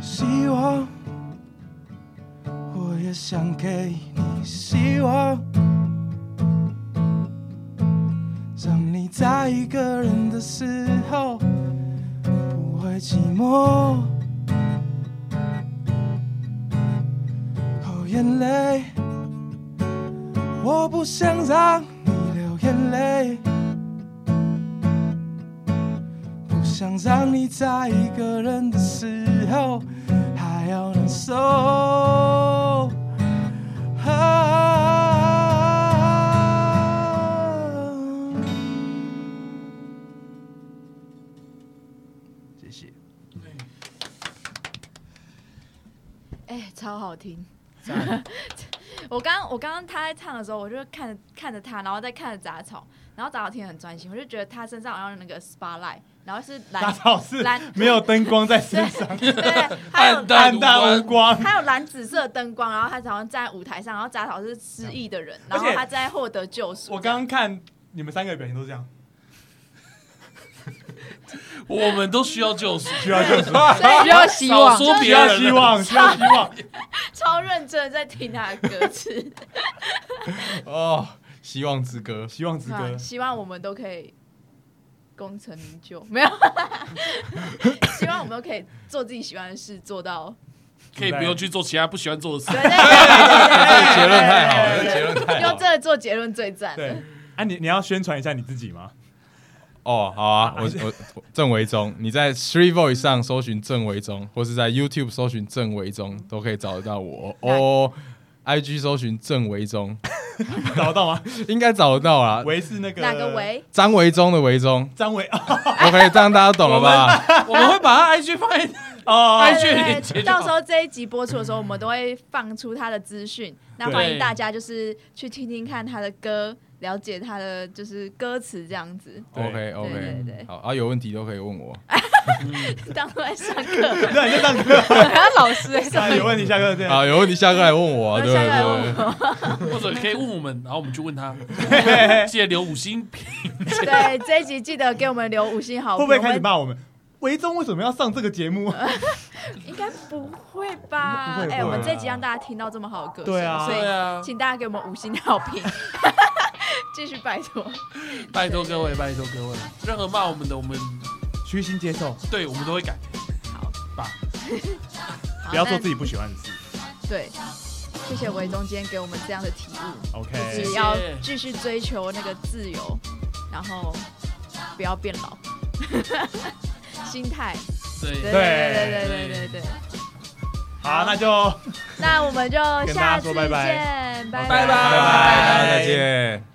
F: 希望我也想给你希望，让你在一个人的时候不会寂寞。哦，眼泪，我不想让你流眼泪，不想让你在一个人的时候还要难受。啊谢谢。
A: 哎、超好听。 我刚我刚刚他在唱的时候，我就看着看着他，然后再看着杂草，然后杂草听得很专心，我就觉得他身上好像有那个 spotlight，然后是
D: 打
A: 蓝，
D: 草是
A: 蓝
D: 没有灯光在身上，
A: 对对，还有
C: 淡
D: 暗淡无光。
A: 他有蓝紫色灯光，然后他好像站在舞台上，然后杂草是失忆的人，然后
D: 而且
A: 他在获得救赎。
D: 我刚刚看你们三个的表情都是这样，
C: 我们都需要救赎，
D: 需要救赎，
B: 需要希望
C: 少。说
D: 需
C: 别
D: 要
C: 人，
D: 希。望，需要希望。
A: 超认真的在听他的歌词，
E: 哦，希望之歌，
D: 希望之歌
A: 希望我们都可以功成名就，没有。希望我们都可以做自己喜欢的事，做到。
C: 可以不用去做其他不喜欢做的事
A: 对。对对对
E: 哎这结论太好
A: 对
E: 了，这
A: 对
E: 结论太
A: 对
E: 好
A: 用
E: 了。
A: 这做结论最赞了
D: 对。啊，你你要宣传一下你自己吗？
E: 哦，好啊，我我我郑维忠，你在 Three Voice 上搜寻郑维忠，或是在 YouTube 搜寻郑维忠，都可以找得到我哦。IG 搜寻郑维忠，
D: 找得到吗？
E: 应该找得到啊。
D: 维是那个
A: 哪个？为？
E: 张维忠的维忠
D: 张维 啊
E: ，OK，这样大家懂了吧？
C: 我们会把他 IG 放在
D: 哦，
C: IG
A: 对对
C: 的
A: 对
C: 链接就
A: 到时
C: 好。
A: 候这一集播出的时候，我们都会放出他的资讯。那
D: 对
A: 欢迎大家就是去听听看他的歌，了解他的就是歌词这样子。
D: 对
E: OK
A: 对哎
E: OK，
A: 对对
E: 好啊，有问题都可以问我。
A: 当初在上课，
D: 对，就上课，
B: 还有老 师哎，
D: 啊有问题下课这样。
E: 啊，有问题下课来问我啊，对不
A: 下课来问
E: 对
A: 我
E: 对？
C: 或者可以问我们，然后我们去问 他，记得留五星评。
A: 对这一集记得给我们留五星好
D: 会
A: 评。
D: 不会开始
A: 我们
D: 骂我们？维宗为什么要上这个节目？
A: 应该不会吧
D: 不会？不会
A: 哎，我们
D: 啊
A: 这一集让大家听到这么好的歌声，
D: 对啊
A: 所
C: 对
A: 以
C: 啊，
A: 请大家给我们五星好评， 继续拜托。
C: 拜托各位，拜托各位，任何骂我们的，我们
D: 虚心接受，
C: 对我们都会改。
A: 好
D: 不要做
A: 那
D: 自己不喜欢的事。
A: 对，谢谢维中今天给我们这样的提议，
D: OK，
A: 就是要继续追求那个自由，然后不要变老， 心态。对
C: 对，
A: 对对对对对对。
D: 好，那就。
A: 那我们就
D: 跟大
A: 下
D: 家
A: 次
D: 说
A: 见，
D: 拜拜
A: 拜
C: 拜拜
E: 拜拜，再见。